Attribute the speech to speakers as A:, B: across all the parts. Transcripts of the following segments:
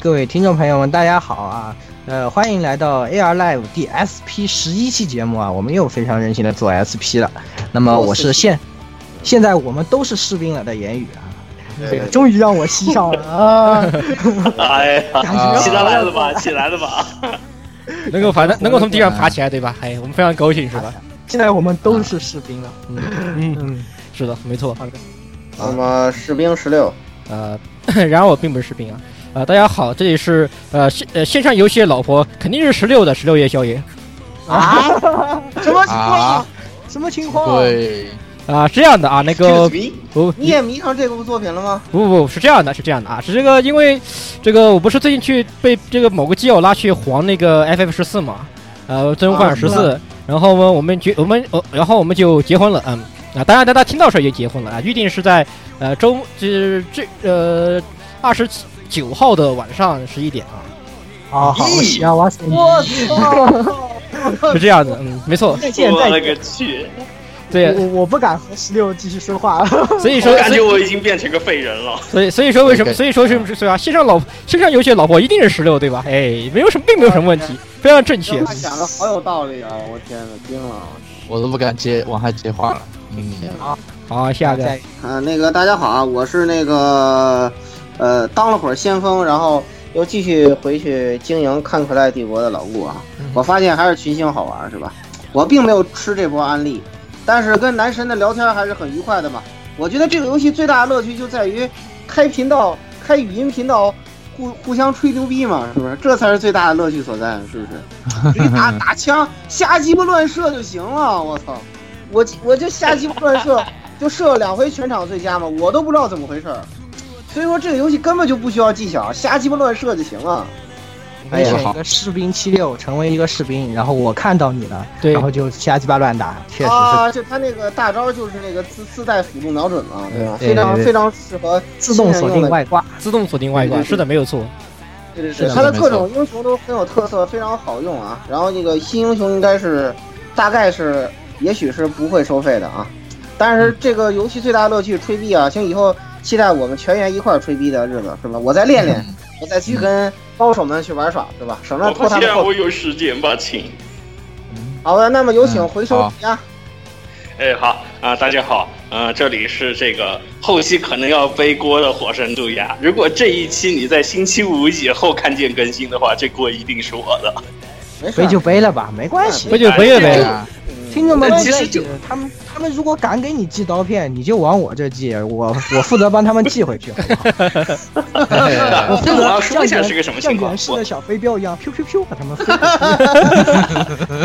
A: 各位听众朋友们，大家好啊！呃，欢迎来到 AR Live 第 SP 十一期节目啊，我们又非常任性的做 SP 了。那么我是现，现在我们都是士兵了的言语啊，这个终于让我吸上了啊！
B: 哎呀
A: 啊，
B: 起来来了 吧，起来了吧，
C: 能够 反正能够从地上爬起来，对吧？哎，我们非常高兴，是吧？
A: 现在我们都是士兵了，嗯
C: 嗯，
A: 嗯，
C: 是的，没错。
A: 好的，
D: 那么士兵十六，
C: 呃， 然而我并不是士兵啊。呃，大家好，这里是呃线呃线上游戏的老婆，肯定是十六的十六夜宵夜
A: 啊，什么情况
E: 啊？
A: 什么情况？
E: 对，
C: 啊、是这样的啊，那个
D: Excuse me？
C: 不
D: 你也迷上这部作品了吗？
C: 不不不是这样的，是这样的啊，是这个，因为这个我不是最近去被这个某个基友拉去黄那个 FF 十四嘛，呃，最终幻想十
A: 啊是
C: 四，然后呢，我们结我们呃，然后我们就结婚了，嗯，啊，当然大家听到的时候也结婚了啊，预定是在呃周这这呃二十九号的晚上十一点啊，
A: 啊，好，我喜啊，我喜
D: 我操！
C: 是这样的，嗯，没错，
A: 再见，
B: 我
A: 再
B: 勒
A: 见。
B: 个去！
C: 对，
A: 我我不敢和十六继续说话了。
C: 所以
B: 我
C: 说，
B: 感觉
C: 所以
B: 我已经变成个废人了。
C: 所以所以说为什么，
E: 对
C: 所以说是是吧？线上老线上游戏的老婆一定是十六对吧？哎，没有什么，并没有什么问题，非常正确
D: 这。话讲的好有道理啊！我天呐，惊了！
E: 我都不敢接往下接话了。嗯，
C: 好，下一个，
A: 再
D: 啊，那个大家好啊，我是那个呃，当了会儿先锋，然后又继续回去经营看可赖帝国的老顾啊。我发现还是群星好玩是吧？我并没有吃这波安利，但是跟男神的聊天还是很愉快的嘛。我觉得这个游戏最大的乐趣就在于开频道、开语音频道，互互相吹牛逼嘛，是不是？这才是最大的乐趣所在，是不是？直接打打枪，瞎鸡巴乱射就行了，我操！我我就瞎鸡巴乱射，就射了两回全场最佳嘛，我都不知道怎么回事儿。所以说这个游戏根本就不需要技巧，瞎鸡巴乱射就行了。
A: 你选一个士兵七六，成为一个士兵，然后我看到你了，
C: 对
A: 然后就瞎鸡巴乱打，确实是
D: 啊，就他那个大招就是那个自自带辅助瞄准嘛，对
A: 嗯
D: 吧？
A: 对
D: 非常
A: 对对
D: 非常适合
A: 自动锁定外挂。
B: 啊
C: 自动锁定外挂，
D: 对对对
C: 是的，没有错。
D: 对对
A: 是
D: 对，
A: 的
D: 他的
E: 没
D: 各
E: 错
D: 种英雄都很有特色，非常好用啊。然后那个新英雄应该是，大概是，也许是不会收费的啊。但是这个游戏最大的乐趣是吹逼啊，请以后期待我们全员一块儿吹逼的日子，是吧？我再练
A: 嗯
D: 练，我再去跟高手们去玩耍，是吧？省
B: 我
D: 着拖
B: 发
D: 他们
B: 现
D: 后
B: 我
D: 腿。
B: 有时间吧，亲。
D: 好的，那么有请
E: 嗯
D: 回收
E: 好
D: 题啊。
B: 哎，好啊、大家好，啊，这里是这个后期可能要背锅的火神杜亚。如果这一期你在星期五以后看见更新的话，这锅一定是我的。
D: 没事
A: 背
D: 儿，
A: 就背了吧，没关系。
C: 不就不就
E: 对
C: 呗。
E: 啊，
D: 嗯
A: 听众们，
B: 但其实就
A: 他们他们如果敢给你寄刀片，你就往我这寄，我我负责帮他们寄回 去，好不好？我负
B: 那我
A: 责
B: 要
A: 像
B: 说一下
A: 原
B: 是个什么
A: 像
B: 情况
A: 原始的小飞镖一样， 飘飘飘把他们飞。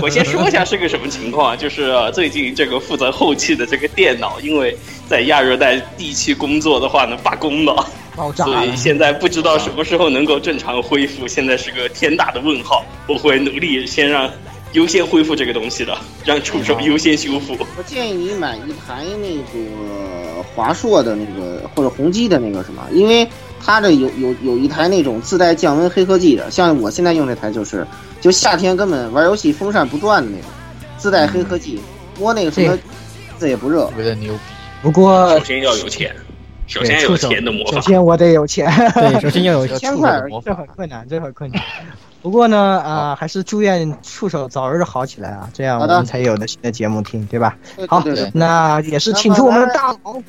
B: 我先说一下是个什么情况啊，就是呃最近这个负责后期的这个电脑，因为在亚热带地区工作的话呢，罢工了，
A: 爆炸
B: 所
A: 了
B: 以！现在不知道什么时候能够正常恢复，现在是个天大的问号。我会努力先让优先恢复这个东西的，让触
A: 啊
B: 手优先修复。
D: 我建议你买一台那个华硕的那个或者宏基的那个什么，因为它这有有有一台那种自带降温黑科技的，像我现在用这台就是，就夏天根本玩游戏风扇不转的那种，自带黑科技，摸那个什么
A: 嗯对，
D: 这也不热
E: 特。别的牛逼。
A: 不过
B: 首先要有钱，首
A: 对
B: 先要
A: 触
B: 有
A: 手，
B: 钱的魔
A: 首
B: 法。
A: 先我得有钱。
C: 对，首先要有
E: 这
D: 千
E: 触
D: 块
E: 手
D: 儿
E: 的魔
A: 这
E: 法
A: 很困难，这很困难。 不过呢，啊、还是祝愿触手早日好起来啊，这样我
D: 好的
A: 们才有的新的节目听，对吧？
D: 对
A: 好
D: 对对
E: 对
D: 对。
A: 那也是请出我们的大佬，
C: 哦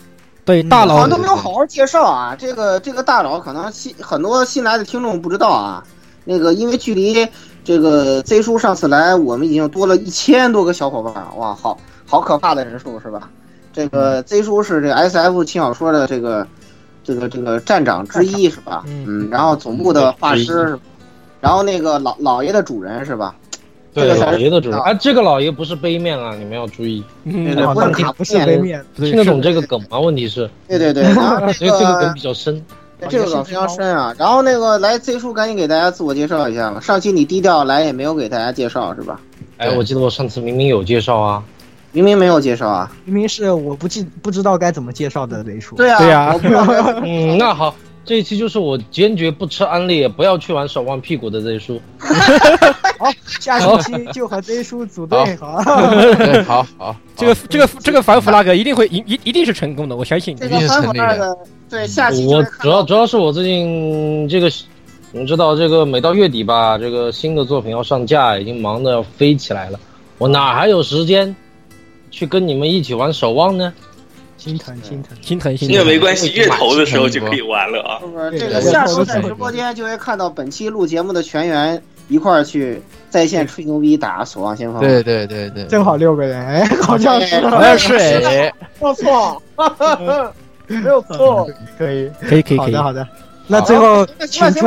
C: 对
A: 嗯
C: 大
D: 好
C: 佬
D: 像都没有好好介绍啊，这个这个大佬可能新很多新来的听众不知道啊，那个因为距离这个 Z 叔上次来，我们已经多了一千多个小伙伴儿，哇，好好可怕的人数是吧？这个 Z 叔是这个 SF 轻小说的这个这个这个站长之一是吧？
C: 嗯
D: 嗯，然后总部的画师是吧，然后那个老老爷的主人是吧？这
F: 对
D: 个才
F: 老
D: 是
F: 爷的主人
D: 啊
F: 啊，这个老爷不是杯面啊，你们要注意，
C: 嗯，
D: 对
A: 好
D: 不是
A: 像
D: 卡
A: 哦不是
D: 片
A: 杯面，
C: 对
F: 听得
C: 是
F: 懂这个梗吗？问题是，
D: 对对对，然 后这
F: 所以这个
D: 个
F: 梗比较深。
D: 这个梗非常深啊。然后那个来 Z 叔，赶紧给大家自我介绍一下吧。上期你低调来也没有给大家介绍是吧？
F: 哎，
E: 对
F: 我记得我上次明明有介绍啊，
D: 明明没有介绍啊。
A: 明明是我不记不知道该怎么介绍的雷叔。
D: 对啊，
C: 对啊
D: 我不知道该怎么
F: 嗯，那好，这一期就是我坚决不吃安利，也不要去玩守望屁股的这一书。
A: 好，下星期就和雷叔组队，好，
E: 对，好好，
C: 这个这个这个反腐拉格一定会一一一定是成功的，我相信。
D: 这个翻红二的，对下期就
F: 我
D: 是看
F: 主要主要是我最近这个你们知道这个每到月底吧，这个新的作品要上架，已经忙得要飞起来了，我哪还有时间去跟你们一起玩守望呢？
G: 心疼心疼。
C: 心疼心
B: 那
C: 疼。
B: 没关系，月头的时候就可以玩了啊。
D: 是不是？
G: 对
D: 这个
G: 对
D: 下
G: 对
D: 周
G: 对
D: 在
G: 对
D: 直播间就会看到本期录节目的全员一块儿去在线吹牛逼打《守望先锋》。
E: 对对对对，
G: 正好六个人，哎，好像是，
D: 对
C: 好像是哎，
E: 哎，
D: 没 有错，没有
A: 哦
D: 错。
G: 可以，
C: 可以可以
G: 好
C: 可以
G: 的。好的。那 最后请出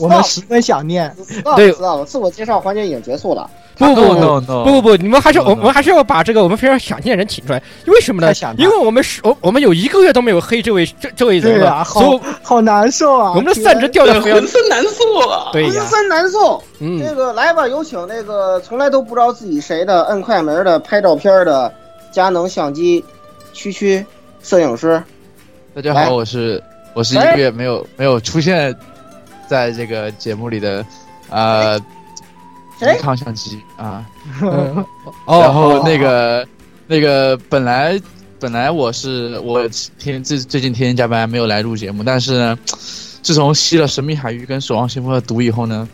G: 我们十分想念，
C: 对
D: stop stop，自我介绍环节已经结束了。
C: 不不
E: no no
C: 不
E: no，
C: 不不，你们还是我
E: 不
C: 我们还是要把这个我们非常想念的人请出来，因为什么呢
A: 太想？他
C: 因为我们是，我我们有一个月都没有黑这位这这位人
G: 对
C: 了，
G: 啊，好
C: 所以
G: 好难受啊！
C: 我们的散值掉的非常
B: 浑。身难受啊！
C: 对
D: 浑
C: 呀，
D: 身难受。这
C: 嗯，
D: 个来吧，有请那个从来都不知道自己谁的摁快门的拍照片的佳能相机区区摄影师。
E: 大家
D: 来
E: 好，我是我是一个月没有没有出现在这个节目里的呃
D: 谁
E: 尼康相机啊，
G: 嗯
E: 然
C: 哦，
E: 后那个那个本来本来我是我天最最近天天加班没有来录节目，但是呢，自从吸了《神秘海域》跟《守望先锋》的毒以后呢，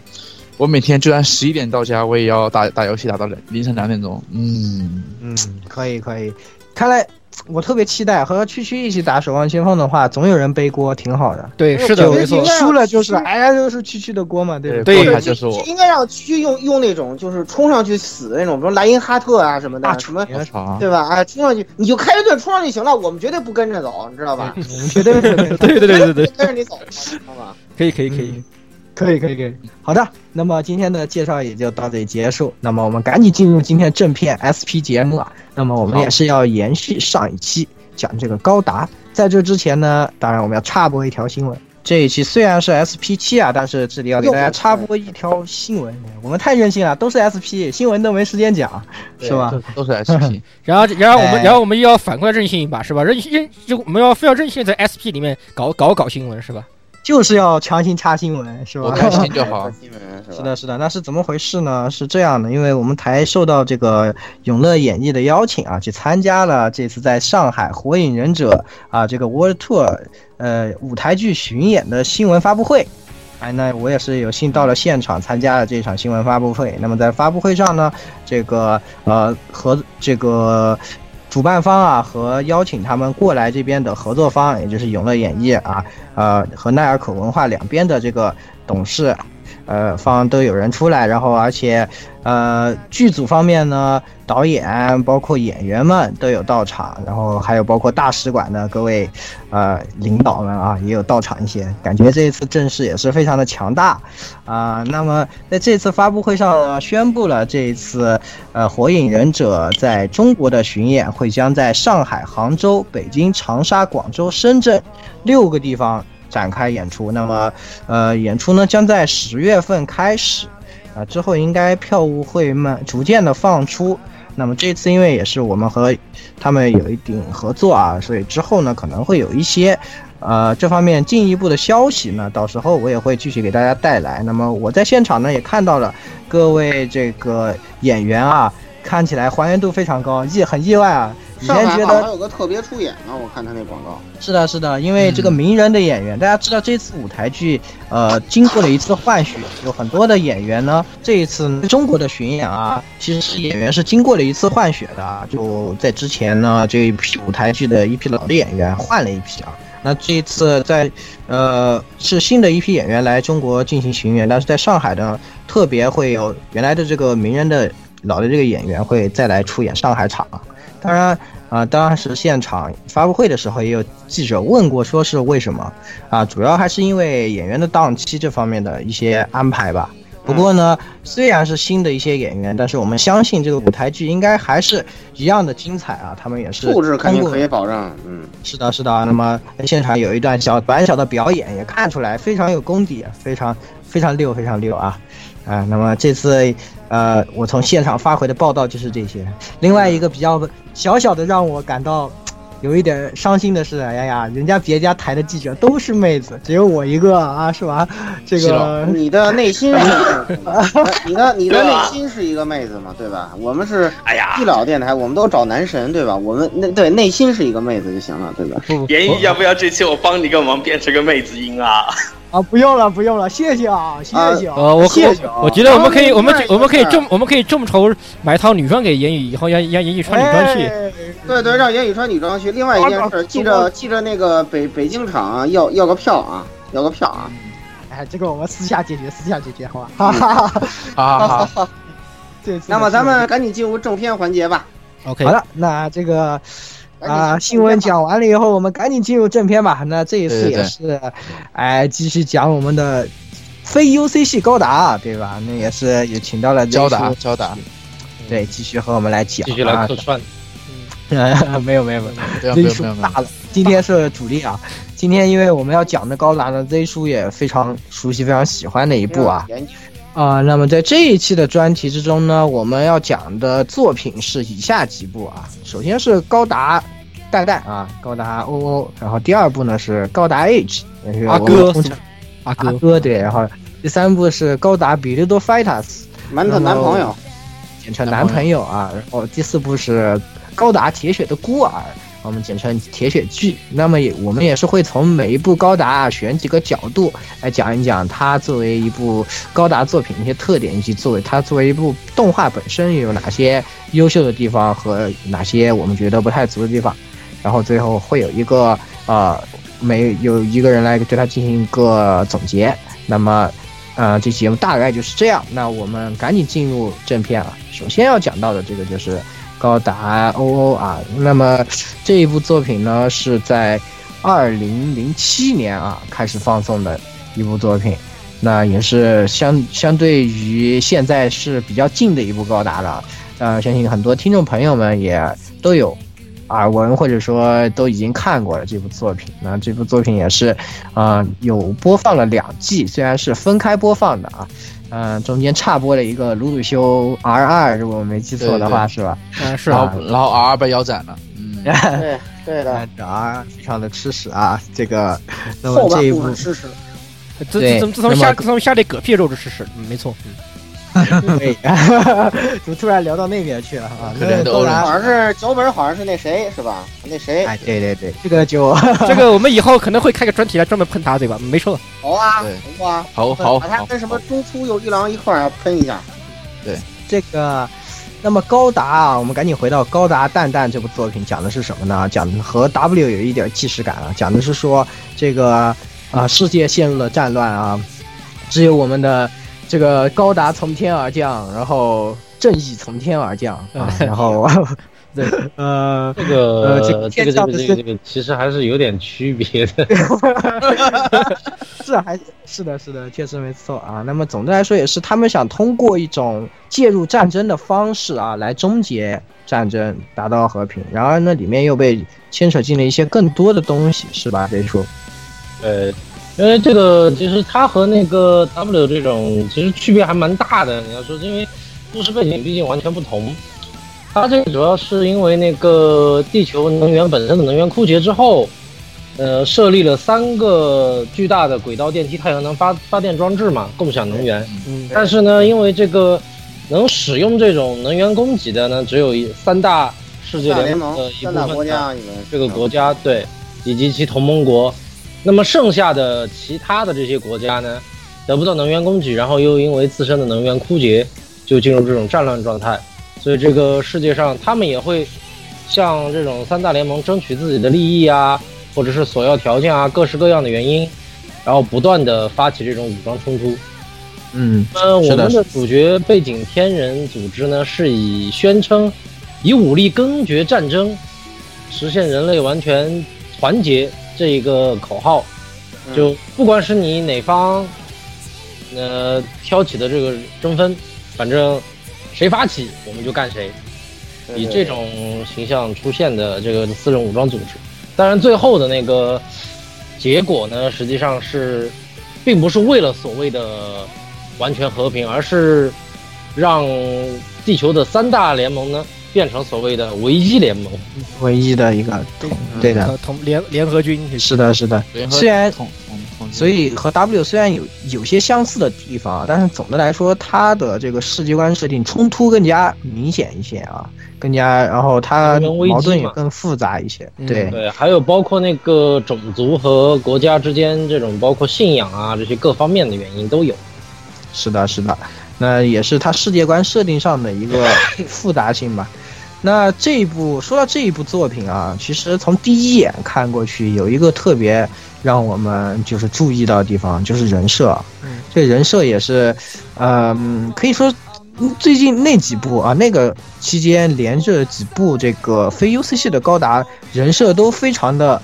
E: 我每天就算十一点到家，我也要打打游戏打到凌凌晨两点钟。嗯，
A: 嗯，可以可以，看来我特别期待和区区一起打守望先锋的话，总有人背锅，挺好的。
C: 对，是的，
A: 就
C: 没错，
A: 输了就是哎呀，就是区区的锅嘛，对不
C: 对
E: 他就是我。
D: 应该让区区用用那种就是冲上去死那种，比如莱因哈特啊什么
A: 大
D: 的，什么
A: 锤啊，
E: 操！
D: 对吧？啊，冲上去，你就开着盾冲上去行了，我们绝对不跟着走，你知道吧？
A: 绝对绝对。
C: 嗯对对对对对，
D: 不 跟着你走，你知道吧？
C: 可以可以
A: 嗯
C: 可以，
G: 可以可以可以，
A: 好的，那么今天的介绍也就到这里结束。那么我们赶紧进入今天正片 SP 节目啊。那么我们也是要延续上一期讲这个高达，在这之前呢，当然我们要插播一条新闻。这一期虽然是 SP 七啊，但是这里要给大家插播一条新闻，我们太任性了，都是 SP 新闻都没时间讲，是吧？
E: 都是 SP，
C: 然后然后我们
A: 哎
C: 然后我们又要反过来任性一把是吧？任性任就我们要非要任性在 SP 里面搞搞搞新闻是吧？
A: 就是要强行插新闻，是
E: 我
A: 吧？
E: 开心就好。
D: 新闻是吧
A: 是的，是的，那是怎么回事呢？是这样的，因为我们台受到这个永乐演艺的邀请啊，去参加了这次在上海《火影忍者》啊这个 World Tour 呃舞台剧巡演的新闻发布会。哎，那我也是有幸到了现场参加了这场新闻发布会。那么在发布会上呢，这个呃和这个主办方啊和邀请他们过来这边的合作方，也就是永乐演艺啊，呃和奈尔可文化两边的这个董事呃方都有人出来，然后而且呃剧组方面呢，导演包括演员们都有到场，然后还有包括大使馆的各位呃领导们啊也有到场一些，感觉这一次阵势也是非常的强大啊、那么在这次发布会上呢，宣布了这一次呃《火影忍者》在中国的巡演会将在上海、杭州、北京、长沙、广州、深圳六个地方展开演出。那么呃，演出呢将在十月份开始，啊、之后应该票务会慢逐渐的放出。那么这次因为也是我们和他们有一定合作啊，所以之后呢可能会有一些，呃这方面进一步的消息呢，到时候我也会继续给大家带来。那么我在现场呢也看到了各位这个演员啊，看起来还原度非常高，意很意外啊。以
D: 上
A: 前
D: 海
A: 觉
D: 好
A: 得
D: 像有个特别出演呢，我看他那广告。
A: 是的，是的，因为这个名人的演员，大家知道这次舞台剧，呃，经过了一次换血，有很多的演员呢，这一次中国的巡演啊，其实是演员是经过了一次换血的啊，就在之前呢，这一批舞台剧的一批老的演员换了一批啊。那这一次在，呃，是新的一批演员来中国进行巡演，但是在上海呢，特别会有原来的这个名人的老的这个演员会再来出演上海场啊。当然，啊、当时现场发布会的时候，也有记者问过，说是为什么啊？主要还是因为演员的档期这方面的一些安排吧。不过呢，
D: 嗯
A: 虽然是新的一些演员，但是我们相信这个舞台剧应该还是一样的精彩啊！他们也是
D: 素质肯定
A: 通过
D: 可以保证，嗯，
A: 是的，是的。那么呃现场有一段小短小的表演，也看出来非常有功底，啊非常非常溜，非常溜啊！啊、那么这次，呃，我从现场发回的报道就是这些。另外一个比较小小的让我感到有一点伤心的是，哎呀，人家别家台的记者都是妹子，只有我一个啊，是吧？这
E: 是
A: 个
D: 你的内心是，你的你的内心是一个妹子嘛，对吧？我们是
B: 哎呀
D: 地，老电台，我们都找男神，对吧？我们那对内心是一个妹子就行了，对吧？
C: 不不，
B: 言
C: 我
B: 语要不要这期我帮你个忙变成个妹子音啊？
G: 啊，不用了，不用了，谢谢啊，谢谢啊，
D: 哦
C: 呃，我
G: 谢谢啊。
C: 我觉得我们可以，
D: 然后
C: 我们
D: 另外一个
C: 我们可以
D: 事儿
C: 众我们可以众筹买套女装给言语，以后让让言语穿女装去。
G: 哎
D: 对对，让言语穿女装去。另外一件事，记着记着那个北北京场啊要要个票啊，要个票
A: 嗯
D: 啊。
G: 哎，这个我们私下解决，私下解决，好吧？哈哈哈。
E: 好好好，
G: 这次的
D: 那么咱
G: 新闻
D: 们赶紧进入正片环节吧。
C: OK，
A: 好的，那这个
D: 赶紧
A: 啊、
D: 进
A: 新
D: 入正片
A: 闻
D: 吧
A: 讲完了以后，我们赶紧进入正片吧。那这一次
E: 对对
A: 也是，哎，继续讲我们的非 UC 系高达，啊对吧？那也是也请到了
E: 交打
A: Rachel，
E: 交打，
A: 对，继续和我们来讲
F: 继续来
A: 啊
F: 客。串。
A: 没有没有没有
E: 不要不
A: ，Z
E: 要
A: 叔
E: 不要不要
A: 大了，今天是主力啊。今天因为我们要讲的高达呢，Z 叔也非常熟悉、非常喜欢的一部啊。
D: 言语
A: 啊、那么在这一期的专题之中呢，我们要讲的作品是以下几部啊。首先是高达蛋蛋啊，高达 OO，然后第二部呢是高达 H，也是
C: 阿
A: 我
C: 哥
A: 们通常
C: 阿
A: 阿
C: 哥，
A: 哥对，然后第三部是高达比利多 Fighters，
D: 馒头男朋友，
A: 简称男朋友啊，然后第四部是高达铁血的孤儿，我们简称铁血剧。那么也我们也是会从每一部高达啊选几个角度来讲一讲它作为一部高达作品的一些特点，以及作为它作为一部动画本身有哪些优秀的地方和哪些我们觉得不太足的地方。然后最后会有一个呃，每有一个人来对它进行一个总结。那么呃，这节目大概就是这样。那我们赶紧进入正片啊。首先要讲到的这个就是高达 OO 啊。那么这一部作品呢是在二零零七年啊开始放送的一部作品，那也是相相对于现在是比较近的一部高达了。呃，相信很多听众朋友们也都有耳闻，或者说都已经看过了这部作品。那这部作品也是啊、有播放了两季，虽然是分开播放的啊，嗯、中间插播了一个鲁鲁修 R 二，如果我没记错的话，是吧？
C: 嗯，是
E: 然
C: 啊，
E: 后然后 R 被腰斩了，嗯，
A: 哎
D: 对对的，
A: 这 R 非常的吃屎啊，这 个，那
D: 后
A: 么这
D: 半
A: 一
D: 部
A: 部
D: 分支持。
C: 自
A: 对
C: 自从自从
A: 那么
C: 下自从下这嗝屁肉就是事实，嗯没错。嗯
A: 对， 怎么突然聊到那边去了啊？
E: 可怜的
A: 那
E: 欧
A: 高
E: 人
A: 达
D: 好像是脚本，好像是那谁是吧？那谁
A: 哎，对对对，这个就
C: 这个我们以后可能会开个专题来专门喷他，对吧？没错，
D: 猴啊
E: 对
D: 猴啊，
E: 好好
D: 把他
E: 好，
D: 跟什么中出有一郎一块儿啊喷一下。
A: 这个，那么高达啊，我们赶紧回到《高达蛋蛋》这部作品，讲的是什么呢？讲的和 W 有一点既视感啊，讲的是说这个啊、世界陷入了战乱啊，只有我们的这个高达从天而降，然后正义从天而降 啊，然后 对呃。
F: 这个
A: 呃这个
F: 这个
A: 天上
F: 这
A: 的
F: 个这
A: 是
F: 个这个其实还是有点区别的。
A: 是啊还是的，是的，确实没错啊。那么总的来说，也是他们想通过一种介入战争的方式啊，来终结战争，达到和平。然而呢，里面又被牵扯进了一些更多的东西，是吧？可以说，
F: 呃，因为这个其实它和那个 W 这种其实区别还蛮大的。你要说，因为故事背景毕竟完全不同，它这个主要是因为那个地球能源本身的能源枯竭之后，呃，设立了三个巨大的轨道电机太阳能发发电装置嘛，共享能源。
C: 嗯，
F: 但是呢，因为这个能使用这种能源供给的呢，只有一三大世界
D: 三大联
F: 联盟的
D: 盟，
F: 一部
D: 三大
F: 分的
D: 国家里面，啊
F: 这个国家对，以及其同盟国。那么剩下的其他的这些国家呢，得不到能源供给，然后又因为自身的能源枯竭，就进入这种战乱状态。所以这个世界上，他们也会向这种三大联盟争取自己的利益啊，或者是索要条件啊，各式各样的原因，然后不断的发起这种武装冲突。
A: 嗯，
F: 呃，
A: 是
F: 我
A: 的
F: 们
A: 是
F: 的主角背景天人组织呢，是以宣称以武力根绝战争，实现人类完全团结这一个口号。
D: 嗯
F: 就不管是你哪方，呃，挑起的这个争纷，反正谁发起我们就干谁，
D: 对
F: 以
D: 对
F: 这种形象出现的这个四人武装组织。当然，最后的那个结果呢，实际上是并不是为了所谓的完全和平，而是让地球的三大联盟呢变成所谓的维基联盟。嗯
A: 唯一的一个同，对的，
C: 呃同联联合军
A: 是的，是的。
E: 联合
A: 虽然
E: 统统统空间。
A: 所以和 W 虽然有有些相似的地方，啊但是总的来说，它的这个世界观设定冲突更加明显一些啊，更加，然后它
F: 人文危机
A: 矛盾也
F: 嘛嗯
A: 更复杂一些。对，
F: 对，还有包括那个种族和国家之间这种，包括信仰啊这些各方面的原因都有。
A: 是的，是的，那也是它世界观设定上的一个复杂性吧。那这一部说到这一部作品啊，其实从第一眼看过去，有一个特别让我们就是注意到的地方，就是人设啊。
G: 嗯
A: 这人设也是，呃，可以说嗯最近那几部啊，那个期间连着几部这个非 UCC 的高达人设都非常的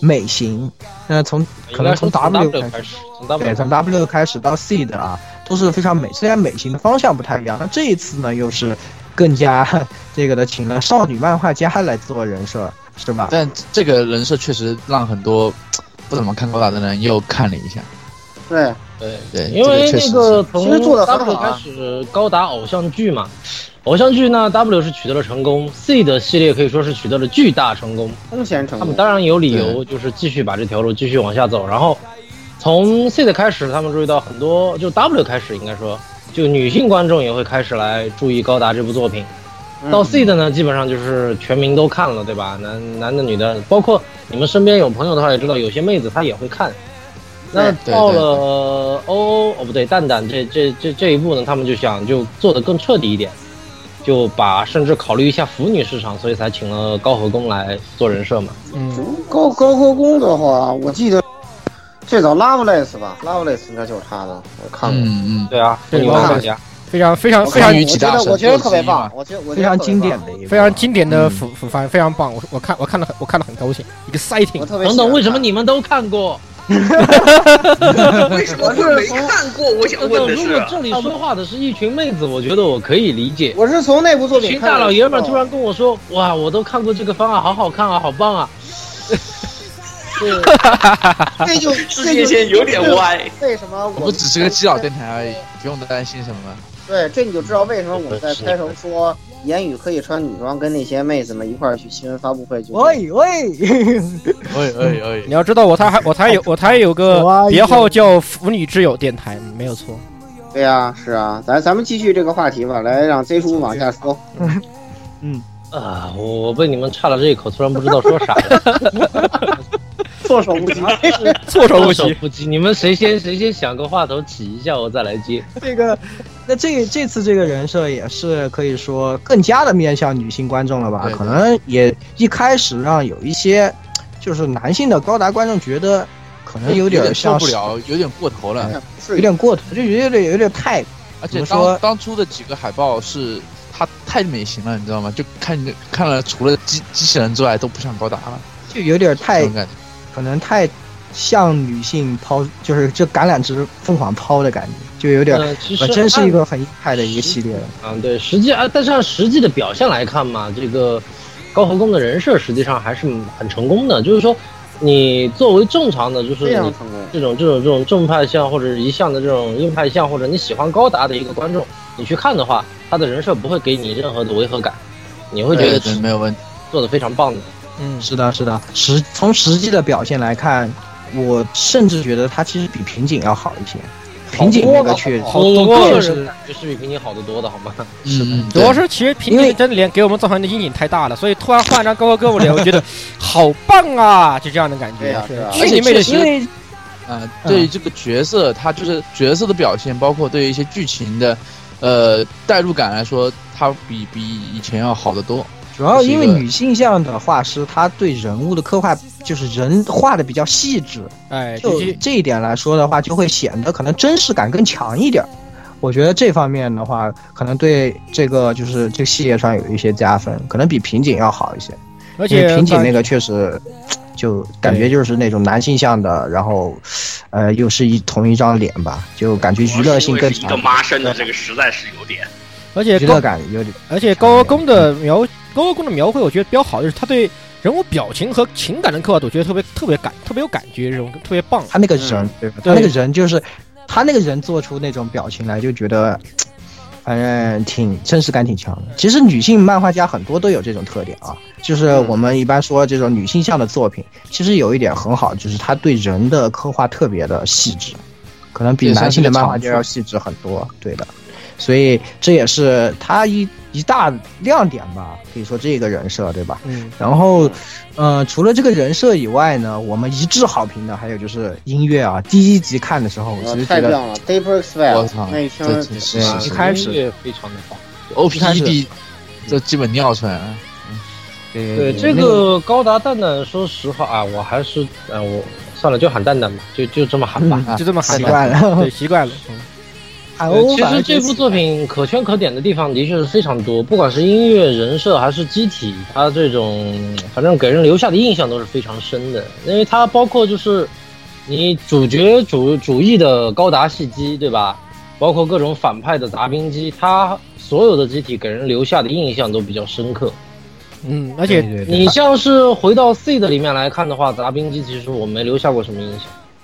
A: 美型。那从可能从
F: 应该说
A: W 开
F: W
A: 始。
F: 开始，从
A: 对，
F: W
A: 从 W 开始到 C 的啊，都是非常美，虽然美型的方向不太一样，那这一次呢又是更加这个的，请了少女漫画家来做人设，是吧？
E: 但这个人设确实让很多不怎么看高达的人又看了一下。
D: 对，
F: 对
E: 对，
F: 因
E: 这
F: 为
E: 确实
F: 那
E: 是
D: 其
F: 个
D: 实
F: 从
D: 做得很
F: W
D: 好啊
F: 开始高达偶像剧嘛，偶像剧呢 W 是取得了成功，C 的系列可以说是取得了巨大成功。
D: 空前成
F: 他们
D: 功。
F: 当然有理由，就是继续把这条路继续往下走。然后从 C 的开始，他们注意到很多，就 W 开始应该说，就女性观众也会开始来注意高达这部作品。
E: 嗯
F: 到 C 的呢，基本上就是全民都看了，对吧？男男的、女的，包括你们身边有朋友的话，也知道有些妹子她也会看。那
E: 对
F: 到
E: 对对
F: 了欧欧哦不对蛋蛋这这这这一步呢，他们就想就做得更彻底一点，就把甚至考虑一下腐女市场，所以才请了高和宫来做人设嘛。
G: 嗯，
D: 高高国工的话，我记得最早 Loveless 吧，Loveless 应该就是他的，我看过。
E: 嗯嗯，
F: 对啊，
C: 对
F: 妇女
D: 我看
F: 漫画
D: 了
F: 家，
C: 非常非常
D: 我
C: 非
D: 看
C: 常
E: 关于
D: 我
E: 几
D: 觉
E: 大
D: 得
E: 神
D: 我觉得
E: 做
D: 特别
E: 基因嘛
D: 棒，我觉得我觉
A: 非
D: 得
A: 常
D: 特别
A: 经典
D: 棒
A: 的一个，
C: 非常经典的
E: 嗯
C: 腐腐番，非常棒，我我看我看了很我看了很高兴
D: 我
C: ，exciting。
D: 特别喜欢
F: 等等，为什么
D: 看
F: 你们都看过？
B: 为什么会没看过？我想
F: 等
B: 问
F: 等，
B: 的
F: 如
B: 是
F: 果
B: 啊，
F: 这里说话的是一群妹子，我觉得我可以理解。
D: 我是从那部作
F: 一
D: 品
F: 群
D: 看
F: 大
D: 到的
F: 老爷们儿突然跟我说：“哇，我都看过这个番啊，好好看啊，好棒啊
D: 这就
B: 世界线有点。歪。
D: 这就为什么
E: 嗯我
D: 我
E: 们只是个基佬电台而已，不用担心什么。
D: 对，这你就知道为什么我们在开头说言语可以穿女装，跟那些妹子们一块儿去新闻发布会，就是
A: 喂喂，
E: 哎哎哎
C: 你，要知道，我台还我台有我台有
D: 哎
C: 个别号叫“腐女之友”电台，没有错。
D: 对呀、是啊，咱咱们继续这个话题吧，来让 Z 叔往下说。！”
F: 啊，我我被你们岔了这一口，突然不知道说啥了，
D: 措手不及，
C: 措手 不
F: 措手
C: 及。
F: 不及。你们谁先谁先想个话头起一下，我再来接。
A: 这个，那这这次这个人设也是可以说更加的面向女性观众了吧？
E: 对对
A: 可能也一开始让有一些就是男性的高达观众觉得可能哎有点
E: 点受
A: 像
E: 不
A: 是，
E: 了，有点过头了。
D: 是
A: 有点过头，就有点有点太
E: 而且
A: 怎么说
E: 当当初的几个海报是它太美型了，你知道吗？就看着看了，除了机机器人之外都不像高达了，
A: 就有点
E: 这
A: 太
E: 种感觉。
A: 可能太向女性抛，就是这橄榄枝疯狂抛的感觉，就有点
F: 嗯，其实
A: 本身是
F: 按
A: 一个很硬派的一个系列了。
F: 啊，对，实际啊，但是按实际的表现来看嘛，这个高和宫的人设实际上还是很成功的。就是说，你作为正常的，就是
D: 非常
F: 你
D: 成功。
F: 这种这种这种正派向或者一向的这种硬派向，或者你喜欢高达的一个观众，你去看的话，他的人设不会给你任何的违和感，你会觉
E: 对
F: 得
E: 对，没有问题。
F: 做的非常棒的。
G: 嗯，
A: 是的，是的，实从实际的表现来看，我甚至觉得它其实比瓶颈要好一些。瓶颈那个确
D: 好
C: 好多
F: 个
C: 个
F: 人
C: 是，
F: 感觉是比平你好得多的，好吗？
E: 是的，
C: 主要是其实平
A: 因
C: 底
A: 为
C: 真的脸给我们造成的阴影太大了，所以突然换一张高高胳膊脸，我觉得好棒啊，就这样的感
D: 对
C: 觉
D: 啊。对啊
C: 去你妹的！
A: 因为
E: 啊，对于这个角色，他就是角色的表现，包括对于一些剧情的，呃，代入感来说，他比比以前要好得多。
A: 主要因为女性向的画师，她对人物的刻画就是人画的比较细致，
C: 哎，就
A: 就是这一点来说的话，就会显得可能真实感更强一点儿。我觉得这方面的话，可能对这个就是这个系列上有一些加分，可能比瓶颈要好一些。
C: 而
A: 因
C: 且
A: 为瓶颈那
C: 个
A: 个确实，就感觉就是那种男性向的，然后，呃，又是一同一张脸吧，就感觉娱乐性更
B: 一个
A: 强，
B: 妈生的这个实在是有点。
C: 而且
A: 娱
C: 高
A: 乐感有点。
C: 而且
A: 嗯
C: 高工的描高工的描绘，我觉得比较好，就是他对人物表情和情感的刻画，我觉得特别特别感特别有感觉，这种特别棒。
A: 他那个嗯人，对吧？他
C: 对
A: 那个人就是，他那个人做出那种表情来，就觉得，啊、反正挺真实感挺强的。其实女性漫画家很多都有这种特点啊，就是我们一般说这种女性向的作品，其实有一点很好，就是她对人的刻画特别的细致，可能比男性的漫画家要细致很多。对的，所以这也是她一一大亮点吧，可以说这个人设对吧？
C: 嗯，
A: 然后，呃，除了这个人设以外呢，我们一致好评的还有就是音乐啊。第一集看的时候，我其
D: 呃
A: 实
D: 太
A: 觉得
D: 棒了，Daybreak Sky，
E: 我操
D: 啊那一听
E: 这真 是
A: 对啊一开始
F: 音乐非常的好。
E: O
A: 一
E: P
A: 开
E: E
A: 始
E: D，这基本尿出来了。
A: 对
F: 对这个高达蛋蛋，说实话啊，我还是呃，我算了，就喊蛋蛋吧，就就这么喊吧。
E: 啊
C: 就这么喊
A: 习
C: 吧
A: 惯了，
C: 对，习惯了。嗯
A: 海
F: 呃
A: 鸥
F: 其
A: 反而
F: 实
A: 觉得
F: 这部作品可圈可点的地方的确是非常多，不管是音乐、人设还是机体，它这种反正给人留下的印象都是非常深的，因为它包括就是你主角主主义的高达系机，对吧？包括各种反派的杂兵机，它所有的机体给人留下的印象都比较深刻。
C: 嗯，而且
F: 你像是回到 C 的里面来看的话，杂兵机其实我没留下过什么印象。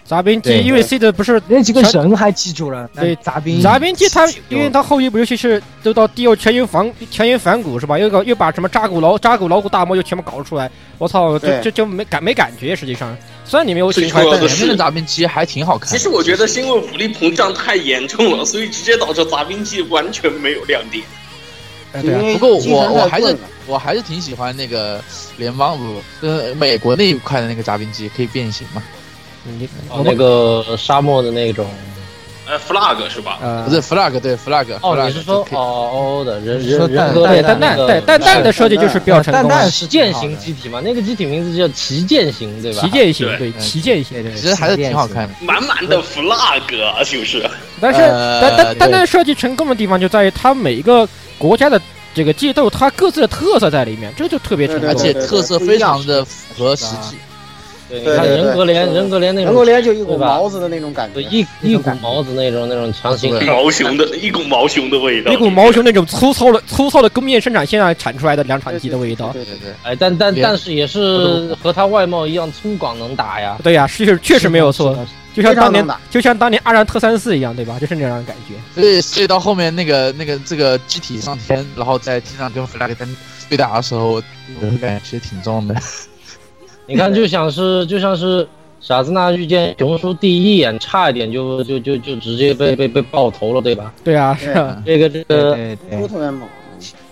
C: 杂兵机
E: 对
C: 因为 C 的不是
A: 那几个人还记住了，
C: 对
A: 那杂兵
C: 杂兵机，它因为它后一部尤其是都到第二全员反全员反骨是吧？又搞又把什么扎古老扎古老虎大魔又全部搞出来，我操，就
D: 对
C: 就就没感没感觉。实际上，虽然你没有情
B: 最
C: 怀，
B: 主要
C: 但
B: 的
E: 前
B: 啊是
E: 面的杂兵其实还挺好看
B: 其
E: 的。
B: 实我觉得是因为武力膨胀太严重了，所以直接导致杂兵器完全没有亮点。
C: 哎
D: 因
C: 对啊，
D: 为
E: 不过我
D: 精神太
E: 我还是
D: 棍了
E: 我还是挺喜欢那个联邦不，呃，美国那一块的那个杂兵机可以变形嘛？
C: 你
F: 哦，那个沙漠的那种，
B: 呃，flag 是吧？
A: 嗯
C: 呃
E: 不是 flag 对 flag。
F: 哦，你是说哦哦哦的人人人格
C: 对
F: 类
C: 蛋蛋对蛋蛋的设计就是比较成
A: 蛋
C: 功啊，
A: 蛋
F: 旗
A: 是
F: 舰
A: 挺好
F: 型
A: 的
F: 机体嘛？那个机体名字叫旗舰型，对吧？
C: 旗舰型
B: 对
C: 对
E: 嗯
C: 旗舰型，
E: 其实还是挺好看的。
B: 满满的 flag 啊， 就是
C: 但是但
E: 呃
C: 但但
E: 对
C: 但设计成功的地方就在于它每一个国家的这个械斗，它各自的特色在里面，这就特别成
E: 而
C: 功。
E: 且特色非常的符合实际，
F: 对，你
D: 对
F: 看
D: 对对
F: 人格连
D: 对
F: 人格连那
D: 能够
F: 种，
D: 连就一股
F: 对吧
D: 毛子的那种感觉
F: 对，一一股毛子那种那种强行
E: 对
B: 毛熊的一股毛熊的味道，
C: 一股毛熊那种粗糙的粗糙的工业生产线上啊产出来的量产机的味道。
D: 对
E: 对对，
F: 哎，但但
E: 连
F: 但是也是和他外貌一样粗犷能打呀。
C: 对呀、是确实没有错，就像
D: 非常
C: 当年
D: 能打
C: 就像当年阿然特三四一样，对吧？就是那样的感觉。
E: 所以所以到后面那个那个这个机体上天，然后在天上跟 flag 单对打的时候，我感觉其实挺重的。
F: 你看，就像是就像是傻子那遇见熊叔第一眼，差一点就就就就直接被被被爆头了，对吧？
C: 对呀、
D: 对
C: 是啊，
F: 这个这
A: 对
F: 个
A: 对对
D: 猪特别猛，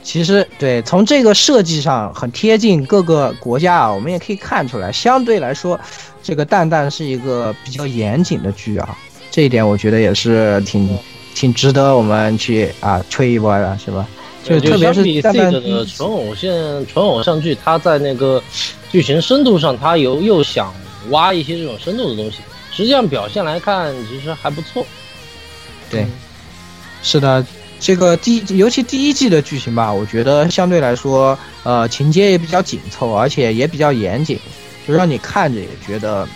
A: 其实对，从这个设计上很贴近各个国家啊，我们也可以看出来，相对来说，这个蛋蛋是一个比较严谨的剧啊，这一点我觉得也是挺挺值得我们去啊吹一波的，是吧？就特别
F: 相
A: 是嗯
F: 比 C
A: 蛋蛋
F: 的纯偶像纯偶像剧，它在那个剧情深度上，它有又想挖一些这种深度的东西。实际上表现来看，其实还不错。
A: 是的，这个第一，尤其第一季的剧情吧，我觉得相对来说，呃，情节也比较紧凑，而且也比较严谨，就让你看着也觉得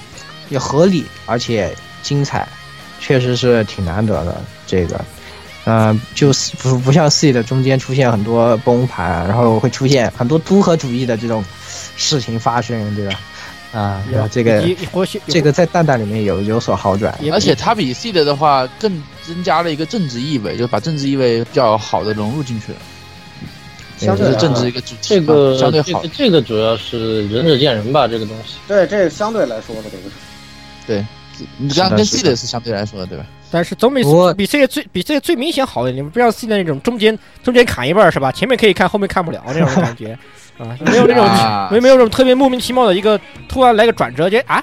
A: 也合理，而且精彩，确实是挺难得的。这个，呃，就是不不像 C 的中间出现很多崩盘，然后会出现很多综合主义的这种事情发生，对吧？啊、然后这个
C: 也也或许
A: 这个在蛋蛋里面有有所好转，
C: 也
E: 而且它比 seed 的话更增加了一个政治意味，就把政治意味比较好的融入进去了，
A: 相
E: 就
A: 对
E: 是
A: 来
E: 政
A: 说
E: 治一个主题
F: 这
A: 啊
E: 嘛，
F: 个
E: 相对
F: 这
E: 好
F: 个。这个主要是仁者见仁吧，这个东西。
D: 对，这是相对来说的这个是。
E: 你刚刚跟
A: 是
E: seed
A: 的
E: 是相对来说的，对吧？
C: 但是总比
A: 不过
C: 比这个最比这个最明显好一点。你们不像 C 的那种中间中间砍一半儿是吧？前面可以看，后面看不了那种感觉 啊，没有那种
E: 啊
C: 没没有那种特别莫名其妙的一个突然来个转折，觉得啊，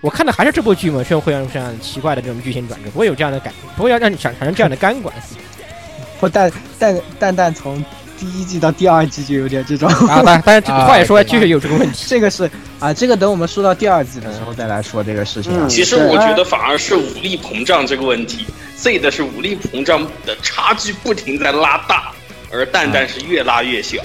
C: 我看的还是这部剧嘛，居然会有这样奇怪的这种剧情转折，不会有这样的感，不会要让你产产生这样的干管
G: 不蛋蛋蛋蛋从第一季到第二季就有点这种，
C: 啊。但但是
E: 啊
C: 话也说来，
E: 对
C: 就是有这个问题。
G: 这个是啊，这个等我们说到第二季的时候再来说这个事情啊
D: 嗯。
B: 其实我觉得反而是武力膨胀这个问题，Z 的是武力膨胀的差距不停在拉大，而蛋蛋是越拉越小。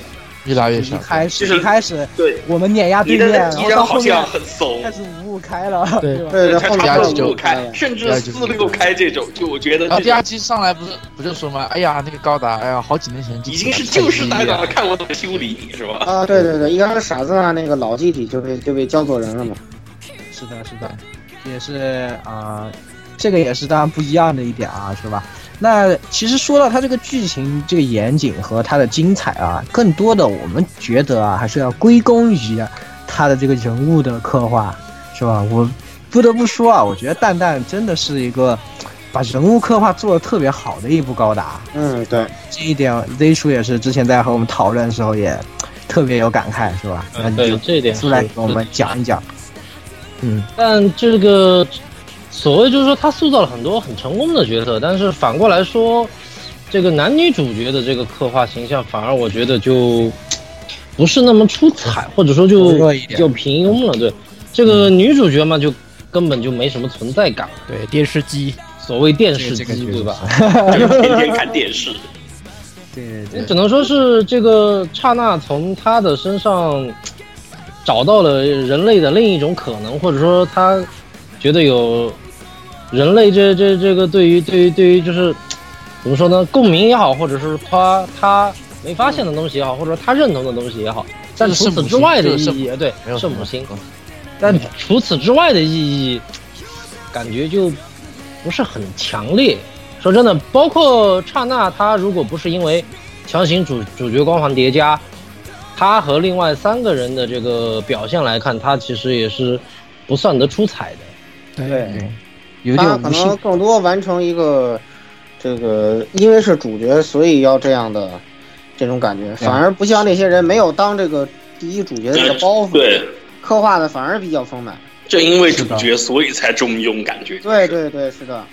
E: 越拉越
G: 一
E: 小。
G: 开
B: 就
G: 始
B: 是
G: 一开始
B: 对，
G: 我们碾
A: 啊
G: 压对
B: 你
G: 面，
B: 的
G: 然
B: 敌
G: 后
B: 人
G: 到
B: 好
G: 后
B: 像
G: 面
B: 很怂
G: 开，始五五开了，
C: 对
G: 吧？
D: 对，
B: 才
D: 后面
E: 差
B: 差不多
D: 就是
E: 不多就
B: 五
D: 五
B: 开，甚至四六开这种，就我觉得
E: 然
B: 这
E: 后啊第二
B: 个
E: 期上来不是不就说吗？哎呀，那个高达，哎呀，好几年前就
B: 已经是就是蛋
E: 太低
B: 蛋了，
E: 了。
B: 看我怎么修理你是吧？
D: 啊，对对对，一开始傻子啊那那个老机体就被就被教做人了嘛，
G: 是的，是的，也是啊、这个也是当然不一样的一点啊，是吧？
A: 那其实说到它这个剧情、这个严谨和它的精彩啊，更多的我们觉得啊，还是要归功于它的这个人物的刻画，是吧？我不得不说啊，我觉得蛋蛋真的是一个把人物刻画做得特别好的一部高达。
D: 嗯，对，
A: 这一点 Z 叔也是之前在和我们讨论的时候也特别有感慨，是吧？那
F: 嗯，
A: 啊你
F: 对
A: 就
F: 这一点
A: 出来
F: 是
A: 给我们讲一讲。嗯，
F: 但这个所谓就是说，他塑造了很多很成功的角色，但是反过来说，这个男女主角的这个刻画形象，反而我觉得就不是那么出彩，或者说就
A: 薄弱一点嗯
F: 就平庸了。对，这个女主角嘛，就根本就没什么存在感，
C: 对，电视机，
F: 所谓电视
A: 这个
F: 机，
A: 角色
F: 对吧？
B: 就是天天看电视。
A: 对对
F: 也只能说是这个刹那从他的身上找到了人类的另一种可能，或者说他觉得有人类这这这个对于对于对于就是怎么说呢，共鸣也好，或者是他他没发现的东西也好，或者他认同的东西也好，但
E: 这是
F: 除此
E: 圣母
F: 之
E: 心
F: 外的
E: 这
F: 意
E: 是圣嗯
F: 义，对
E: 没有
F: 圣母心，但除此之外的意义，感觉就不是很强烈。说真的，包括刹那，他如果不是因为强行主主角光环叠加，他和另外三个人的这个表现来看，他其实也是不算得出彩的。
C: 对，
D: 对，
A: 有
D: 他
A: 点
D: 可
A: 无性
D: 能更多完成一个这个，因为是主角，所以要这样的这种感觉，反而不像那些人没有当这个第一主角的这个包袱，
B: 对，
D: 刻画的反而比较丰满。
B: 正因为主角，所以才中庸，感觉。
D: 对对对，是的，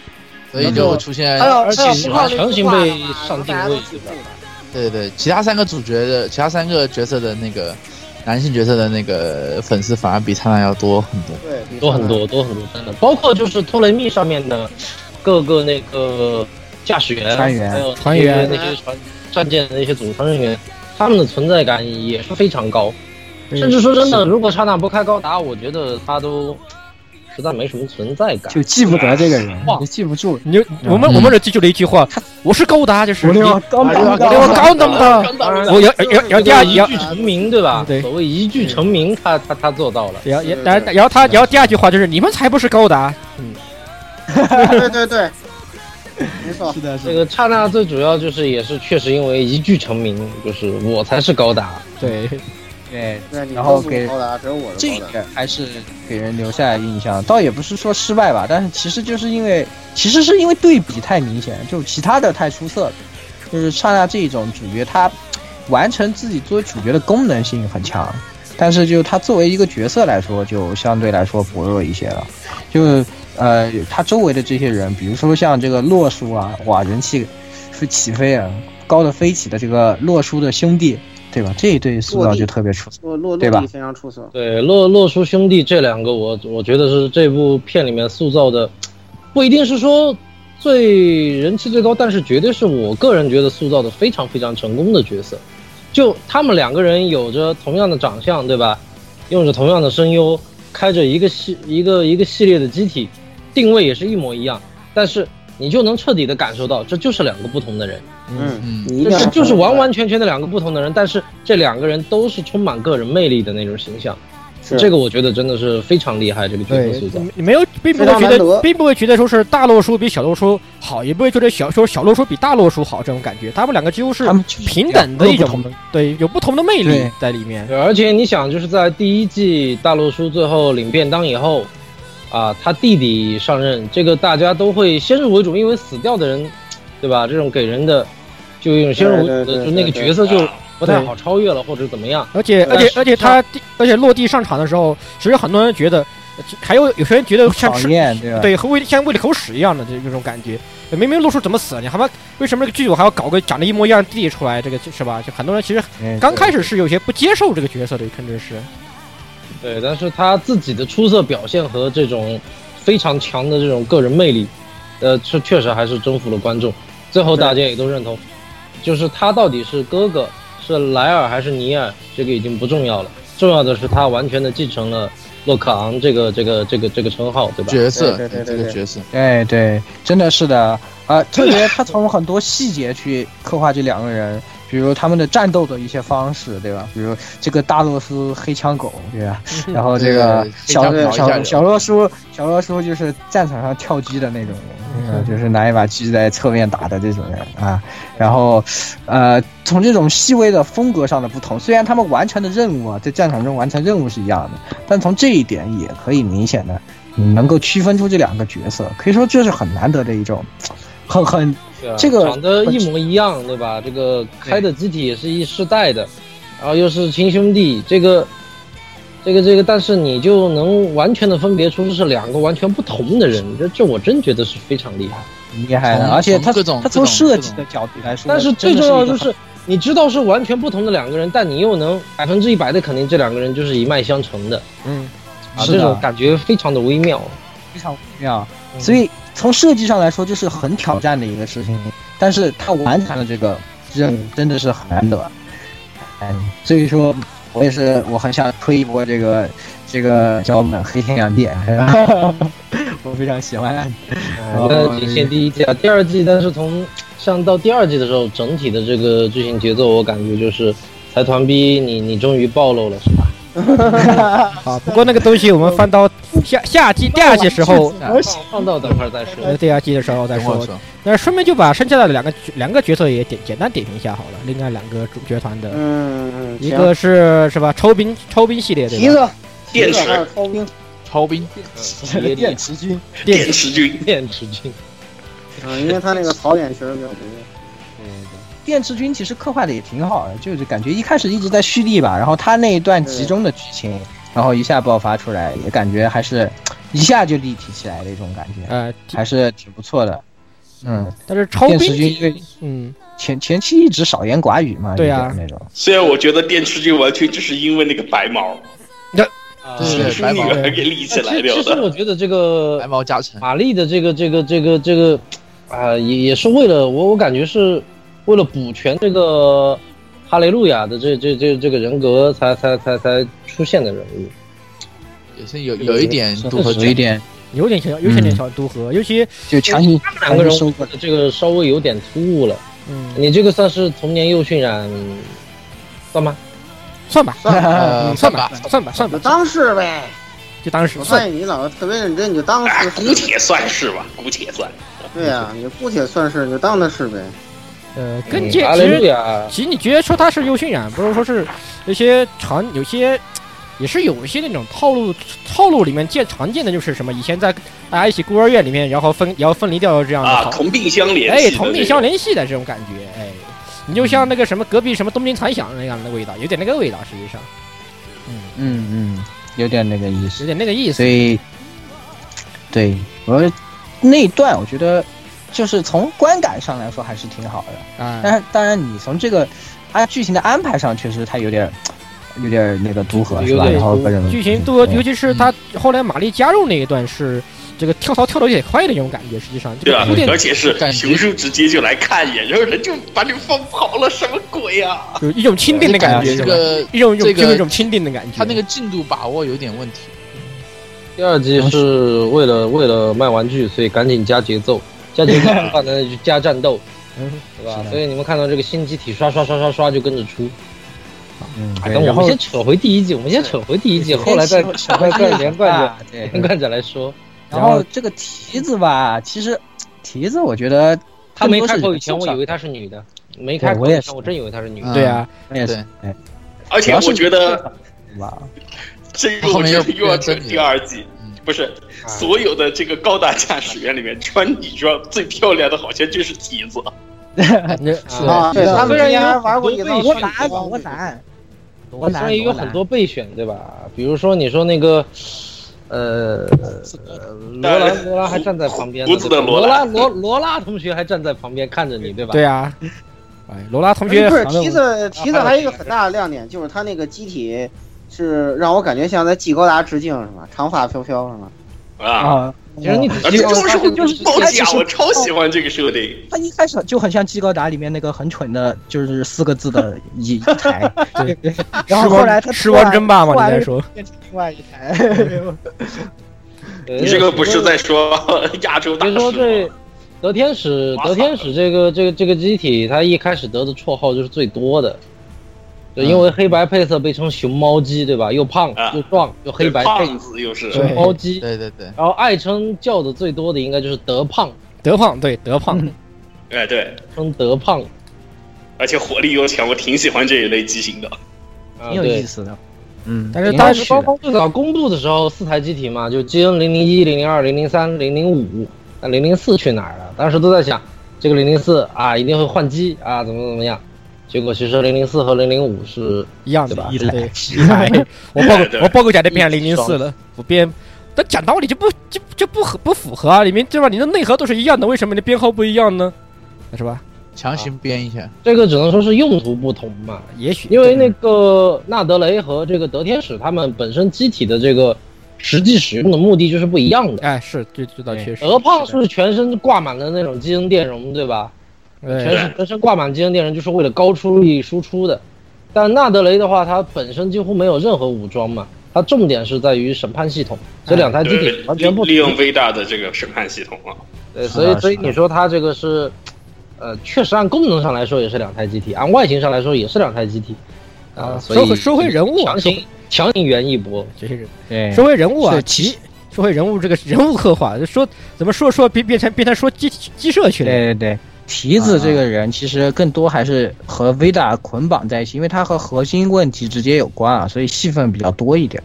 E: 所以就出现
D: 他要
F: 哎而且
D: 他要不靠这
F: 强行
D: 句话
F: 被
D: 的话
F: 上
D: 大家
F: 定
D: 都
F: 位
D: 起步了
E: 对对，其他三个主角的其他三个角色的那个男性角色的那个粉丝反而比灿烂要多很多。
D: 对，比
F: 多
D: 上
F: 很
C: 嗯
F: 多，多很多，真的，包括就是托雷密上面的各个那个驾驶员、
A: 船员
F: 还有
C: 船员
F: 那些船战舰的那些组成人员，他们的存在感也是非常高。甚至说真的，如果刹那不开高达，我觉得他都实在没什么存在感。
G: 就记不得这个人，
F: 哇
G: 就记不住。
C: 你就我们
E: 嗯
C: 我们只记住了一句话，我是高达，就是
G: 五
C: 你，
G: 六
C: 我
G: 刚
D: 我
G: 刚
D: 六
C: 我高能的，
F: 当然了
C: 我要要要
F: 这
C: 第二
F: 个
C: 要嗯
F: 一句成名，对吧？
C: 对
F: 所谓一句成名，他他他做到了。
C: 然后，
D: 对
C: 然后，然后他，然后第二句话就是你们才不是高达，
D: 对对对，没 错，
G: 是的，
F: 这
G: 是的。
F: 个刹那最主要就是也是确实因为一句成名，就是我才是高达。
C: 对，
A: 对，
D: 对，你
A: 然后
D: 告诉我
A: 给
D: 高达，只有我是
A: 这
D: 高达。
A: 个还是给人留下印象，倒也不是说失败吧，但是其实就是因为，其实是因为对比太明显，就其他的太出色了，就是刹那这种主角，他完成自己作为主角的功能性很强，但是就他作为一个角色来说，就相对来说薄弱一些了，就呃，他周围的这些人，比如说像这个洛叔啊，哇，人气是起飞啊，高的飞起的这个洛叔的兄弟，对吧？这一对塑造就特别出色，
D: 洛洛
A: 对吧
D: 洛丽非常出色，
F: 对，洛洛叔兄弟这两个我，我觉得是这部片里面塑造的，不一定是说最人气最高，但是绝对是我个人觉得塑造的非常非常成功的角色。就他们两个人有着同样的长相，对吧？用着同样的声优，开着一个系一个一个系列的机体，定位也是一模一样，但是你就能彻底的感受到，这就是两个不同的人。
D: 嗯，
E: 嗯，
D: 你一定
F: 就
D: 要
F: 是就是
D: 承认
F: 完完全全的两个不同的人，但是这两个人都是充满个人魅力的那种形象。
D: 是
F: 这个我觉得真的是非常厉害，这个角色塑造。
C: 你你没有，并不
D: 非
C: 会
D: 常
C: 觉
D: 难
C: 得，
D: 得
C: 并不会觉得说是大洛叔比小洛叔好，也不会觉得小说小洛叔比大洛叔好这种感觉，他们两个几乎是
A: 他们就是
C: 平等的
A: 两
C: 一
A: 个不同
C: 种，对，有不同的魅力
A: 对
C: 在里面。
F: 对而且你想，就是在第一季大陆叔最后领便当以后，啊，他弟弟上任，这个大家都会先入为主，因为死掉的人，对吧？这种给人的就有一种先入为主
D: 对
F: 的，
D: 对对
F: 就那个
D: 对
F: 角色就
B: 啊
F: 不太好超越了，或者怎么样。
C: 而且而
F: 对
C: 且而且他第而且落地上场的时候，其实很多人觉得，呃还有有些人觉得像
A: 讨
C: 吃
A: 厌，对吧？
C: 对和喂像喂了口屎一样的这这种感觉。明明洛叔怎么死了，你还妈为什么这个剧组还要搞个长得一模一样的弟弟出来？这个是吧？就很多人其实
A: 嗯
C: 刚开始是有些不接受这个角色的，肯定是。
F: 对，但是他自己的出色表现和这种非常强的这种个人魅力，呃，确确实还是征服了观众。最后大家也都认同，就是他到底是哥哥是莱尔还是尼尔，这个已经不重要了，重要的是他完全的继承了洛克昂这个这个这个这个称号，对吧？
E: 角色，
D: 对对对
E: 这
D: 对
E: 个
D: 对
E: 角色，
A: 对哎对，真的是的啊、特别他从很多细节去刻画这两个人，比如他们的战斗的一些方式，对吧？比如这个大洛斯黑枪狗，对吧？然后这个
E: 嗯对
A: 小
E: 黑枪
A: 小
E: 狗一下
A: 小
E: 人
A: 小洛叔，小洛叔就是战场上跳机的那种人，
E: 嗯
A: 啊，就是拿一把狙在侧面打的这种人啊。然后，呃，从这种细微的风格上的不同，虽然他们完成的任务啊，在战场中完成任务是一样的，但从这一点也可以明显的能够区分出这两个角色，可以说这是很难得的一种，很很
F: 对啊
A: 这个
F: 长得一模一样，对吧？这个开的机体也是一世代的，然后又是亲兄弟，这个，这个这个，但是你就能完全的分别出是两个完全不同的人，这这我真觉得是非常厉害。
A: 厉害的，
E: 从
A: 而且他
E: 从各种
A: 他从
E: 各种
A: 设计的角度来说，
F: 但是最
A: 真的
F: 重要
A: 一个
F: 就
A: 很
F: 是你知道是完全不同的两个人，但你又能百分之一百的肯定这两个人就是一脉相承的
A: 嗯，
F: 啊，
A: 是的
F: 这种感觉非常的微妙。
A: 非常微妙，
F: 嗯
A: 所以从设计上来说，这是很挑战的一个事情，但是他完成了这个任务，真的是很难得。嗯，所以说我也是我很想推一波这个这个脚本《黑天亮店》， 我非常喜欢。
F: 啊
B: 哦
F: 那仅限第一季啊，第二季，但是从上到第二季的时候，整体的这个剧情节奏，我感觉就是财团 B，你你终于暴露了，是吧？
C: 啊。不过那个东西我们翻到下下季第二季的时候，
F: 放放到等会儿再说。
G: 哎
F: 嗯
C: 呃，第二季的时候再
E: 等我
C: 说。
E: 说，
C: 那顺便就把剩下的两个角两个角色也点简单点评一下好了。另外两个主角团的，
D: 嗯嗯，
C: 一个是是吧？抽兵抽兵系列
D: 蹄
C: 对吧？
D: 子，
B: 电池
D: 还有超兵，
E: 超兵
A: 呃
F: 别
G: 电池军，
B: 电池军，
F: 电池君，
D: 嗯，因为他那个槽点确实比较多。
A: 电池君其实刻画的也挺好的，就是感觉一开始一直在蓄力吧，然后他那一段集中的剧情，然后一下爆发出来，也感觉还是一下就立体起来的一种感觉，
C: 呃，
A: 还是挺不错的。嗯，
C: 但是抽
A: 电
C: 兵
A: 池君
C: 系
A: 因为
C: 嗯，
A: 前前期一直少言寡语嘛，
C: 对
A: 有
C: 啊
A: 点那种
B: 虽然我觉得电池军完全只是因为那个白毛，
E: 对
B: 是
E: 白
B: 女
E: 毛
B: 儿给立起来
F: 啊其
B: 了
F: 实其实
B: 的。
F: 我觉得这
G: 哎
E: 白
F: 个
E: 毛加成，
F: 玛丽的这个这个这个这个，啊、也也是为了我，我感觉是为了补全这个哈雷路亚的这这这这个人格才才才才出现的人物。
E: 也是有有一
F: 嗯
E: 点渡河
F: 是有
A: 有一点
C: 有点小，有点
A: 嗯
C: 点小都合，尤其
A: 就强行
F: 他们两个
G: 哎
F: 人
A: 收
F: 物
A: 过来。
F: 这个稍微有点突兀了。
C: 嗯，
F: 你这个算是童年又渲染，嗯算吗？
C: 算吧，
E: 呃
C: 嗯，算吧
E: 吧，，
C: 算吧，算
D: 就
C: 吧，
D: 当是呗，
C: 就当时
D: 我
C: 算
D: 发。现你老特别认真，你就当
B: 哎，
D: 是。
B: 姑且算是吧，姑且算。
D: 对呀、你姑且算是，你就当他是呗。
C: 呃，跟这
F: 哈
C: 其
F: 雷路
C: 实
F: 亚
C: 其实你觉得说他是优渲染，不如说是有些常有些。也是有一些那种套路，套路里面见常见的就是什么，以前在大家一起孤儿院里面，然后分也要分离掉这样的
B: 啊，
C: 好
B: 同病相怜。
C: 哎，同病相。怜系的这种感觉，哎，你就像那个什么隔壁什么东京残响那样的味道，有点那个味道，实际上
A: 嗯嗯，有点那个意思
C: 有。点那个意思
A: 所。以，对我那一段我觉得就是从观感上来说还是挺好的，
C: 啊、
A: 但是当然你从这个按剧情的安排上，确实它有点有点那个独合是吧？
F: 有点
A: 然后各种
C: 剧情多，
E: 哦
A: 嗯
C: 尤其是他后来玛丽加入那一段是这个跳槽跳的有点快的那种感觉，实际上这
B: 对
C: 个
B: 啊
C: 铺，垫
B: 而且是熊叔直接就来看一眼，然后人就把你放跑了，什么鬼啊？
C: 有一种钦定的感觉，
E: 啊
C: 是
E: 这
C: 吧？
E: 个
C: 一种一种
E: 这个
C: 就是一种钦定的感觉。
E: 他那个进度把握有点问题。
F: 第二季是为了为了卖玩具，所以赶紧加节奏，加节奏的话呢就加战斗，
C: 嗯
F: 对吧
A: 是？的
F: 所以你们看到这个新机体刷刷刷刷刷就跟着出。
A: 嗯，
F: 啊
A: 对
F: 等我
A: 然后
F: 们先扯回第一季，我们先扯回第一季，后来再
A: 扯
F: 再再连贯着
A: 啊对。
F: 连贯着来说。
A: 然后这个蹄子吧，其实蹄子我觉得
F: 他没开
A: 更
F: 口
A: 多是
F: 以前，
A: 人
F: 我
A: 设
F: 以为她是女的，没开
A: 对
F: 口
A: 我也
F: 以
A: 是
F: 前我真以为她是女的。
E: 嗯
C: 对啊，
A: 上也是
E: 对
B: 而且我觉得
A: 吧，
B: 这个我觉得又要扯第二季
E: 嗯，
B: 不是
F: 啊
B: 所有的这个高达驾驶员里面穿女装最漂亮的好像就是蹄子，
C: 那
F: 是
D: 啊，对，他们之
F: 虽然
D: 前
F: 有
D: 玩过一
F: 很
D: 道
F: 多
D: 算
F: 被
D: 法
F: 选
D: 包
A: 罗兰，罗
F: 我
A: 兰
F: 所以有很多备选，对吧？比如说你说那个，呃，呃罗
B: 当
F: 兰
B: 然
F: 罗拉还站在旁边呢，
B: 胡胡子的
F: 罗
B: 罗
F: 拉
B: 拉
F: 罗罗拉同学还站在旁边看着你，对吧？
C: 对啊，哎，罗拉同学
D: 不是
C: 好像
D: 蹄子，蹄子还有一个很大的亮点，就是他那个机体是让我感觉像在季高达致敬是吧？长发飘飘是吧？
B: 啊。
A: 啊，
F: 其实
C: 嗯
F: 你仔
B: 而
F: 细
B: 且
F: 看
B: 就是
F: 看
A: 就是
B: 包
A: 他其
B: 甲，
A: 实
B: 我超喜欢这个设定。
A: 他一开始就很像基高达里面那个很蠢的，就是四个字的一一台， 然后后来他
C: 时光争霸嘛，
A: 突然
C: 你在说
A: 变成另外一台，
F: 对呃
B: 你这个不是在说亚洲大
F: 别
B: 师
F: 说这
B: 吗？
F: 德天使，
B: 哇
F: 德天使这个这个这个机体，它一开始得的绰号就是最多的，就因为黑白配色被称熊猫机，对吧？又胖
B: 啊
F: 又壮又黑白配
B: 胖子又是
C: 对
F: 熊猫机，
E: 对对对，
F: 然后爱称叫的最多的应该就是德胖，
C: 德胖，对德胖，
A: 嗯
B: 哎，对，
F: 称德胖，
B: 而且火力又强，我挺喜欢这一类机型的。
F: 啊
H: 挺有
F: 对
H: 意思的。
E: 嗯，
C: 但是
F: 当
C: 当
F: 时
C: 时
F: 包括最早公布的时候，四台机体嘛，就 G N 零零一、零零二、零零三、零零五，那零零四去哪儿了？当时都在想，这个零零四啊，一定会换机啊，怎么怎么样。结果其实零零四和零零五是
C: 一样的
F: 对吧
C: 一来一来，我报
B: 对
C: 个我报个假的变成零零四了，我编。但讲道理就不就就不合不符合啊！里面对吧？你的内核都是一样的，为什么你的编号不一样呢？是吧？
E: 强行编一下，
F: 这个只能说是用途不同嘛。
C: 也许
F: 因为那个纳德雷和这个德天使他们本身机体的这个实际使用的目的就是不一样的。
C: 哎是这这倒确实。
F: 德胖是全身挂满了那种基因电容，对吧？全
C: 哎
F: 身全身挂满机能电人就是为了高出力输出的。但纳德雷的话，它本身几乎没有任何武装嘛，它重点是在于审判系统，这两台机
B: 哎对
F: 体完全不
B: 呃利利用
F: 同。
B: 微大的这个审判系统啊，
F: 对，所
E: 是
F: 以
E: 的
F: 所
C: 啊
F: 以
E: 是的
F: 你说它这个是，呃，确实按功能上来说也是两台机体，按外形上来说也是两台机体。啊，
C: 啊
F: 所
C: 说
F: 以
C: 回说回人物啊
F: 强行强行圆一波，
C: 这些人
A: 对
C: 说回人物啊，
H: 是
C: 其说回人物这个人物刻画，就说怎么说说变变成变成说鸡鸡舍去了。
A: 对对对，蹄子这个人其实更多还是和 Vida 捆绑在一起，因为他和核心问题直接有关啊，所以戏份比较多一点。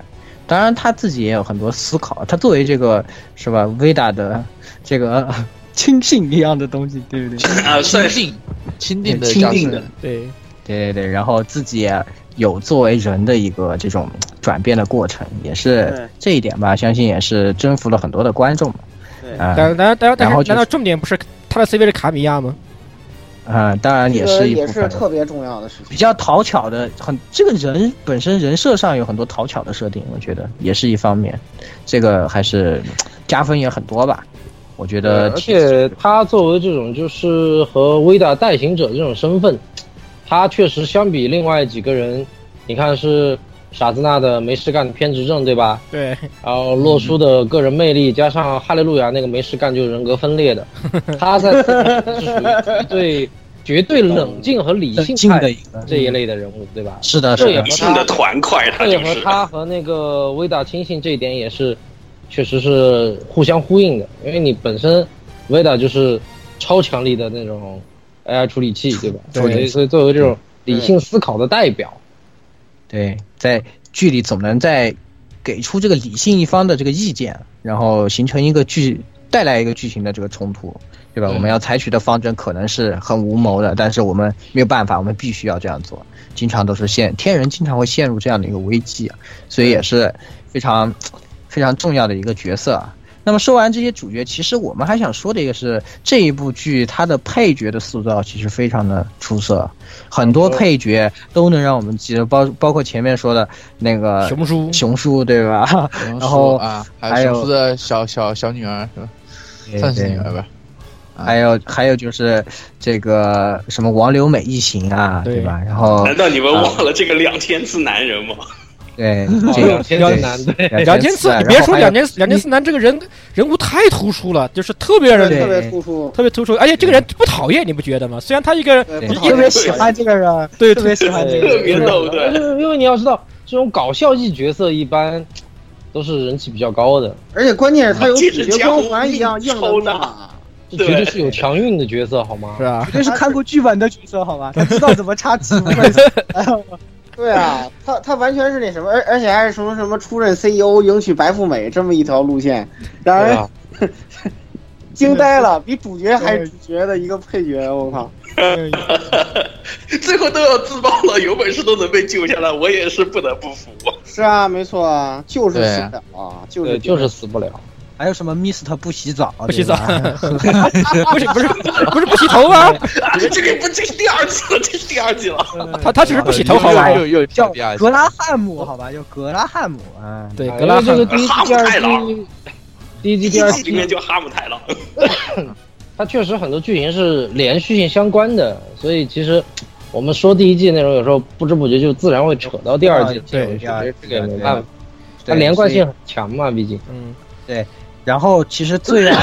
A: 当然他自己也有很多思考，他作为这个是吧 Vida 的这个 呃亲信一样的东西，对不对？
B: 啊，算
E: 钦
B: 是
E: 定，钦定的
A: 钦
E: 价
A: 定
E: 值
A: 的，
C: 对，
A: 对对对，然后自己也有作为人的一个这种转变的过程，也
D: 对
A: 是这一点吧，相信也是征服了很多的观众嘛。
D: 对
A: 啊、
C: 但但但
A: 然
C: 但是
A: 后
C: 难
A: 就是
C: 道重点不是他的 CV 是卡米亚吗？
A: 啊、当然
D: 这
A: 也
D: 个
A: 是一
D: 也
A: 部
D: 是
A: 分
D: 特别重要的事
A: 比
D: 情。
A: 较讨巧的，很这个人本身人设上有很多讨巧的设定，我觉得也是一方面，这个还是嗯加分也很多吧。我觉得
F: 呃而
A: 挺，
F: 且他作为这种就是和维达代行者这种身份，他确实相比另外几个人，你看是傻子纳的没事干的偏执症，对吧？
C: 对，
F: 然后洛书的个人魅力，加上哈利路亚那个没事干就人格分裂的，他在此刻是属于 绝对绝对冷静和理
A: 冷
F: 性
A: 静的
F: 派
A: 一个，
F: 这一类的人物，对吧？
A: 是的，
F: 这
A: 是
F: 也
A: 的
B: 理，性的团块，他
F: 这也
B: 就
F: 和
B: 是。
F: 他和那个维达亲信这一点也是，确实是互相呼应的，因为你本身维达就是超强力的那种 AI 处理器，对吧？
A: 对
F: 所以所以作为这种理性思考的代表，
A: 对，在剧里总能在给出这个理性一方的这个意见，然后形成一个剧带来一个剧情的这个冲突，对吧？
E: 对
A: 我们要采取的方针可能是很无谋的，但是我们没有办法，我们必须要这样做。经常都是陷天人经常会陷入这样的一个危机，啊所以也是非常非常重要的一个角色啊。那么说完这些主角，其实我们还想说的一个是这一部剧它的配角的塑造其实非常的出色，很多配角都能让我们记得，包包括前面说的那个
C: 熊叔，
A: 呃熊叔对吧？
E: 熊
A: 然
E: 叔
A: 后
E: 啊，
A: 还
E: 有
A: 有
E: 熊叔的小小小女儿是吧？ 算是女儿吧？
A: 还有还有就是这个什么王柳美一行啊，
C: 对
A: 对吧？然后
B: 难道你们忘了这个两千次男人吗？
A: 对
F: 哦
A: 这个
F: 两千
A: 对
F: 次男对
C: 两千
A: 千
C: 次
A: 啊，
C: 你别说哎两
A: 然后还有
C: 千两千次男这个人人物太突出了，就是特别让人
A: 对
D: 特别突出，
C: 特别突出，而且这个人不讨厌，你不觉得吗？虽然他一个
D: 对
A: 对
D: 不讨
A: 特
D: 厌
A: 别喜欢这个人，
C: 对
A: 特别 喜欢这个
B: 特别
A: 人。
B: 逗，对。
F: 因为因为你要知道，这种搞笑系角色一般都是人气比较高的，
D: 而且关键是他有
B: 这是
D: 主角光环一样硬的木
B: 江湖
D: 马，
F: 这绝对是有强运的角色，好吗
C: 是？啊吧？
A: 这
D: 啊
A: 是看过剧本的角色好 吧？他知道怎么插题。
D: 对啊，他他完全是那什么，而而且还是什么什么出任 CEO 迎娶白富美这么一条路线，让人
F: 对啊
B: 哎
F: 吧？
D: 惊呆了，比主角还主角的一个配角，我靠！
B: 最后都要自爆了，有本事都能被救下来，我也是不得不服。
D: 是啊，没错啊，就是
E: 对
D: 死不了啊，就
F: 对，
D: 是
F: 就是死不了。
A: 还有什么 Mr 不洗澡？
C: 不洗
A: 对
C: 澡
A: 吧，
C: 不是不是不是不洗头吗？
B: 啊，这个不，这是第二季了，这是第二季了。
C: 他他只是不洗头好吧？
E: 又又又
A: 叫
E: 第二季
A: 格拉汉姆好吧？叫格拉汉姆啊。
C: 对，
F: 啊
C: 格拉
F: 因为
C: 汉
F: 这个第一季、
B: 哈姆
F: 第二
B: 太郎
F: 季、第一季、
B: 一
F: 第二
B: 季里
F: 季
B: 面就哈姆太郎，
F: 它确实很多剧情是连续性相关的，所以其实我们说第一季内容，有时候不知不觉就自然会扯到第二季。
A: 啊对
F: 这个这个也没
A: 对
F: 办法，它
A: 对
F: 啊连贯
A: 所以
F: 性很强嘛，毕竟。
C: 嗯，
A: 然后其实最让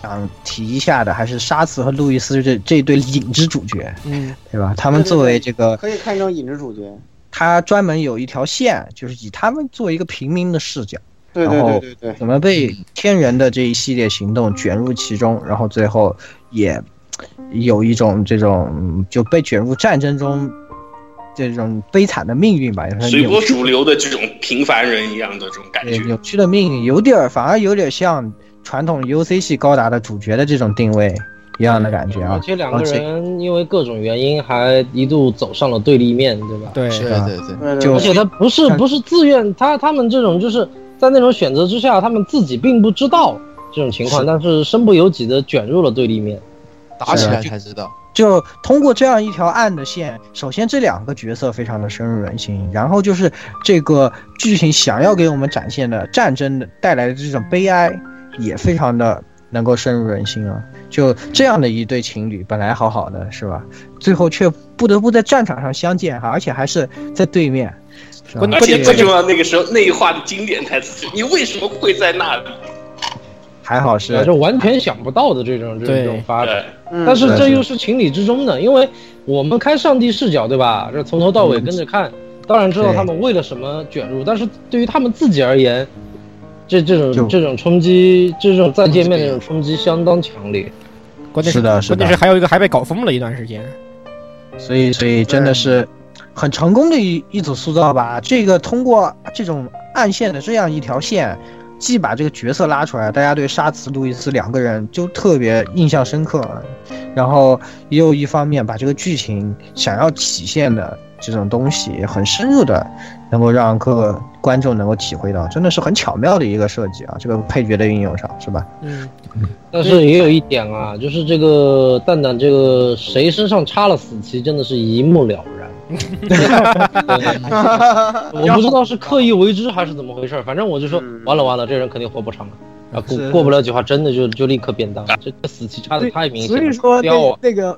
A: 想提一下的还是沙茨和路易斯这这一对影之主角，
C: 嗯，
A: 对吧？他们作为这个，
D: 可以看成影子主角。
A: 他专门有一条线，就是以他们作为一个平民的视角，
D: 对对
A: 然后
D: 对对对，
A: 怎么被天人的这一系列行动卷入其中，然后最后也有一种这种嗯就被卷入战争中这种悲惨的命运吧，有点
B: 随波
A: 扭曲
B: 逐流的这种平凡人一样的这种感
A: 对
B: 觉。
A: 扭曲的命运，有点儿反而有点像传统 UC 系高达的主角的这种定位一样的感觉啊
F: 而。且两
A: 而
F: 个
A: 且
F: 人因为各种原因还一度走上了对立面，对吧？
C: 对，
E: 对
A: 啊
E: 对对，
D: 对对
A: 就
D: 对
F: 而且他不是
A: 但
F: 不是自愿，他他们这种就是在那种选择之下，他们自己并不知道这种情况，
A: 是
F: 但是身不由己的卷入了对立面。
E: 打起来才知道。
A: 就通过这样一条暗的线，首先这两个角色非常的深入人心，然后就是这个剧情想要给我们展现的战争的带来的这种悲哀，也非常的能够深入人心啊。就这样的一对情侣，本来好好的是吧，最后却不得不在战场上相见，而且还是在对面，是吧
C: 关
B: 而且最重要，那个时候那一话的经典台词是：“你为什么会在那里
A: 还好
F: 对吧，
A: 是
F: 就完全想不到的这种这
C: 对
F: 种发？”展。
B: 对，
D: 嗯
F: 但是这又是情理之中的，因为我们开上帝视角，对吧？这从头到尾跟着看，当然知道
A: 嗯对
F: 他们为了什么卷入，但是对于他们自己而言，这这
A: 就嗯
F: 种这种冲击，这种再见面的这种冲击相当强烈。
C: 关键
A: 是的是的
C: 关键是还有一个还被搞疯了一段时间，
A: 所以，所以真的是很成功的一一组塑造吧。这个通过这种暗线的这样一条线，既把这个角色拉出来，大家对沙茨、路易斯两个人就特别印象深刻，然后又一方面把这个剧情想要体现的这种东西很深入的，能够让各个观众能够体会到，真的是很巧妙的一个设计啊。这个配角的运用上是吧？
C: 嗯，
F: 但是也有一点啊，就是这个蛋蛋这个谁身上插了死棋，真的是一目了然。
A: 呃
F: 我不知道是刻意为之还是怎么回事儿，反正我就说
D: 嗯
F: 完了完了，这人肯定活不长了。啊，过
A: 是
F: 过不了几话，真的就就立刻变大，这个死棋插的太明显了。
A: 所以说
F: 彪啊
A: 那！那个，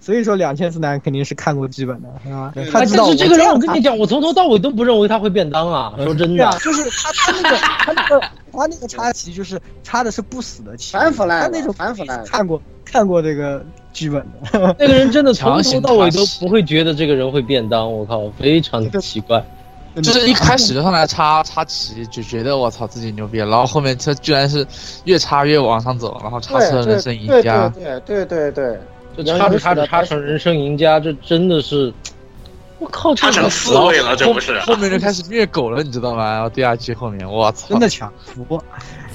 A: 所以说两千字男肯定是看过剧本的，是吧？他
F: 哎
A: 知
F: 但
A: 道
F: 是
A: 我
F: 这个人，
A: 样
F: 我跟你讲，我从头到尾都不认为他会变当啊。说真
A: 对
F: 的
A: 啊，， 就是他他那个他那个他那个插旗就是插的是不死的旗，
D: 反腐烂
A: 他
D: 了
A: 那种
D: 反腐烂了
A: 看过看过这个剧本的，
F: 那个人真的从
E: 强
F: 头
E: 行
F: 到尾
E: 插
F: 都
E: 旗
F: 不会觉得这个人会变当，我靠，非常的奇怪。
E: 就是一开始上来插插旗，就觉得我操自己牛逼了，然后后面他居然是越插越往上走，然后插出了人生赢
D: 对
E: 家。
D: 对对对对对，
F: 就插着插着插成人生赢家，这真的是，我靠，这
B: 插成刺猬了，这不是？
E: 后面就开始虐狗了，你知道吗？然后第二季后面，我操，
A: 真的强服。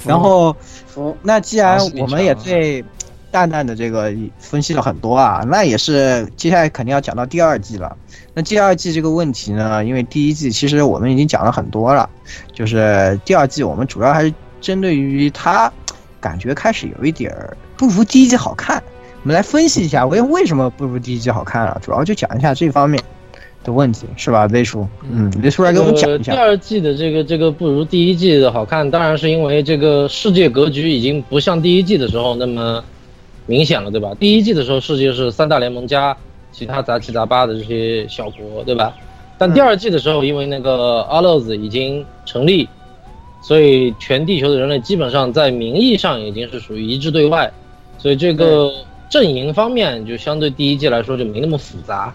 A: 然后
D: 服
A: 那既然我们也
E: 强
A: 对蛋蛋的这个分析了很多啊，那也是接下来肯定要讲到第二季了。那第二季这个问题呢，因为第一季其实我们已经讲了很多了，就是第二季我们主要还是针对于它，感觉开始有一点儿不如第一季好看。我们来分析一下为为什么不如第一季好看啊，主要就讲一下这方面的问题，是吧，Z 叔？嗯，Z 叔来给我们讲
F: 呃
A: 一下
F: 第。二季的这个这个不如第一季的好看，当然是因为这个世界格局已经不像第一季的时候那么明显了，对吧？第一季的时候，世界是三大联盟加其他杂七杂八的这些小国，对吧？但第
A: 嗯
F: 二季的时候，因为那个阿勒子已经成立，所以全地球的人类基本上在名义上已经是属于一致对外，所以这个阵营方面就相对第一季来说就没那么复杂。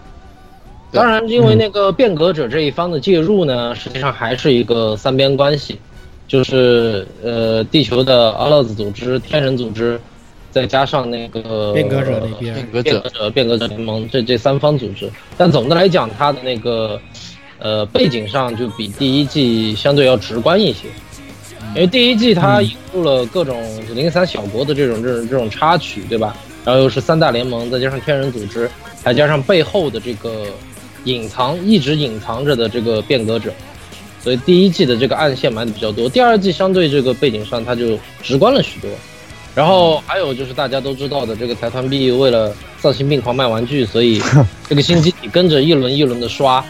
E: 对
F: 当然，因为那个变革者这一方的介入呢，实际上还是一个三边关系，就是呃，地球的阿勒子组织、天人组织，再加上那个
C: 变革者那边
E: 变革
F: 变
E: 者
F: 革者、变革者联盟这这三方组织。但总的来讲，它的那个呃背景上就比第一季相对要直观一些，因为第一季它引入了各种零散小国的这种这种这种插曲，对吧？然后又是三大联盟，再加上天人组织，还加上背后的这个隐藏一直隐藏着的这个变革者。所以第一季的这个暗线埋的比较多，第二季相对这个背景上它就直观了许多。然后还有就是大家都知道的，这个财团 B 为了丧心病狂卖玩具，所以这个新机体跟着一轮一轮的刷。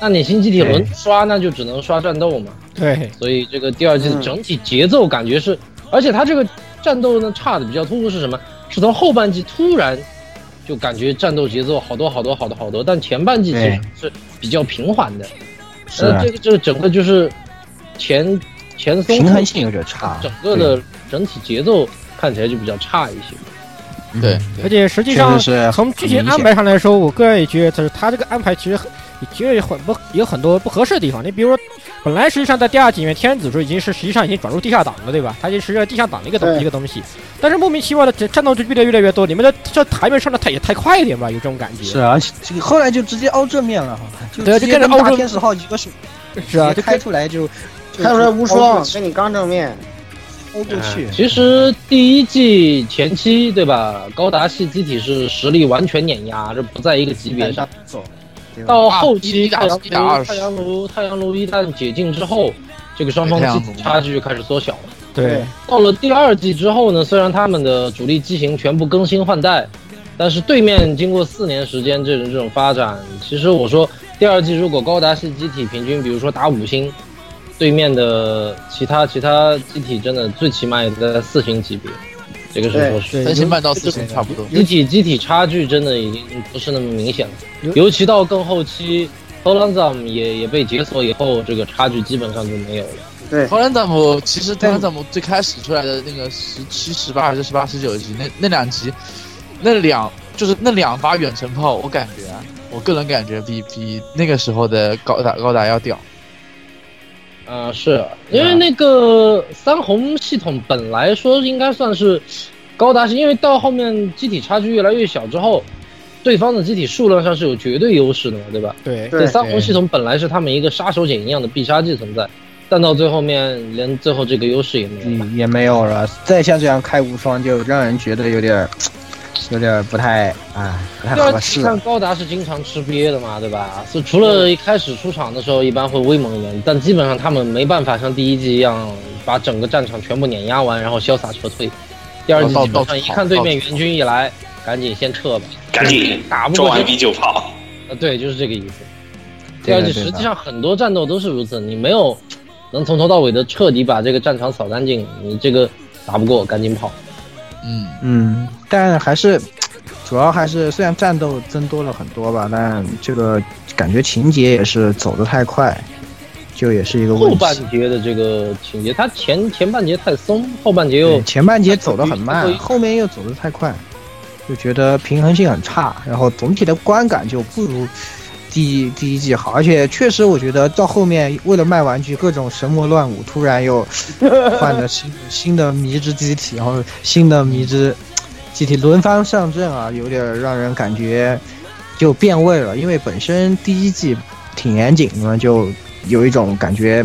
F: 那你新机体轮刷，那就只能刷战斗嘛。
C: 对，
F: 所以这个第二季
A: 嗯
F: 的整体节奏感觉是，而且它这个战斗呢差的比较突兀是什么？是从后半季突然就感觉战斗节奏好多好多好多好多，但前半季其实
A: 对
F: 是比较平缓的。
A: 是啊
F: 呃，这个这个整个就是前前松
A: 平衡性有点差，啊
F: 整个的整体节奏看起来就比较差一些。
E: 对，
C: 而且实际
A: 嗯确
C: 上
A: 实是
C: 从剧情
A: 明
C: 安
A: 显
C: 排上来说，我个人也觉得，就是他这个安排其实很，其实也很不有很多不合适的地方。你比如说，本来实际上在第二集里面，天子就已经是实际上已经转入地下党了，对吧？他已经实际上地下党的一个东
D: 对
C: 一个东西，但是莫名其妙的这战斗就越来越来越多，你们的这台面上的太也太快一点吧，有这种感觉。
A: 是，而且这个后来就直接凹正面了哈，就
C: 对啊
A: 直
C: 就
A: 接
C: 跟着
A: 跟
C: 凹
A: 大
C: 正
A: 天使号一个手，
C: 是啊，
A: 直接
C: 就
A: 开
C: 跟
A: 出来就就
D: 开出来无双
A: 就，
D: 跟你刚正面，
A: 凹过去，
F: 其实第一季前期对吧，高达系机体是实力完全碾压，这不在一个级别上。
A: 走，对吧
F: 到后期
E: 啊一打一
F: 太阳
E: 打二
F: 炉
E: 十
F: 太阳炉太阳炉一旦解禁之后，这个双方
E: 太阳
F: 的
E: 炉
F: 机体差距开始缩小了。
C: 对，
F: 到了第二季之后呢，虽然他们的主力机型全部更新换代，但是对面经过四年时间这种这种发展，其实我说第二季如果高达系机体平均，比如说打五星，对面的其他其他机体真的最起码也在四星级别，这个是
D: 对
F: 说实
C: 对
E: 三星半到四星差不多。
F: 集体集体差距真的已经不是那么明显
C: 有
F: 了，尤其到更后期 h o l a n z a m 也也被解锁以后，这个差距基本上就没有了。
D: 对
E: 荷兰字母其实荷兰字母最开始出来的那个十七、十八还是十八、十九集，那那两集，那两就是那两发远程炮，我感觉啊，我个人感觉比比那个时候的高达高达要屌。
F: 啊、是因为那个三红系统本来说应该算是高达系，因为到后面机体差距越来越小之后，对方的机体数量上是有绝对优势的嘛，对吧？
C: 对
D: 对
F: 三红系统本来是他们一个杀手锏一样的必杀技存在，但到最后面连最后这个优势也没有了。
A: 嗯也没有了。再像这样开无双，就让人觉得有点儿有点儿不太啊不太
F: 对啊
A: 合，适
F: 你看
A: 了。
F: 高达是经常吃瘪的嘛，对吧？是除了一开始出场的时候一般会威猛一点，但基本上他们没办法像第一季一样把整个战场全部碾压完，然后潇洒撤退。第二季
E: 到
F: 基本上一看对面援军一来，赶紧先撤吧，
B: 赶紧
F: 打不
B: 啊装
F: 过
B: 完
F: 就
B: 逼就跑。
F: 呃对，就是这个意思。第
A: 对
F: 二
A: 的
F: 季
A: 对
F: 啊实
A: 的
F: 际上很多战斗都是如此，你没有能从头到尾的彻底把这个战场扫干净，你这个打不过赶紧跑。
E: 嗯，
A: 嗯，但还是主要还是虽然战斗增多了很多吧，但这个感觉情节也是走得太快，就也是一个
F: 后
A: 问
F: 半
A: 题。
F: 节的这个情节，它前前半节太松，后半节又
A: 对，前半节走得很
F: 后
A: 慢，
F: 一
A: 后面又走得太快，就觉得平衡性很差，然后总体的观感就不如第一第一季好。而且确实，我觉得到后面为了卖玩具，各种神魔乱舞，突然 又换了新新的迷之机体，然后新的迷之机体轮番上阵啊，有点让人感觉就变味了。因为本身第一季挺严谨的嘛，就有一种感觉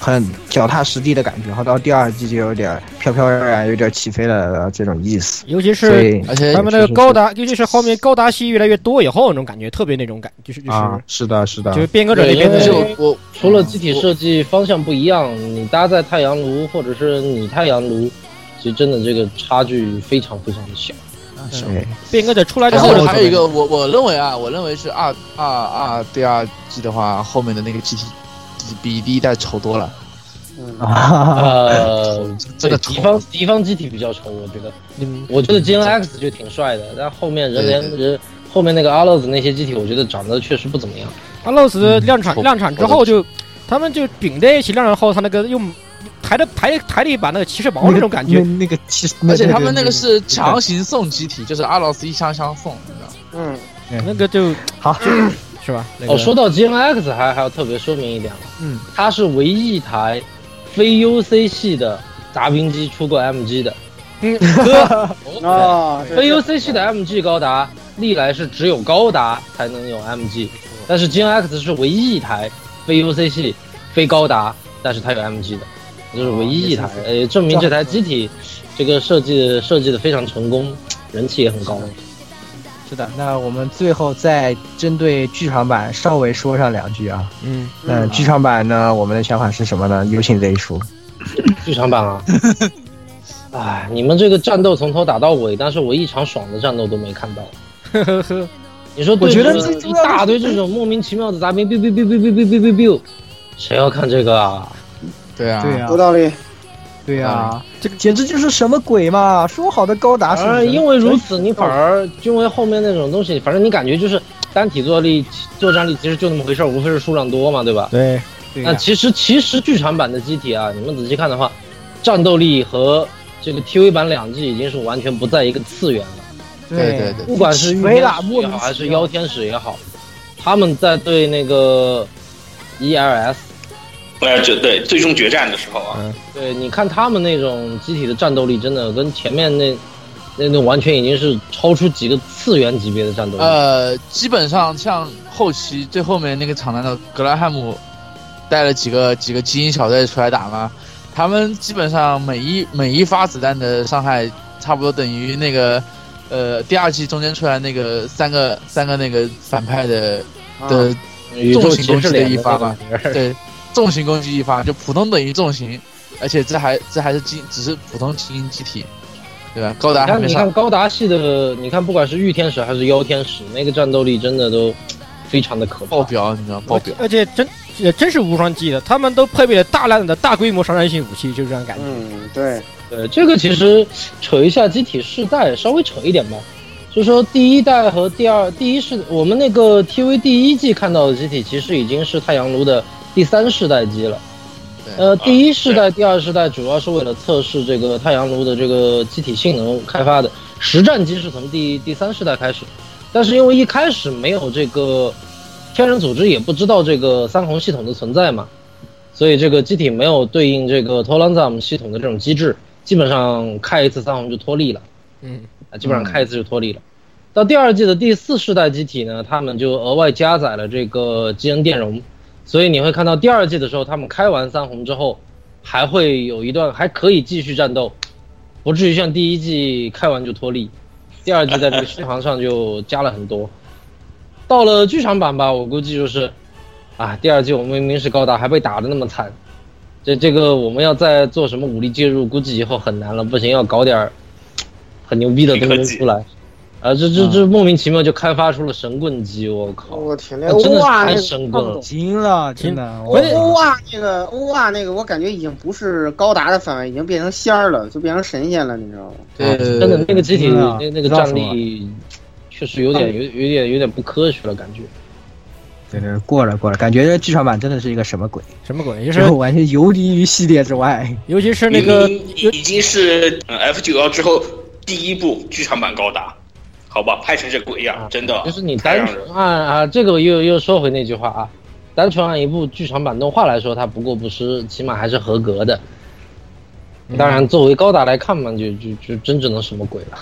A: 很脚踏实地的感觉，然后到第二季就有点飘飘然然，有点起飞了这种意思。
C: 尤其
A: 所
C: 是
A: 以
E: 而且
C: 他们那个高达，尤其是后面高达系越来越多以后，那种感觉特别那种感，就是就是、
A: 啊，是的，是的
C: 就，是变革者那
F: 对
C: 边
F: 因为
E: 而且
C: 的。
E: 我我
F: 除了机体设计方向不一样，你搭载太阳炉或者是你太阳炉，其实真的这个差距非常非常的小。
A: 对，
C: 变革者出来之
E: 然
C: 后
E: 后
C: 的
E: 还有一个，我我认为啊，我认为是二二二第二季的话，后面的那个 GT 比第一代丑多了，
A: 啊，
F: 呃，
E: 真的
F: 对敌
E: 丑。
F: 方敌方机体比较丑，我觉得，我觉得 Gen X 就挺帅的，但后面人
E: 对
F: 连人后面那个阿洛子那些机体，我觉得长得确实不怎么样。
C: 阿洛斯量产、
E: 嗯
C: 量产之后就，他们就并在一起量产后，他那个又抬着抬抬了一把那个骑士矛那种感觉
A: 那， 那个其实，
E: 而且他们那个是
A: 强。
E: 强行送机体，就是阿劳斯一箱箱送，你知道吗？
D: 嗯，
C: 那个就
A: 哎好
C: 就是是吧？ 那个
F: 哦，说到 Gen X 还还要特别说明一点，啊
A: 嗯，
F: 它是唯一一台非 UC 系的杂兵机出过 MG 的，
C: 嗯
F: 呵
D: 哦，对
F: 非 UC 系的 MG 高达历来是只有高达才能有 MG，但是 Gen X 是唯一一台非 UC 系、非高达，但是它有 MG 的，这是唯一一台，呃，证明这台机体这个设计设计的非常成功，人气也很高。
A: 是的，那我们最后再针对剧场版稍微说上两句啊。
C: 嗯，
A: 那剧场版呢，我们的想法是什么呢？有请 Z 叔。
F: 剧场版啊。哎，你们这个战斗从头打到尾，但是我一场爽的战斗都没看到。
C: 呵呵呵，
F: 你说
A: 我
F: 对
A: 觉得
F: 着
A: 最重
F: 一
A: 要的
F: 大堆这种莫名其妙的杂兵，biu biu biu biu biu biu biu biu，谁要看这个啊？
E: 对啊，
A: 呀
D: 有道理，
A: 对呀、啊这个简直就是什么鬼嘛！说好的高啊达是
F: 而
A: 人
F: 因为如此，你反而因为后面那种东西，反正你感觉就是单体作力作战力其实就那么回事儿，无非是数量多嘛，对吧？
C: 对，
A: 对
F: 那
A: 呀、
F: 其实其实剧场版的机体啊，你们仔细看的话，战斗力和这个 TV 版两季已经是完全不在一个次元了。
E: 对对对，
F: 不管是玉天使也好，还是妖天使也好，他们在对那个 E ELS，
B: 呃，就对最终决战的时候啊，
F: 对，你看他们那种集体的战斗力，真的跟前面那那那完全已经是超出几个次元级别的战斗力。
E: 呃，基本上像后期最后面那个场难的格拉汉姆，带了几个几个基因小队出来打嘛，他们基本上每一每一发子弹的伤害，差不多等于那个，呃，第二季中间出来那个三个三个那个反派的
F: 啊
D: 啊
E: 的
F: 宇宙骑士
E: 的一发吧
F: 吧，
E: 对，重型攻击一发，就普通等于重型，而且这还这还是基只是普通基因机体，对吧？高达
F: 你
E: 还
F: 看，
E: 没
F: 你
E: 上
F: 看，高达系的，你看不管是御天使还是妖天使，那个战斗力真的都非常的可
E: 爆
F: 怕。
E: 表，你知道爆表。
C: 而且真也真是无双击的，他们都配备了大量的大规模杀伤性武器，就这样感觉。
D: 嗯，对，
F: 呃，这个其实扯一下机体世代，稍微扯一点吧。就说第一代和第二，第一世我们那个 TV 第一季看到的机体，其实已经是太阳炉的第三世代机了。
E: 对
F: 呃，第一世代、第二世代主要是为了测试这个太阳炉的这个机体性能开发的，实战机是从第第三世代开始，但是因为一开始没有这个天人组织也不知道这个三红系统的存在嘛，所以这个机体没有对应这个 t o l a n z a m 系统的这种机制，基本上开一次三红就脱力了。
C: 嗯，
F: 啊，基本上开一次就脱离了。到第二季的第四世代机体呢，他们就额外加载了这个基因电容，所以你会看到第二季的时候，他们开完三红之后，还会有一段还可以继续战斗，不至于像第一季开完就脱力。第二季在这个续航上就加了很多。到了剧场版吧，我估计就是，啊，第二季我们明明是高达，还被打得那么惨，这这个我们要再做什么武力介入，估计以后很难了。不行，要搞点儿很牛逼的东西出来。啊，这这这莫名其妙就开发出了神棍机，我靠！
D: 我天，那
F: 那哎真的是
D: 哇，那
F: 太
D: 个
F: 神
D: 看
F: 棍
D: 不
F: 了
D: 懂。
A: 惊了，真的，我
C: 关键
D: 欧啊，那个欧啊，那个我感觉已经不是高达的范围，已经变成仙儿了，就变成神仙了，你知道吗？
E: 对，
F: 真的那个机体
A: 嗯啊
F: 那那个
A: 知道
F: 战
A: 什么
F: 力，确实有点有有点有点不科学了，感觉。
A: 对对，过了过了，感觉这剧场版真的是一个什么鬼，
C: 什么鬼？
A: 就
C: 就
A: 是是完全游离于系列之外。
C: 尤其是那个
B: 明明已经是呃 F 九幺之后第一部剧场版高达，好吧，拍成这鬼样，真的
F: 就是你
B: 啊太
F: 单
B: 让
F: 纯
B: 人
F: 按啊，这个又又说回那句话啊，单纯按一部剧场版动画来说，它不过不失，起码还是合格的。
E: 嗯
F: 当然，作为高达来看嘛，就就就真只能什么鬼了。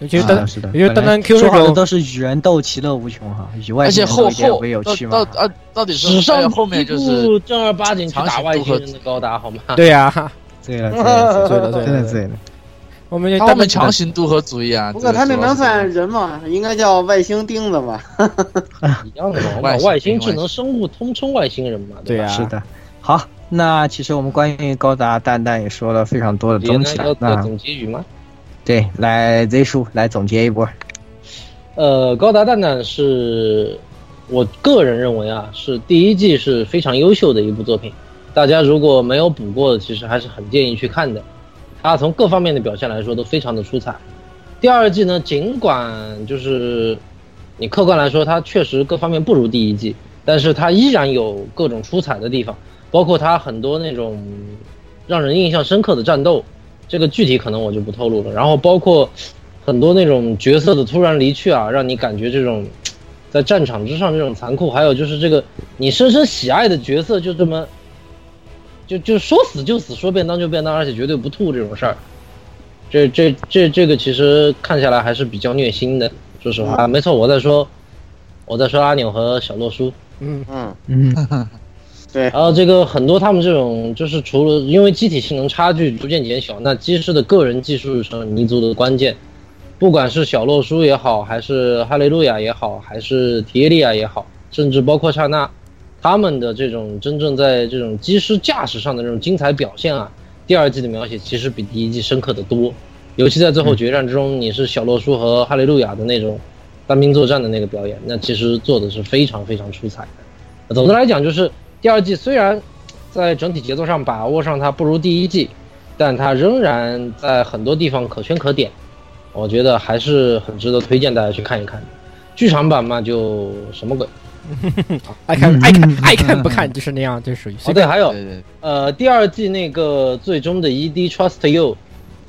C: 尤其是单
A: 啊、是的，
C: 尤其是单单 Q
A: 说好
C: 那
A: 的
C: 种
A: 都是与人斗，其乐无穷哈，以外
E: 而且后后
A: 为有趣嘛
E: 到。到啊，到底
F: 史
E: 是哎
F: 上
E: 呀后面就
F: 第一部
E: 是
F: 正儿八经去打
E: 长
F: 外
E: 颈鹿
F: 星
E: 和
F: 人的高达，好吗？
C: 对呀，
A: 对了，对了，
C: 对的呃对
A: 真的
C: 的
A: 对了，
C: 我们就
E: 他
C: 单
E: 后
C: 门
E: 面强行渡河主义啊。
D: 不
E: 这
D: 过
E: 个
D: 他那
E: 主要
D: 能
E: 是这样
D: 算人吗？应该叫外星钉子吧？
F: 一样的嘛，
E: 外
F: 把
E: 星
F: 外星
E: 人
F: 智能生物通称外星人嘛，
C: 对
F: 吧？
C: 呀，
A: 是的。好，那其实我们关于高达蛋蛋也说了非常多的
F: 别
A: 东
F: 呢
A: 西
F: 要
A: 了，
F: 做
A: 那
F: 总结语吗？
A: 对，来 Z 叔来总结一波。
F: 呃，高达蛋蛋是我个人认为啊，是第一季是非常优秀的一部作品，大家如果没有补过的，其实还是很建议去看的。它从各方面的表现来说都非常的出彩。第二季呢，尽管就是你客观来说，它确实各方面不如第一季，但是它依然有各种出彩的地方，包括它很多那种让人印象深刻的战斗，这个具体可能我就不透露了。然后包括很多那种角色的突然离去啊，让你感觉这种在战场之上这种残酷，还有就是这个你深深喜爱的角色就这么就就说死就死，说变当就变当，而且绝对不吐这种事儿。这这这这个其实看下来还是比较虐心的，说实话，啊没错，我在说我在说阿纽和小洛书。
C: 嗯，
D: 嗯，
A: 嗯，
D: 对，
F: 然后这个很多他们这种就是除了因为机体性能差距逐渐减小，那机师的个人技术是弥足的关键。不管是小洛书也好，还是哈雷路亚也好，还是提耶利亚也好，甚至包括刹那，他们的这种真正在这种机师驾驶上的这种精彩表现啊，第二季的描写其实比第一季深刻的多。尤其在最后决战之中，你是小洛书和哈雷路亚的那种单兵作战的那个表演，那其实做的是非常非常出彩的。总的来讲，就是第二季虽然在整体节奏上把握上它不如第一季，但它仍然在很多地方可圈可点，我觉得还是很值得推荐大家去看一看的。剧场版嘛，就什么鬼？
C: 爱看爱看爱看不看就是那样，就属于
F: 哦，
C: 随
F: 对，
C: 便
F: 还有
E: 对对，
F: 呃，第二季那 E 个最终的 ED Trust You，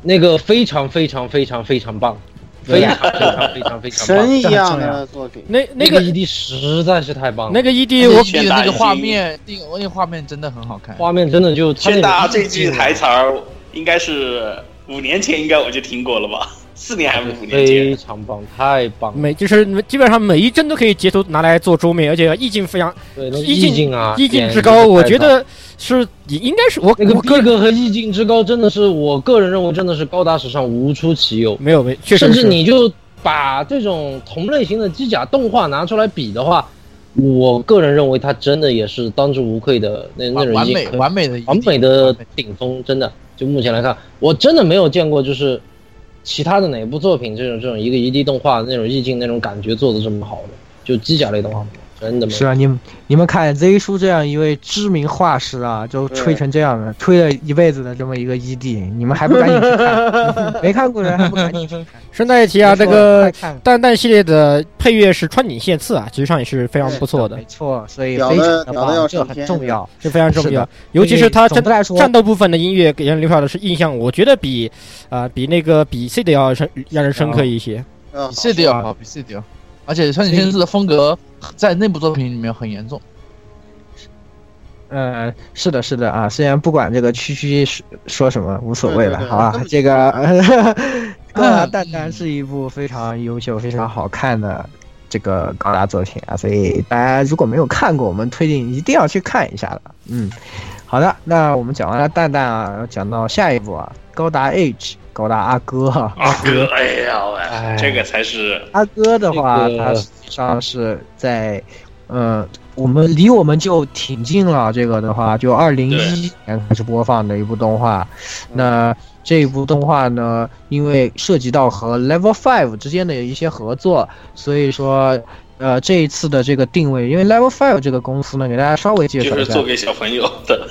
F: 那个非常非常非常非常棒，非常非常非常非常
D: 神
F: 棒。
D: 一样的作品。
C: 那那
F: 那个
C: 个
F: ED 实在是太棒了，
C: 那个 E ED
B: 我
C: 我
E: 的那个画面，那个那个画面真的很好看。
F: 画面真的就他那
B: 宣
F: 个 E
B: 达
F: ED
B: 啊这句台词儿，应该是五年前应该我就听过了吧？四年还是五年前
F: 非？常棒，太棒了。
C: 每就是基本上每一帧都可以截图拿来做桌面，而且意境非常
F: 对，那个
C: 意境
F: 意境啊，
C: 意境之
F: 简
C: 高，
F: 直
C: 我
F: 太
C: 觉
F: 棒
C: 得是也应该是我
F: 那个
C: 我
F: 逼格和意境之高，真的是我个人认为真的是高达史上无出其右。
C: 没有没嗯确实
F: 甚至
C: 是
F: 你就把这种同类型的机甲动画拿出来比的话，我个人认为它真的也是当之无愧的那那
E: 完
F: 种
E: 完
F: 已
E: 美
F: 经可
E: 完美的一
F: 完美的顶峰，真的就目前来看，我真的没有见过就是其他的哪部作品这种这种一个 ED 动画那种意境那种感觉做的这么好的，就机甲类动画真的没
A: 是
F: 有。
A: 啊，你们你们看 Z 叔这样一位知名画师啊，就吹成这样的，吹了一辈子的这么一个 ED，你们还不赶紧去看？没看过的人还不赶紧去看？
C: 顺带一提啊，
A: 没
C: 这
A: 错
C: 个
A: 快看
C: 蛋蛋系列的配乐是川井宪次啊，其实上也是非常不错的
A: 没，错，所以
D: 屌
A: 非常
D: 的
A: 的
D: 屌的要
A: 棒，这
D: 上
A: 很
D: 天
A: 重要。
C: 这非常重
A: 是
C: 要
A: 的。
C: 尤其是他
A: 总
C: 战
A: 的来说
C: 战斗部分的音乐给人留下的是印象，我觉得比啊、比那个比 C 的要深让人
A: 哦
C: 深刻 一些。
D: 嗯
E: 比 C 的要好，比 C 的要好。而且川井先生的风格在那部作品里面很严重。
A: 嗯，是的，是的啊，虽然不管这个区区说说什么无所谓了
D: 对对，对
A: 好吧
D: 根本，
A: 这个 《高达
E: 嗯
A: 蛋蛋》是一部非常优秀、非常好看的这个高达作品啊，所以大家如果没有看过，我们推荐一定要去看一下了。嗯，好的，那我们讲完了蛋蛋啊，讲到下一部啊，高达 H，高达阿哥啊哈、
B: 阿哥，哎呀喂
F: 哎，
B: 这个才是
A: 阿哥的话，
F: 这个
A: 他实际上是在，呃，我们离我们就挺近了。这个的话，就二零一年开始播放的一部动画。
B: 嗯
A: 那这一部动画呢，因为涉及到和 Level Five 之间的一些合作，所以说，呃，这一次的这个定位，因为 Level Five 这个公司呢，给大家稍微介
B: 就
A: 绍一
B: 是
A: 下，
B: 做给小朋友的，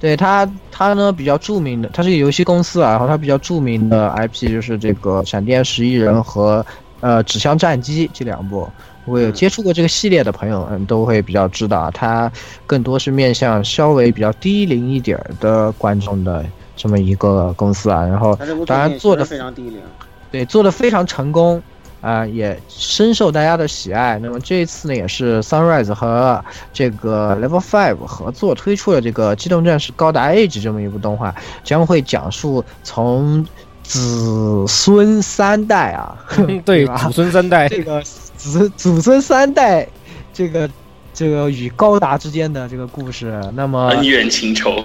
A: 对它，它呢比较著名的，它是一个游戏公司啊，然后它比较著名的 IP 就是这个《闪电十一人》和呃《纸箱战机》这两部。如果有接触过这个系列的朋友们，都会比较知道啊，它更多是面向稍微比较低龄一点儿的观众的这么一个公司啊。然后
D: 他这部
A: 当
D: 作
A: 然
D: 品
A: 做
D: 确实
A: 得
D: 非常低龄，
A: 对，做的非常成功，啊、也深受大家的喜爱。那么这一次呢，也是 Sunrise 和这个 Level Five 合作推出了这个《机动战士高达 Age》这么一部动画，将会讲述从子孙三代啊，
C: 嗯对，
A: 吧
C: 祖孙三代，
A: 这个子祖孙三代，这个这个与高达之间的这个故事。那么
B: 恩怨情仇。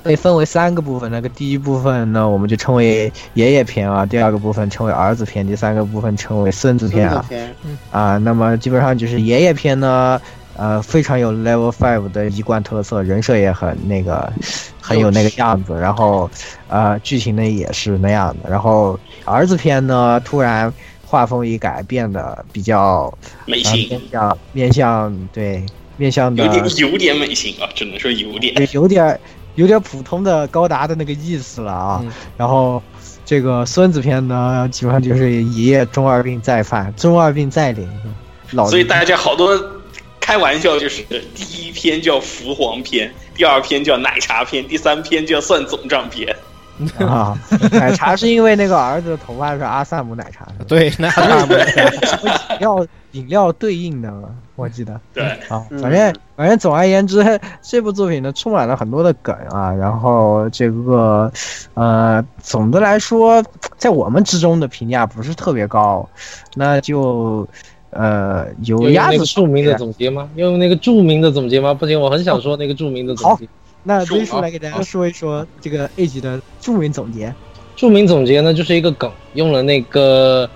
A: 被分为三个部分。那个第一部分呢，我们就称为爷爷篇啊；第二个部分称为儿子篇；第三个部分称为孙子篇
D: 真的
A: 啊。
D: 偏
A: 啊，那么基本上就是爷爷篇呢，呃，非常有 Level Five 的一贯特色，人设也很那个，很有那个样子。然后，呃，剧情呢也是那样的。然后儿子篇呢，突然画风一改，变得比较、
B: 美
A: 呃、
B: 型
A: 面，向面向对面向的
B: 有点有点美型啊，只能说有点。
A: 也有点儿有点儿普通的高达的那个意思了啊。
C: 嗯
A: 然后这个孙子篇呢，基本上就是爷爷中二病再犯，中二病再临，老
B: 所以大家好多开玩笑，就是第一篇叫福黄篇，第二篇叫奶茶篇，第三篇叫算总账篇。
A: 啊， 奶茶是因为那个儿子的头发是阿萨姆奶茶是吧
C: 对， 那那
A: 饮 料饮料对应的嘛，我记得。
B: 对，
A: 啊，
D: 嗯
A: 反正反正总而言之，这部作品呢充满了很多的梗啊，然后这个呃，总的来说，在我们之中的评价不是特别高，那就呃有
F: 有
A: 鸭
F: 那
A: 子
F: 个哎著名的总结吗？用那个著名的总结吗？不行，我很想说那个著名的总
A: 好
F: 结。
A: 那
E: 说
A: Z 叔来给
F: 啊
A: 大家说一说这个 A 级的著名总结。
F: 著名总结呢，就是一个梗，用了那个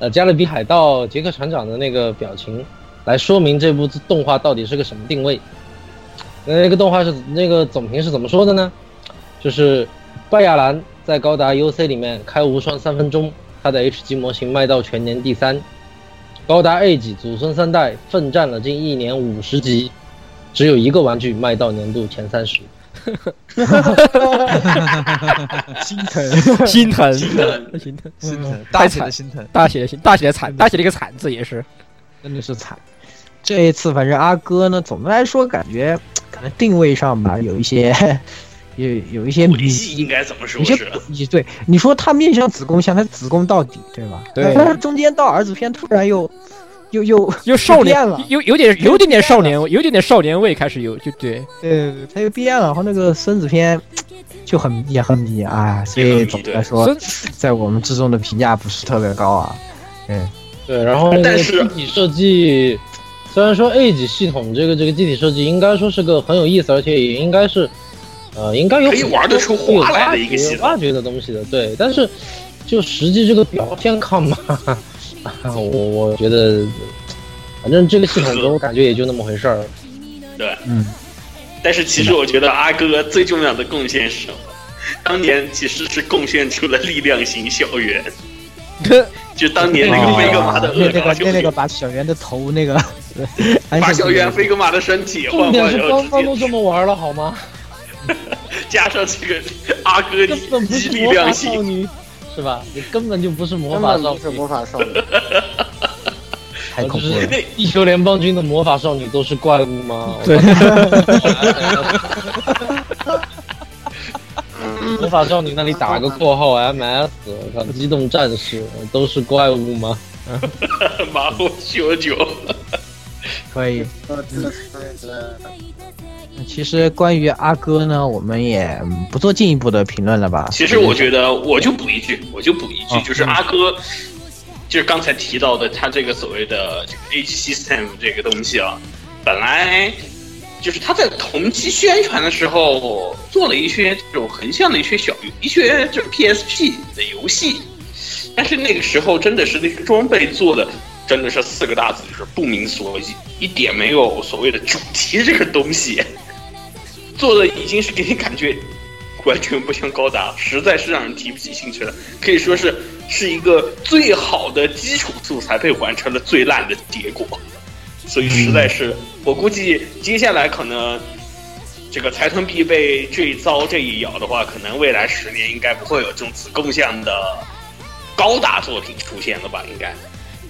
F: 呃《加勒比海盗》杰克船长的那个表情来说明这部动画到底是个什么定位。那那个动画是那个总评是怎么说的呢？就是拜亚兰在高达 UC 里面开无双三分钟，他的 H 级模型卖到全年第三。高达 A 级祖孙三代奋战了近一年五十集，只有一个玩具卖到年度前三十。
A: 心疼，
C: 心疼，
B: 心疼
C: 心疼，
E: 心疼，
C: 太
E: 大写
C: 惨
E: 的心疼。
C: 大写的心，大写的惨，大写的一个惨字也是。
A: 真的是惨。这一次，反正阿哥呢，总的来说感觉可能定位上吧有一些有有一些
B: 轨迹应该怎么说
A: 有些
B: 是
A: 诡？异。对，你说他面向子宫像，他子宫到底，对吧？
C: 对
A: 但是中间到儿子篇突然又又又
C: 有 少年
A: 变了，
C: 有有点有点点少年，有点点少年味开始有，就对，
A: 对，他又变了。然后那个孙子篇就很也很迷啊，所
B: 也很
A: 以
B: 迷
A: 总的
B: 对
A: 来说，
C: 孙
A: 在我们之中的评价不是特别高啊。
F: 对，然后那
B: 但
F: 个
B: 是
F: 机体设计，虽然说 A 级系统这个这个机体设计应该说是个很有意思，而且也应该是，呃，应该有
B: 可以玩得出花来的一个系统
F: 有挖掘的东西的，对。但是就实际这个表现看嘛， 我我觉得，反正这个系统给我感觉也就那么回 事儿。嗯
B: 但是其实我觉得阿哥最重要的贡献是什么？当年其实是贡献出了力量型校 园，就当年那个
A: 啊
B: 飞格玛的
A: 那
B: 恶
A: 那
B: 搞
A: 个
B: 就
A: 那那
B: 是
A: 个把小圆的头那个，
B: 把小圆
A: 飞
B: 飞格玛的身体
F: 重
B: 换
F: 点
B: 换
F: 是
B: 然后
F: 官
B: 直
F: 方都
B: 接
F: 这么玩了好吗？
B: 加上这个阿哥
F: 根本不
B: 你
F: 是
B: 力
F: 魔
B: 量
F: 法少
B: 型，
F: 女，是吧？你根本就不是魔
D: 根
F: 法
D: 本
F: 少
D: 不是
F: 女。
D: 魔法少女。
A: 太恐
F: 哦
A: 怖了。
B: 那
F: 地球联邦军的魔法少女都是怪物吗？
C: 对，
F: 魔法少女那里打个括号 MS，我靠，机动战士都是怪物吗？
B: 马后九九，
A: 可以。
D: 呃这是呃
A: 其实关于阿哥呢，我们也嗯不做进一步的评论了吧。
B: 其实我觉得，我就补一句，我就补一句，就是阿哥，就是刚才提到的，他这个所谓的这个 H system 这个东西啊，本来就是他在同期宣传的时候做了一些这种横向的一些小一些就是 PSP 的游戏，但是那个时候真的是那个装备做的。真的是四个大字，就是不明所以，一点没有所谓的主题这个东西，做的已经是给你感觉完全不像高达，实在是让人提不起兴趣了。可以说是是一个最好的基础素材被完成了最烂的结果，所以实在
A: 嗯
B: 是我估计接下来可能这个财团币被这一遭这一咬的话，可能未来十年应该不会有这种子贡项的高达作品出现了吧？应该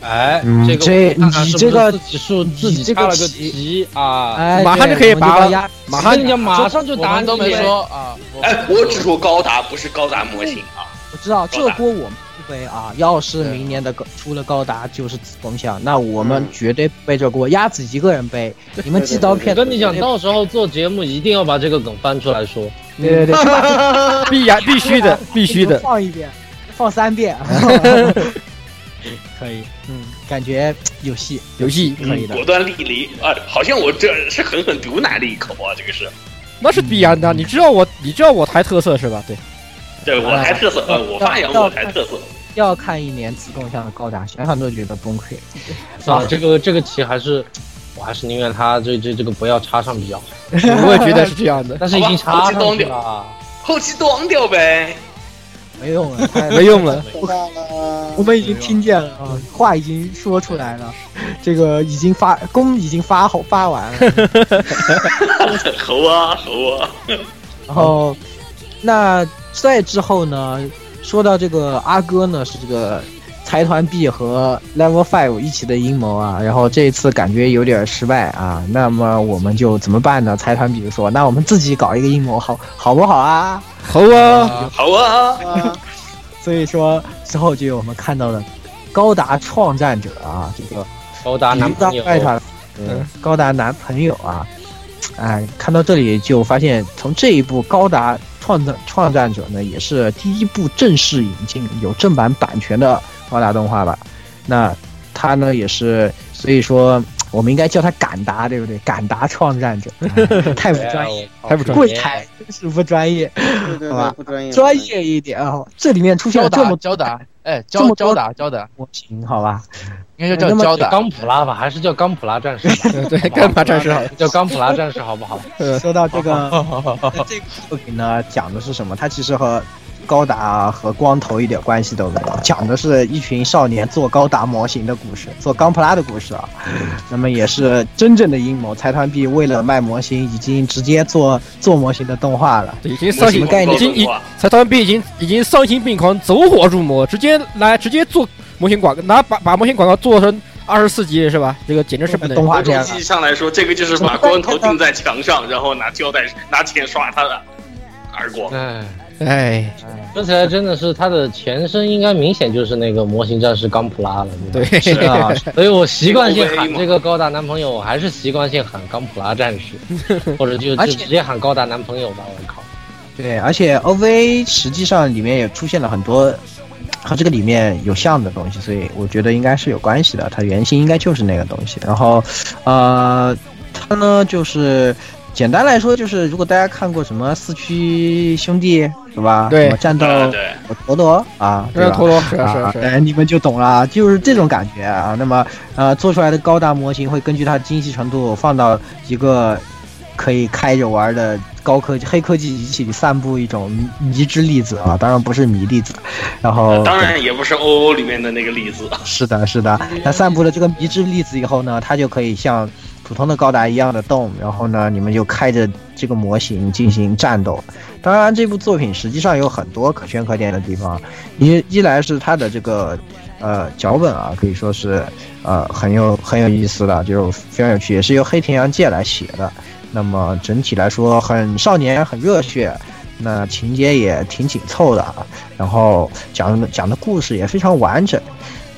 F: 哎
A: 嗯
F: 这个
A: 这
F: 我看看
A: 你
F: 是不是
A: 这个
F: 自己数自己插了个题啊，
A: 哎，
C: 马上
A: 对
C: 就可以
A: 我们把
C: 拔了
A: 鸭
C: 马
F: 我
C: 上
F: 跟你讲，马上就
E: 我
F: 打
E: 们
F: 你
E: 都没说啊，我
B: 哎，我只说高达，不是高达模型啊。
A: 我知道这
B: 高达
A: 锅我们不背啊！要是
E: 对
A: 明年的高出了高达就是子宫像，那我
C: 嗯
A: 们绝对不背这锅，鸭子一个人背。你们寄刀
F: 我
A: 片，
F: 跟你讲，到时候做节目一定要把这个梗翻出来说。
A: 对对对，先把这
C: 必然必须的，必须
A: 个
C: 的。
A: 放一遍，放三 遍，可以，嗯，感觉有戏，
C: 有戏
A: 嗯
C: 嗯
A: 可以的
B: 果。断立离啊！好像我这是狠狠毒奶了一口啊！这个是，
C: 那是必然的，你知道我，你知道我台特色是吧？对，
B: 对我台
A: 啊
B: 特色，呃，我发扬我台特色。
A: 要看一年子贡像的高达，想想都觉得崩溃。
F: 啊，这个这个题还是，我还是宁愿他这这这个不要插上比较好。
C: 我也觉得是这样 的，
F: 但是已经插上去了，
B: 后期端掉呗。
A: 没用了， 太
C: 没用了。
D: 知道了
A: 我们已经听见了啊，话已经说出来了，这个已经发功已经发好发完了，
B: 猴啊猴啊，
A: 然后那再之后呢，说到这个阿哥呢是这个财团 B 和 Level Five 一起的阴谋啊，然后这一次感觉有点失败啊，那么我们就怎么办呢？财团 B 说，那我们自己搞一个阴谋好好不好啊？
C: 猴啊，
B: 猴 啊！
D: 啊
A: 所以说之后就有我们看到的高达创战者啊，这个
F: 高达男朋友，
A: 拜他，嗯，高达男朋友啊，哎，看到这里就发现，从这一部高达创造创战者呢，也是第一部正式引进有正版版权的高达动画吧。那它呢也是，所以说我们应该叫它敢达，对不对？敢达创战者，哎太啊不专 业，嗯
F: 哎
C: 太不专
A: 柜台真是不专业，
D: 对对
A: 好吧
D: 对，不专业，
A: 专业一点啊、这里面出现
E: 交
A: 了这
E: 打
A: 么
E: 交打，哎，
A: 这
E: 交
A: 么
E: 交
A: 多
E: 打交打，
A: 模型，好吧？
E: 应该
A: 哎
E: 叫
A: 那
E: 叫
A: 么
E: 交
F: 叫
E: 打。
F: 钢普拉吧，还是叫钢普拉战士吧？
C: 对，干嘛战士好了？
F: 叫钢普拉战士好不好？
A: 说到这个 这个作品呢，讲的是什么？它其实和高达啊和光头一点关系都没有，讲的是一群少年做高达模型的故事，做钢普拉的故事啊。 那么也是真正的阴谋，财团 B 为了卖模型，已经直接做做模型的动画了。
C: 对已经
B: 模
C: 丧
B: 型
C: 心
A: 概念
B: 广告
C: 已经
B: 动
C: 已
B: 画，
C: 财团 B 已经已经丧心病狂，走火入魔，直接来直接做模型广告，拿把把模型广告做成二十四级是吧？这个简直是不能
A: 动。画
B: 某
A: 这
B: 种
A: 样啊
B: 意义上来说，这个就是把光头钉在墙上，然后拿胶带、拿钱刷他的。耳光。
E: 哎，
C: 哎，
F: 说起来真的是它的前身应该明显就是那个模型战士钢普拉了，对
C: 对
A: 哎
F: 吧？，
B: 是 啊，
F: 所以我习惯性
B: OVA
F: 喊
B: 嘛
F: 这个高达男朋友，我还是习惯性喊钢普拉战士，或者就
A: 而
F: 就
A: 且
F: 直接喊高达男朋友吧。我靠，
A: 对，而且 OVA 实际上里面也出现了很多和这个里面有像的东西，所以我觉得应该是有关系的。它原型应该就是那个东西。然后，呃，它呢就是简单来说就是，如果大家看过什么四驱兄弟是吧？
C: 对
A: 什么战斗
B: 对对，
A: 陀螺啊，对
C: 这
A: 吧
C: 陀？螺是
A: 啊，
C: 是是，
A: 哎，你们就懂了，就是这种感觉啊。那么，呃，做出来的高达模型会根据它的精细程度放到一个可以开着玩的高科技、黑科技仪器里散布一种迷之粒子啊，当然不是迷粒子。然后，
B: 呃当然也不是 O O 里面的那个例子，
A: 是的，是的。它散布了这个迷之粒子以后呢，它就可以像普通的高达一样的动，然后呢，你们就开着这个模型进行战斗。当然，这部作品实际上有很多可圈可点的地方，一一来是它的这个呃脚本啊，可以说是呃很有很有意思的，就是非常有趣，也是由黑田洋介来写的。那么整体来说很少年，很热血，那情节也挺紧凑的啊，然后讲的讲的故事也非常完整。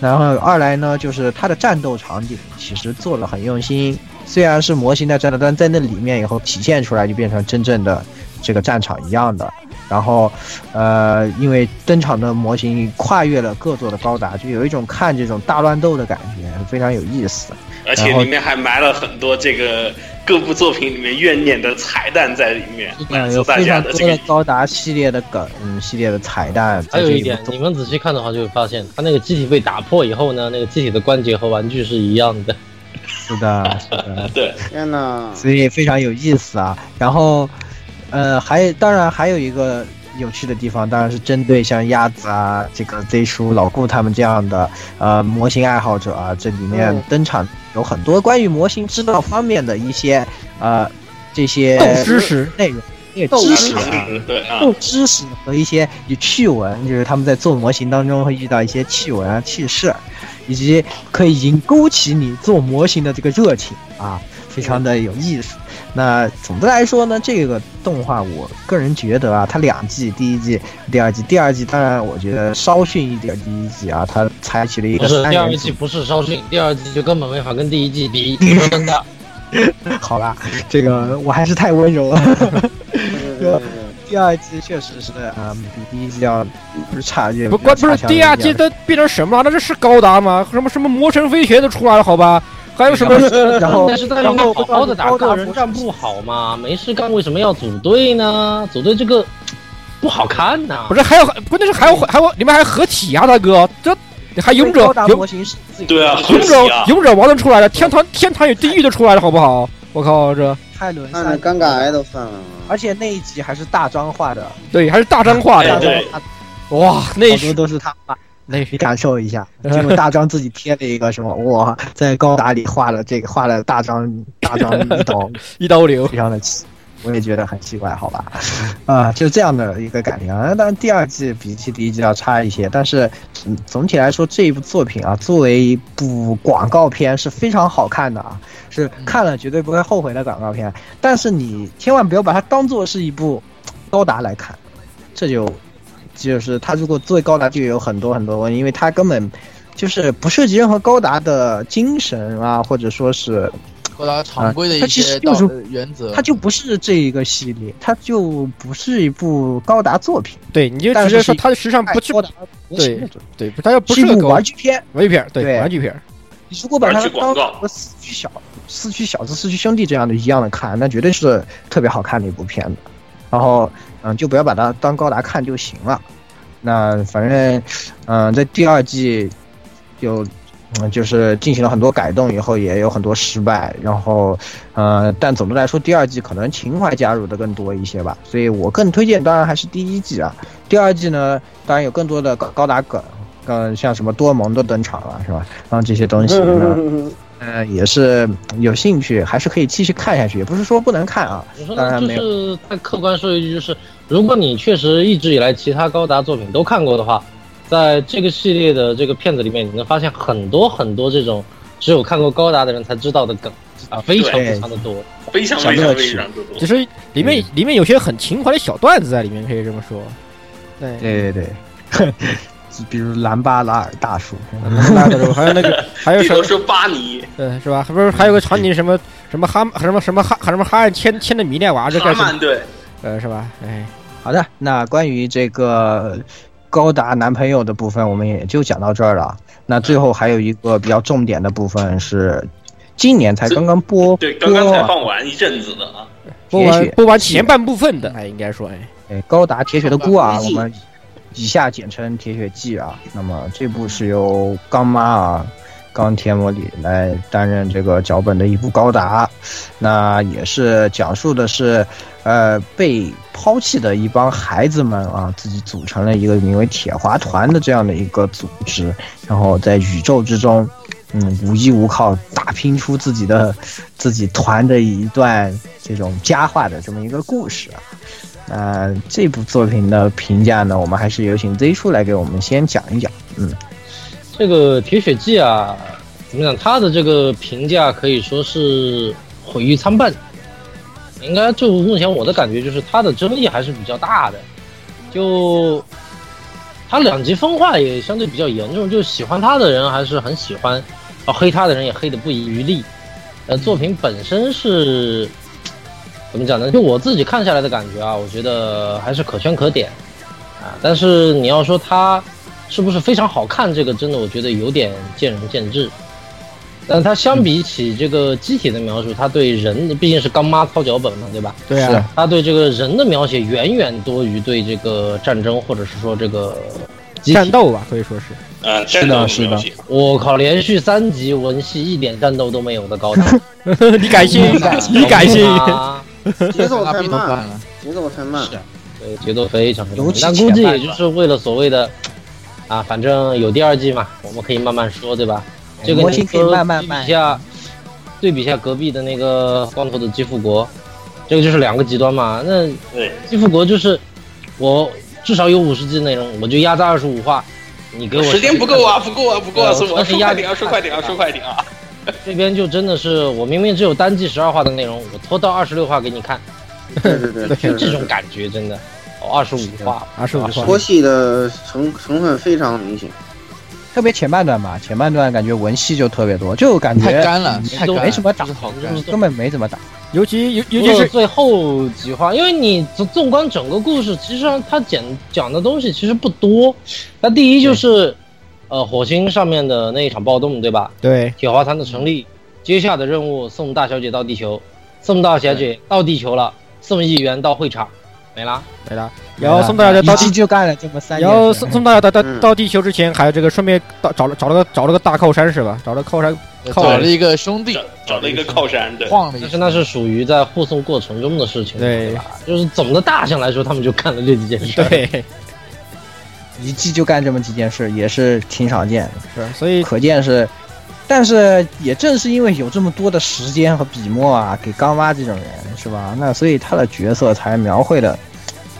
A: 然后二来呢，就是它的战斗场景其实做了很用心，虽然是模型的战斗，但在那里面以后体现出来就变成真正的这个战场一样的。然后，呃，因为登场的模型跨越了各座的高达，就有一种看这种大乱斗的感觉，非常有意思。
B: 而且里面还埋了很多这个各部作品里面怨念的彩蛋在里面，满足
A: 有
B: 大
A: 非
B: 家
A: 常
B: 的
A: 多
B: 这
A: 的
B: 个。
A: 高达系列的梗、嗯、系列的彩蛋，
F: 还
A: 在
F: 有
A: 这
F: 一
A: 里
F: 点
A: 面，
F: 你们仔细看的话就会发现，它那个机体被打破以后呢，那个机体的关节和玩具是一样的。
A: 是的，是的。
B: 对，
D: 天呐，
A: 所以非常有意思啊。然后，呃，还当然还有一个有趣的地方，当然是针对像鸭子啊、这个 Z 叔、老顾他们这样的呃模型爱好者啊，这里面
D: 嗯
A: 登场有很多关于模型制造方面的一些呃这些
C: 斗知识，
A: 内容。也
D: 斗
A: 知识
D: 智
A: 啊，
B: 对啊，
A: 知识和一些与趣闻，就是他们在做模型当中会遇到一些趣闻啊、趣事，以及可以引勾起你做模型的这个热情啊，非常的有意思。那总的来说呢，这个动画我个人觉得啊，它两季，第一季、第二季，第二季当然我觉得稍逊一点，第一季啊，它采取了一
F: 不
A: 个
F: 是
A: 三
F: 第
A: 元
F: 二
A: 组
F: 季，不是稍逊，第二季就根本没法跟第一 季比，真的。
A: 好吧，这个我还是太温柔了。
D: 对对 对对对
A: 第二季确实是，嗯，比第一季要差距
C: 不关不是第二季都变成什么了？那这是高达吗？什么什么魔神飞拳都出来了，好吧？还有什么？
A: 然后
F: 但是大家应该好好的打个人战不好嘛，没事干为什么要组队呢？组队这个不好看呐、
C: 不是还有，关键是还有还有里面还有合体呀、大哥，这还勇者
A: 高达
C: 勇
A: 模型是自己
B: 对啊，
C: 勇者
B: 啊，
C: 勇者王都出来了，天堂天堂与地狱都出来了，好不好？我靠，这
A: 泰伦
D: 看着
A: 三
D: 尴尬癌都犯了。
A: 而且那一集还是大张画的，
C: 对还是大张画
B: 哎
C: 的，
B: 对
A: 好
C: 哇，那
A: 多
C: 是
A: 都是他画。
C: 那
A: 你
C: 是
A: 感受一下，结果大张自己贴了一个什么，我在高达里画了这个，画了大张大张一刀，
C: 一刀流，
A: 非常的奇，我也觉得很奇怪，好吧？啊，就这样的一个感觉啊。当然，第二季比起第一季要差一些，但是、嗯、总体来说，这一部作品啊，作为一部广告片是非常好看的啊，是看了绝对不会后悔的广告片。但是你千万不要把它当做是一部高达来看，这就就是它如果作为高达就有很多很多问题，因为它根本。就是不涉及任何高达的精神啊，或者说是
E: 高达常规的
A: 啊它
E: 一
A: 其实
E: 些
A: 就
E: 道
A: 是
E: 德原则，
A: 它就不是这一个系列，它就不是一部高达作品，
C: 对，你就
A: 但
C: 直
A: 是
C: 接说他实际上不
A: 不
C: 是
A: 是哎高达模型
C: 对
A: 的作品，
C: 对，他要不
A: 是
C: 是
A: 一
C: 个
A: 部
C: 狗
A: 玩具片。
C: 玩具片儿，对
A: 对
C: 玩具片儿，
A: 你如果把它
B: 玩具广
A: 当
B: 告
A: 成四驱小、四驱小子、四驱兄弟这样的一样的看，那绝对是特别好看的一部片子。然后，嗯，就不要把它当高达看就行了。那反正，嗯，在第二季有，嗯，就是进行了很多改动以后，也有很多失败。然后，呃，但总的来说，第二季可能情怀加入的更多一些吧。所以我更推荐，当然还是第一季啊。第二季呢，当然有更多的高高达梗，嗯，像什么多蒙的登场啊了，是吧？然后这些东西呢，呃，也是有兴趣，还是可以继续看下去，也不是说不能看啊。
F: 我说
A: 当
F: 呢，
A: 然
F: 就
A: 没有
F: 是再客观说一句，就是如果你确实一直以来其他高达作品都看过的话，在这个系列的这个片子里面，你能发现很多很多这种只有看过高达的人才知道的梗啊，非常
A: 对
F: 非常的多。
B: 非常
A: 小
B: 非常
A: 乐
B: 非
A: 趣
B: 常之多
C: 只。是里面里面有些很情怀的小段子在里面，可以这么说。对，
A: 对对对， 比如兰巴拉尔大叔，
C: 嗯那个时候还有那个还有
B: 地
C: 什
B: 头
C: 么
B: 蛇巴尼、
C: 对是吧？不是还有个场景什么什么哈什么什么哈什么哈尔牵牵的迷恋娃这
B: 哈
C: 干什么？
B: 曼队，
C: 呃是吧？哎，
A: 好的，那关于这个高达男朋友的部分，我们也就讲到这儿了。那最后还有一个比较重点的部分是，今年才刚刚播
B: 对，刚刚才
A: 播
B: 放完一阵子的啊，
C: 播
A: 铁
C: 完
A: 血
C: 播完前半部分的，哎，应该说哎，
A: 哎高达铁血的孤啊儿，
D: 铁
A: 我
D: 血
A: 们以下简称铁血纪啊。那么这部是由钢妈啊。钢铁魔里来担任这个脚本的一部高达，那也是讲述的是，呃，被抛弃的一帮孩子们啊，自己组成了一个名为铁华团的这样的一个组织，然后在宇宙之中，嗯，无依无靠，打拼出自己的自己团的一段这种佳话的这么一个故事啊。那这部作品的评价呢，我们还是有请 Z 叔来给我们先讲一讲。
F: 这个《铁血纪》啊，怎么讲？它的这个评价可以说是毁誉参半。应该就目前我的感觉就是，它的争议还是比较大的。就它两极分化也相对比较严重，就喜欢它的人还是很喜欢，啊，黑它的人也黑的不遗余力。呃，作品本身是怎么讲呢？就我自己看下来的感觉啊，我觉得还是可圈可点啊。但是你要说它。是不是非常好看？这个真的我觉得有点见仁见智。但它相比起这个机体的描述，它对人毕竟是干妈操脚本嘛，对吧？
C: 对啊，
F: 它对这个人的描写远远多于对这个战争或者是说这个机体
C: 战。斗吧，可以说是。
B: 嗯，
A: 是的
B: 战斗
A: 是的
B: 游戏
F: 我靠，连续三集文戏一点战斗都没有的高达，
C: 你感谢 你感谢，
F: 啊！
D: 节奏
E: 那
D: 太
E: 必头
D: 慢
E: 版，了，
D: 节奏太慢。
F: 对，节奏非常非常
A: 尤其
F: 但估计
A: 前半
F: 也就是为了所谓的啊，反正有第二季嘛，我们可以慢慢说，对吧？这个
A: 我
F: 你
A: 哎们可以
F: 说
A: 慢慢
F: 对
A: 慢
F: 比一下，对比一下隔壁的那个光头的基复国，这个就是两个极端嘛。那
B: 对，
F: 基复国就是我至少有五十集内容，我就压榨二十五话，你给我
B: 时间不够啊，不够啊，不够啊，
F: 呃
B: 是我
F: 我是
B: 说快
F: 压
B: 点啊，说快点啊，
F: 对吧
B: 说快点啊！
F: 这边就真的是我明明只有单季十二话的内容，我拖到二十六话给你看，
D: 对对对，
F: 就
D: 确
F: 这
D: 实
F: 种
D: 是
F: 感觉真的。哦二十五话，
C: 25话
D: 拖戏的成成分非常明显。
A: 特别前半段吧，前半段感觉文戏就特别多，就感
E: 太
C: 啊
A: 觉
E: 干了，太干了，
F: 哎
A: 没什么打
E: 就是好
F: 就是
E: 干。
A: 根本没怎么打。
C: 尤其尤尤
F: 尤其
C: 其
F: 是
C: 是
F: 最后几话，因为你纵纵观整个故事，其实上它讲讲的东西其实不多。那第一
C: 嗯
F: 就是，呃，火星上面的那一场暴动，对吧？
C: 对
F: 铁华团的成立，
C: 嗯
F: 接下的任务送大小姐到地球，送大小姐到地球了，送议员到会场，没啦。
C: 对了，然后宋大家
A: 一
C: 到
A: 季就干了这么三
C: 然
A: 件
C: 后
A: 事
C: 送送大家到到
D: 嗯
C: 到地球之前，还有这个顺便到找了找了个找了个大靠山是吧？找了靠山靠
E: 呃找了一个兄弟
B: 找，找了一个靠山，对，
E: 晃了一下
F: 但是那是属于在护送过程中的事情，
C: 对
F: 对吧？就是总的大象来说，他们就干了这几件事。，
C: 对
A: 一季就干这么几件事，也是挺少见的。
C: 是，所以
A: 可见是，但是也正是因为有这么多的时间和笔墨啊，给刚妈这种人是吧？那所以他的角色才描绘的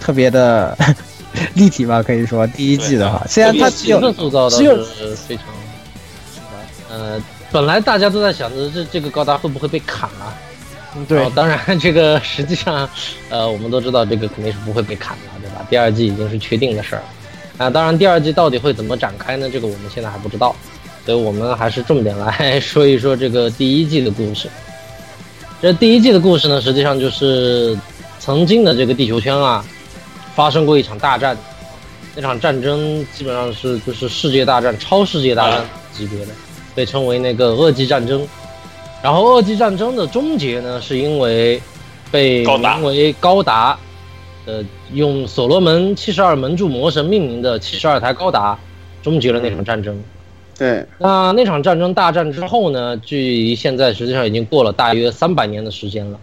A: 特别的 立体吧，可以说第一季的话，虽然他只
F: 角色
A: 有
F: 塑造的
A: 只有
F: 是非常，呃，本来大家都在想着这这个高达会不会被砍啊？
C: 嗯
F: 然
C: 对
F: 后当然这个实际上，呃，我们都知道这个肯定是不会被砍的，对吧？第二季已经是确定的事儿了。啊，当然第二季到底会怎么展开呢？这个我们现在还不知道，所以我们还是重点来说一说这个第一季的故事。这第一季的故事呢，实际上就是曾经的这个地球圈啊，发生过一场大战，那场战争基本上是就是世界大战、超世界大战级别的，被称为那个恶纪战争。然后恶纪战争的终结呢，是因为被
B: 高达
F: 名为高达，呃，用所罗门七十二门柱魔神命名的七十二台高达，终结了那场战争。
D: 对，
F: 那那场战争大战之后呢，距离现在实际上已经过了大约三百年的时间了。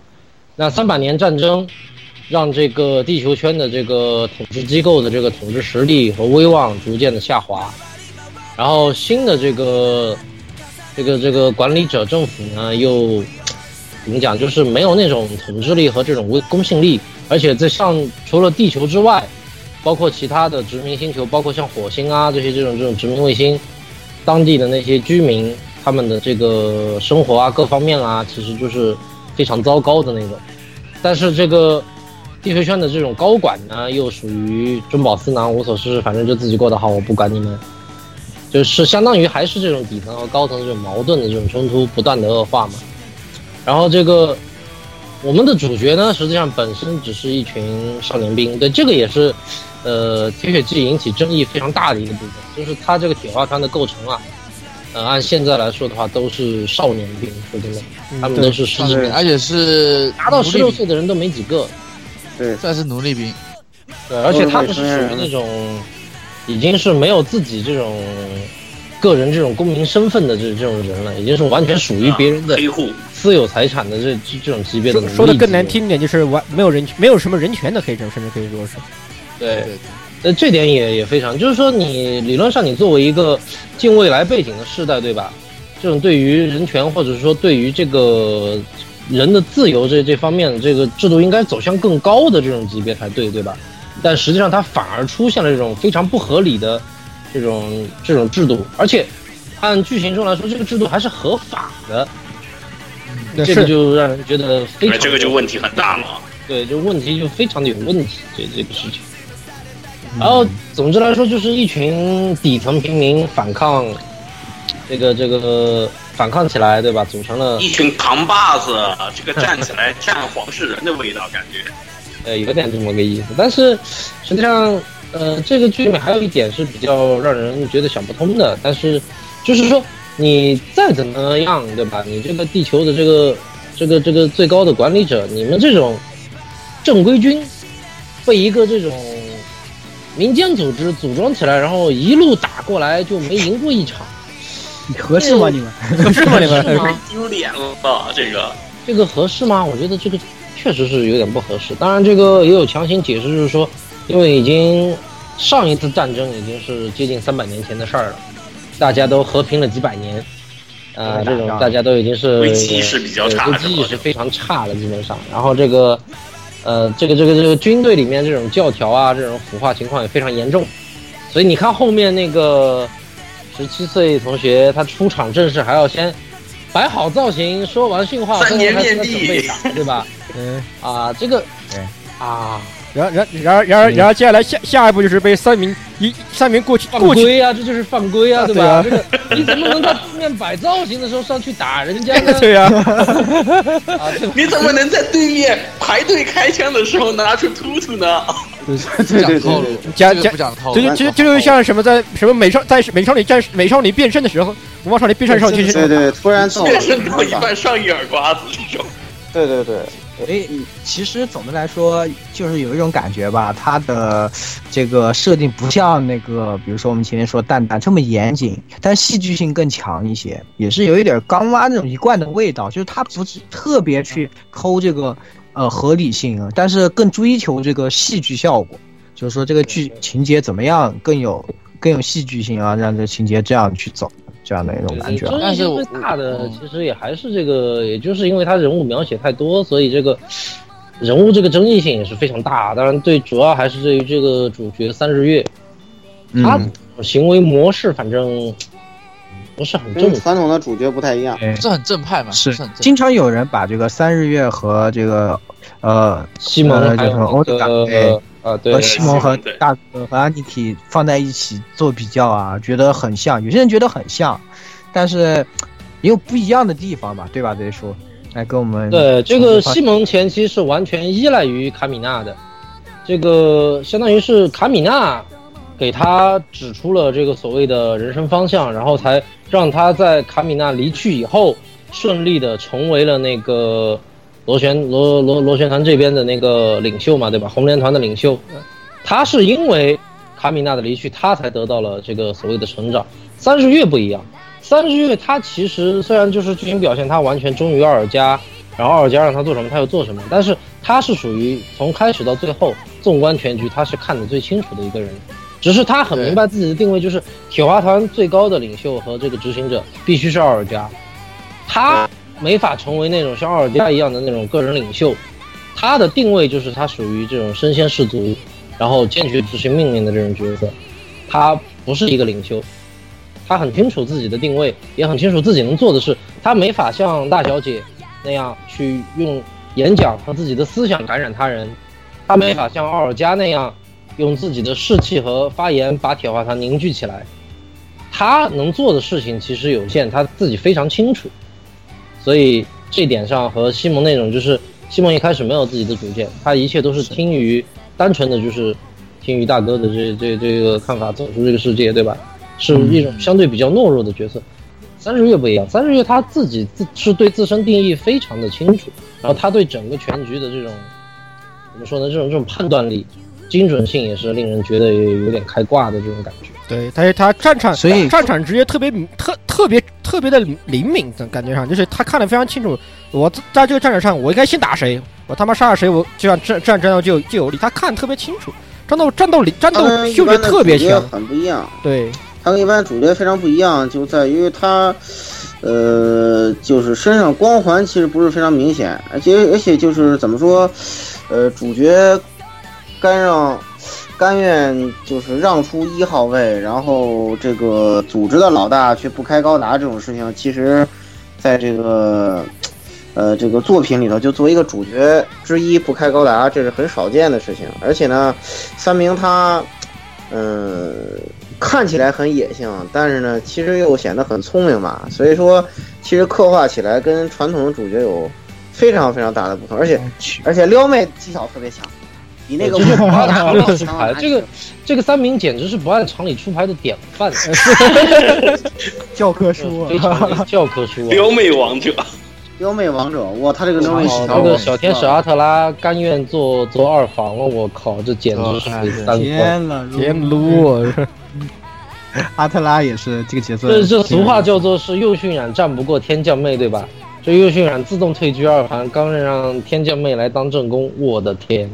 F: 那三百年战争，让这个地球圈的这个统治机构的这个统治实力和威望逐渐的下滑，然后新的这个这个这个管理者政府呢，又怎么讲，就是没有那种统治力和这种威公信力，而且在上除了地球之外，包括其他的殖民星球，包括像火星啊这些这种这种殖民卫星，当地的那些居民他们的这个生活啊各方面啊，其实就是非常糟糕的那种。但是这个地球圈的这种高管呢，又属于中饱私囊，无所事事，反正就自己过得好，我不管你们。就是相当于还是这种底层和高层这种矛盾的这种冲突不断的恶化嘛。然后这个我们的主角呢，实际上本身只是一群少年兵，对这个也是，呃，《铁血纪》引起争议非常大的一个部分，就是它这个铁花团的构成啊，呃，按现在来说的话，都是少年兵，说真的，
C: 嗯
F: 他们都是十
E: 上
F: 几
E: 面而且是
F: 达到十
E: 奴
F: 六
E: 隶兵
F: 岁的人都没几个，
D: 对，
E: 算是奴隶兵，
F: 对，而且他们是属于那种已经是没有自己这种个人这种公民身份的这这种人了，已经是完全属于别人的
B: 黑户，
F: 私有财产的这这这种级别的奴
C: 说
F: 隶
C: 说的更难
F: 级别，
C: 听一点，就是完没有人没有什么人权的黑城，甚至可以说是
F: 对
E: 对，
F: 呃，这点也也非常，就是说你理论上你作为一个近未来背景的世代，对吧？这种对于人权或者说对于这个人的自由这这方面，这个制度应该走向更高的这种级别才对，对吧？但实际上它反而出现了这种非常不合理的这种这种制度，而且按剧情中来说，这个制度还是合法的，
C: 对
F: 这个
C: 是
F: 就让人觉得非
B: 哎，
F: 常
B: 这个就问题很大了。
F: 对，就问题就非常的有问题，这这个事情。然后，总之来说，就是一群底层平民反抗，这个这个反抗起来，对吧？组成了
B: 一群扛把子，啊这个站起来战皇室人的味道，感觉
F: 呃有点这么个意思。但是实际上，呃，这个剧里面还有一点是比较让人觉得想不通的，但是就是说你再怎么样，对吧？你这个地球的这个这个这个最高的管理者，你们这种正规军被一个这种民间组织组装起来，然后一路打过来，就没赢过一 场，
A: 合适吗？你们
C: 合适吗？你们
F: 是吗？
B: 丢脸了。啊这个
F: 这个合适吗？我觉得这个确实是有点不合适。当然，这个也有强行解释，就是说，因为已经上一次战争已经是接近三百年前的事儿了，大家都和平了几百年，啊、这种大家都已经是呃
B: 危机意识比较差
F: 对危机意识非常差了，基本上。然后这个，呃，这个这个这个军队里面这种教条啊，这种腐化情况也非常严重，所以你看后面那个十七岁同学，他出场正式还要先摆好造型，说完训话，
B: 三年面
F: 最后还
B: 壁
F: 是在准备场，对吧？
C: 嗯，
F: 啊，这个
G: 对，
F: 啊，
C: 然然然而然而然而接下来下下一步就是被三名一三名过去
F: 犯
C: 过去
F: 规啊，这就是犯规啊，
C: 啊
F: 对吧？这
C: 对？
F: 个你怎么能在对面摆造型的时候上去打人家呢
C: 对呀、
F: 啊，对吧？
B: 你怎么能在对面排队开枪的时候拿出突突呢？
E: 不讲套路，
C: 加
E: 这个
C: 加
E: 不讲套
C: 这
E: 路，
C: 就这就这就像什么在什么美少在美少女战士美少女变身的时候，魔法少女变身的时候就
D: 对
C: 是
D: 对，突然 揍我
B: 变身到一半上一耳刮子这种，
D: 对对对，
A: 所以其实总的来说，就是有一种感觉吧，它的这个设定不像那个，比如说我们前面说蛋蛋这么严谨，但戏剧性更强一些，也是有一点钢蛙那种一贯的味道，就是它不是特别去抠这个呃合理性啊，但是更追求这个戏剧效果，就是说这个剧情节怎么样更有更有戏剧性啊，让这情节这样去走，这样的一种感觉啊。
E: 但是
F: 最
E: 我
F: 大的
E: 嗯
F: 其实也还是这个，也就是因为他人物描写太多，所以这个人物这个争议性也是非常大。当然，对主要还是对于这个主角三日月，他
A: 嗯，
F: 行为模式反正不是很正
A: 嗯
D: 跟传统的主角不太一样。
A: 对
E: 这很正派嘛，
A: 是
E: 这很正
A: 经常有人把这个三日月和这个呃
F: 西蒙
A: 呃
F: 还
A: 就是
F: 有
A: 欧
F: 这
A: 达对
F: 个啊，对
A: 和，西蒙和
B: 对
A: 大哥和安妮体放在一起做比较啊，觉得很像，有些人觉得很像，但是也有不一样的地方吧，对吧？这叔来跟我们
F: 对，这
A: 重
F: 个
A: 新画
F: 西蒙前期是完全依赖于卡米娜的，这个相当于是卡米娜给他指出了这个所谓的人生方向，然后才让他在卡米娜离去以后，顺利的成为了那个螺旋螺螺螺旋团这边的那个领袖嘛，对吧？红莲团的领袖，他是因为卡米娜的离去，他才得到了这个所谓的成长。三十月不一样。三十月他其实虽然就是剧情表现他完全忠于奥尔加，然后奥尔加让他做什么他就做什么，但是他是属于从开始到最后纵观全局他是看得最清楚的一个人，只是他很明白自己的定位就是铁花团最高的领袖和这个执行者必须是奥尔加，他没法成为那种像奥尔加一样的那种个人领袖，他的定位就是他属于这种身先士卒，然后坚决执行命令的这种角色，他不是一个领袖。他很清楚自己的定位，也很清楚自己能做的事。他没法像大小姐那样去用演讲和自己的思想感染他人，他没法像奥尔加那样用自己的士气和发言把铁花糖凝聚起来。他能做的事情其实有限，他自己非常清楚，所以这点上和西蒙那种就是西蒙一开始没有自己的主见，他一切都是听于单纯的就是听于大哥的这这这个看法走出这个世界，对吧？是一种相对比较懦弱的角色。三十月不一样，三十月他自己自是对自身定义非常的清楚，然后他对整个全局的这种怎么说呢？这种这种判断力、精准性也是令人觉得有点开挂的这种感觉。
C: 对，他他战场，
A: 所以
C: 战场职业特别特特别特别的灵敏，感觉上就是他看得非常清楚。我在这个战场上，我应该先打谁，我他妈杀了谁，我这样这这样战斗就就有利。他看得特别清楚，战斗战斗力战斗
I: 哎
D: 他跟一
C: 嗅觉
D: 般的
C: 特别
D: 主角
C: 强。
D: 很不一样。
C: 对，
D: 他跟一般主角非常不一样，就在于他，呃，就是身上光环其实不是非常明显，而且而且就是怎么说，呃，主角甘让甘愿就是让出一号位，然后这个组织的老大却不开高达这种事情，其实在这个。呃，这个作品里头就作为一个主角之一不开高达，这是很少见的事情。而且呢，三明他，嗯、看起来很野性，但是呢，其实又显得很聪明嘛。所以说，其实刻画起来跟传统的主角有非常非常大的不同，而
F: 嗯
D: 且而且撩妹技巧特别强，比那个
F: 这个不按
D: 强
F: 常理出牌，这个这个三明简直是不按常理出牌的典 范，
D: 啊
I: 教科啊
F: 非常的教科书啊。
B: 撩妹王者，
D: 撩妹王者，哇，他这个撩妹技
F: 哦，
D: 巧，
F: 那个小天使阿特拉甘愿做做二房了，我靠，这简直是三观。
I: 天了，
C: 别撸，啊
I: 阿特拉也是这个角色。
F: 这这俗
C: 嗯
F: 话叫做是右迅冉战不过天降妹，对吧？这右迅冉自动退居二房，刚让天降妹来当正宫，我的天！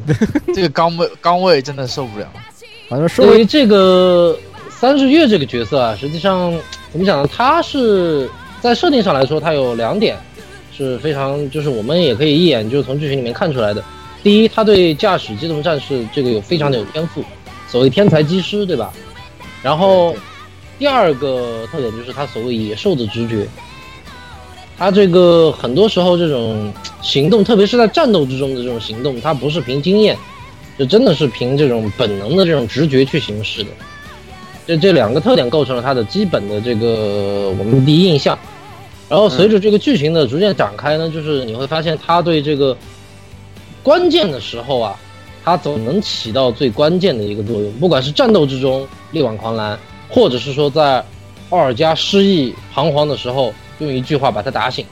E: 这个岗位岗位真的受不了。
C: 反正说
F: 对于这个三十月这个角色啊，实际上怎么讲呢？他是在设定上来说，他有两点是非常，就是我们也可以一眼就从剧情里面看出来的。第一，他对驾驶机动战士这个有非常的有天赋，所谓天才机师，对吧？然后第二个特点就是他所谓野兽的直觉。他这个很多时候这种行动，特别是在战斗之中的这种行动，他不是凭经验，就真的是凭这种本能的这种直觉去行事的。这这两个特点构成了它的基本的这个我们第一印象。然后随着这个剧情的逐渐展开呢，就是你会发现他对这个关键的时候啊，他总能起到最关键的一个作用，不管是战斗之中力挽狂澜，或者是说在奥尔加失意彷徨的时候，用一句话把他打醒。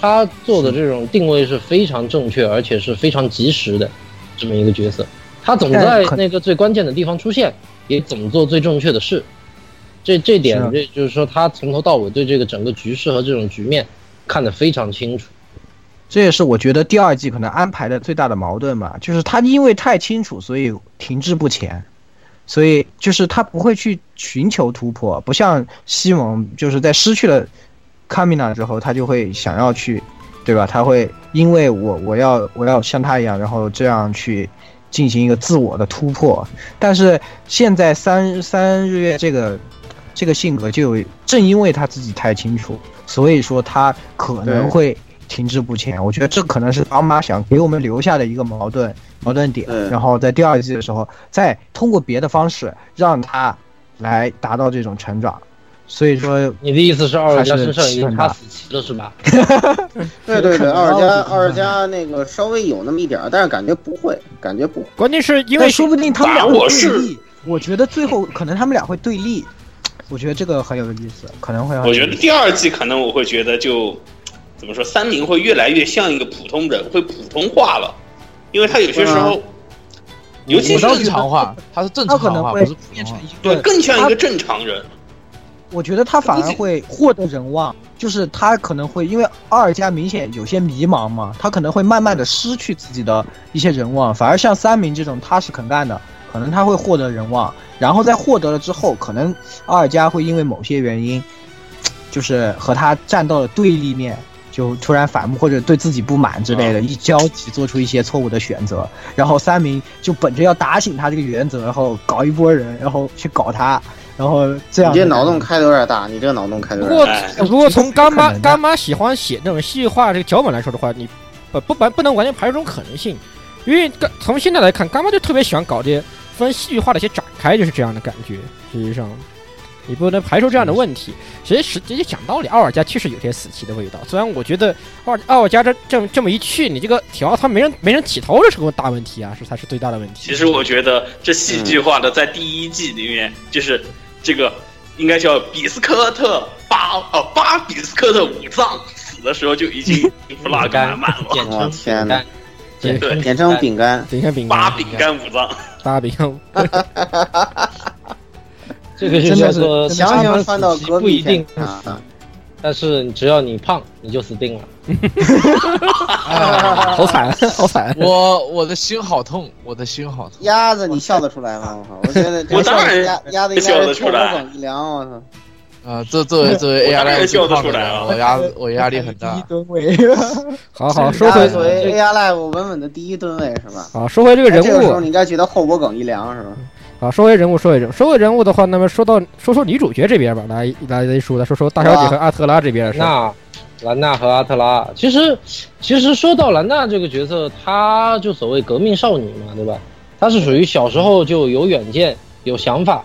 F: 他做的这种定位是非常正确，而且是非常及时的这么一个角色。他总在
I: 但可
F: 那个最关键的地方出现，也总做最正确的事。这这点
I: 是啊，
F: 这就是说他从头到尾对这个整个局势和这种局面看得非常清楚。
A: 这也是我觉得第二季可能安排的最大的矛盾嘛，就是他因为太清楚，所以停滞不前，所以就是他不会去寻求突破，不像西蒙就是在失去了卡米娜之后，他就会想要去，对吧？他会因为我我要我要像他一样，然后这样去进行一个自我的突破。但是现在三三日月这个这个性格就有，正因为他自己太清楚，所以说他可能会停滞不前。我觉得这可能是当妈想给我们留下的一个矛盾矛盾点
D: 对，
A: 然后在第二季的时候再通过别的方式让他来达到这种成长。所以说，
F: 你的意思是奥尔加身上
A: 还
F: 已
A: 是
F: 经
A: 很
F: 他
A: 大
F: 死棋了是吧？
D: 对对对，二加二加那个稍微有那么一点儿，但是感觉不会，感觉不会。
C: 关键是因为
A: 但说不定他们俩
B: 反而我
A: 会对
B: 是
A: 立。我觉得最后可能他们俩会对立，我觉得这个很有意思，可能会很有
B: 我
A: 意思。
B: 觉得第二季可能我会觉得就怎么说，三明会越来越像一个普通人，会普通话了，因为他有些时候，
A: 嗯
B: 尤其
E: 我
B: 是
E: 正常化，他是正
A: 他
E: 常
A: 可能
E: 化，
A: 会
E: 不是普
A: 变
E: 通
A: 成
E: 话。
A: 一
B: 对
A: 个，
B: 更像一个正常人。
A: 我觉得他反而会获得人望，就是他可能会因为阿尔加明显有些迷茫嘛，他可能会慢慢的失去自己的一些人望，反而像三明这种踏实肯干的，可能他会获得人望，然后在获得了之后，可能阿尔加会因为某些原因，就是和他站到了对立面。就突然反目或者对自己不满之类的，
D: 嗯
A: 一交集做出一些错误的选择，然后三明就本着要打醒他这个原则，然后搞一波人，然后去搞他，
J: 然后这样
D: 你这脑洞开的有点大，你这个脑洞开的
C: 不
D: 有
C: 过
D: 点大。
B: 哎
C: 不过呃从干
G: 不可
C: 妈
G: 能的
C: 干妈喜欢写那种戏化这个脚本来说的话，你不不不不能完全排除这种可能性，因为干从现在来看，干妈就特别喜欢搞这些分戏剧化的一些展开，就是这样的感觉。实际上，你不能排除这样的问题。其实实际讲道理，奥尔加确实有些死棋的味道。虽然我觉得奥尔奥尔加这这么这么一去，你这个条他没人没人起头，这是个大问题啊，是才是最大的问题。
B: 其实我觉得这戏剧化的在第一季里面，就是这个应该叫比斯科特巴哦巴比斯科特五藏死的时候就已经 flag 满满了，
F: 简
D: 我
F: 称
D: 天哪
F: 哪！简
B: 对
F: 称
D: 简称饼干，
C: 等一下
A: 嗯
C: 饼
B: 八
C: 干，
B: 饼干五藏。
C: 八饼干，
F: 这个就叫
B: 呃
F: 做
D: 强行穿到隔
F: 不
D: 壁
F: 一定
D: 天，啊！
F: 但是只要你胖，你就死定了。
C: 好惨，好惨。
E: 哎我我的心好痛，我的心好痛。
D: 鸭子，你笑得出来吗？我靠，我觉得
B: 我当然
D: 鸭鸭子应
B: 笑
D: 该
B: 得
D: 是
B: 出
D: 痛
B: 来
D: 风一凉，我操！
E: 啊，作作为作为
B: 我
E: AI
B: 当然
E: 来
B: 笑得出
E: 的
B: 来
E: 人
B: 啊
E: 我压我压力很
J: 第一
E: 大。
J: 吨位，
C: 好好说
D: 鸭
C: 回
D: 子作为 AI Live 稳稳的第一吨位是吧？
C: 啊，说回这个人
D: 哎这个时
C: 物
D: 候。你应该觉得后脖梗一凉是吧？
C: 啊，说回人物，说回人，说回人物的话，那么说到说说女主角这边吧，来来来说来说说大小姐和
D: 啊
C: 阿特拉这边的事儿。
F: 那兰娜和阿特拉，其实其实说到兰娜这个角色，她就所谓革命少女嘛，对吧？她是属于小时候就有远见、有想法，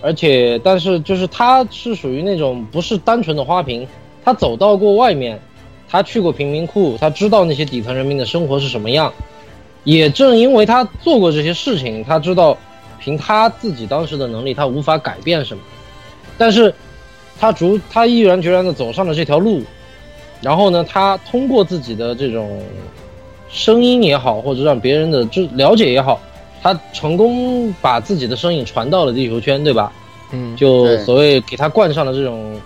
F: 而且但是就是她是属于那种不是单纯的花瓶，她走到过外面，她去过贫民窟，她知道那些底层人民的生活是什么样。也正因为她做过这些事情，她知道凭她自己当时的能力，她无法改变什么，但是他逐他毅然决然地走上了这条路，然后呢，他通过自己的这种声音也好，或者让别人的知了解也好，他成功把自己的身影传到了地球圈，对吧？
C: 嗯，
F: 就
D: 对
F: 所谓给他冠上了这种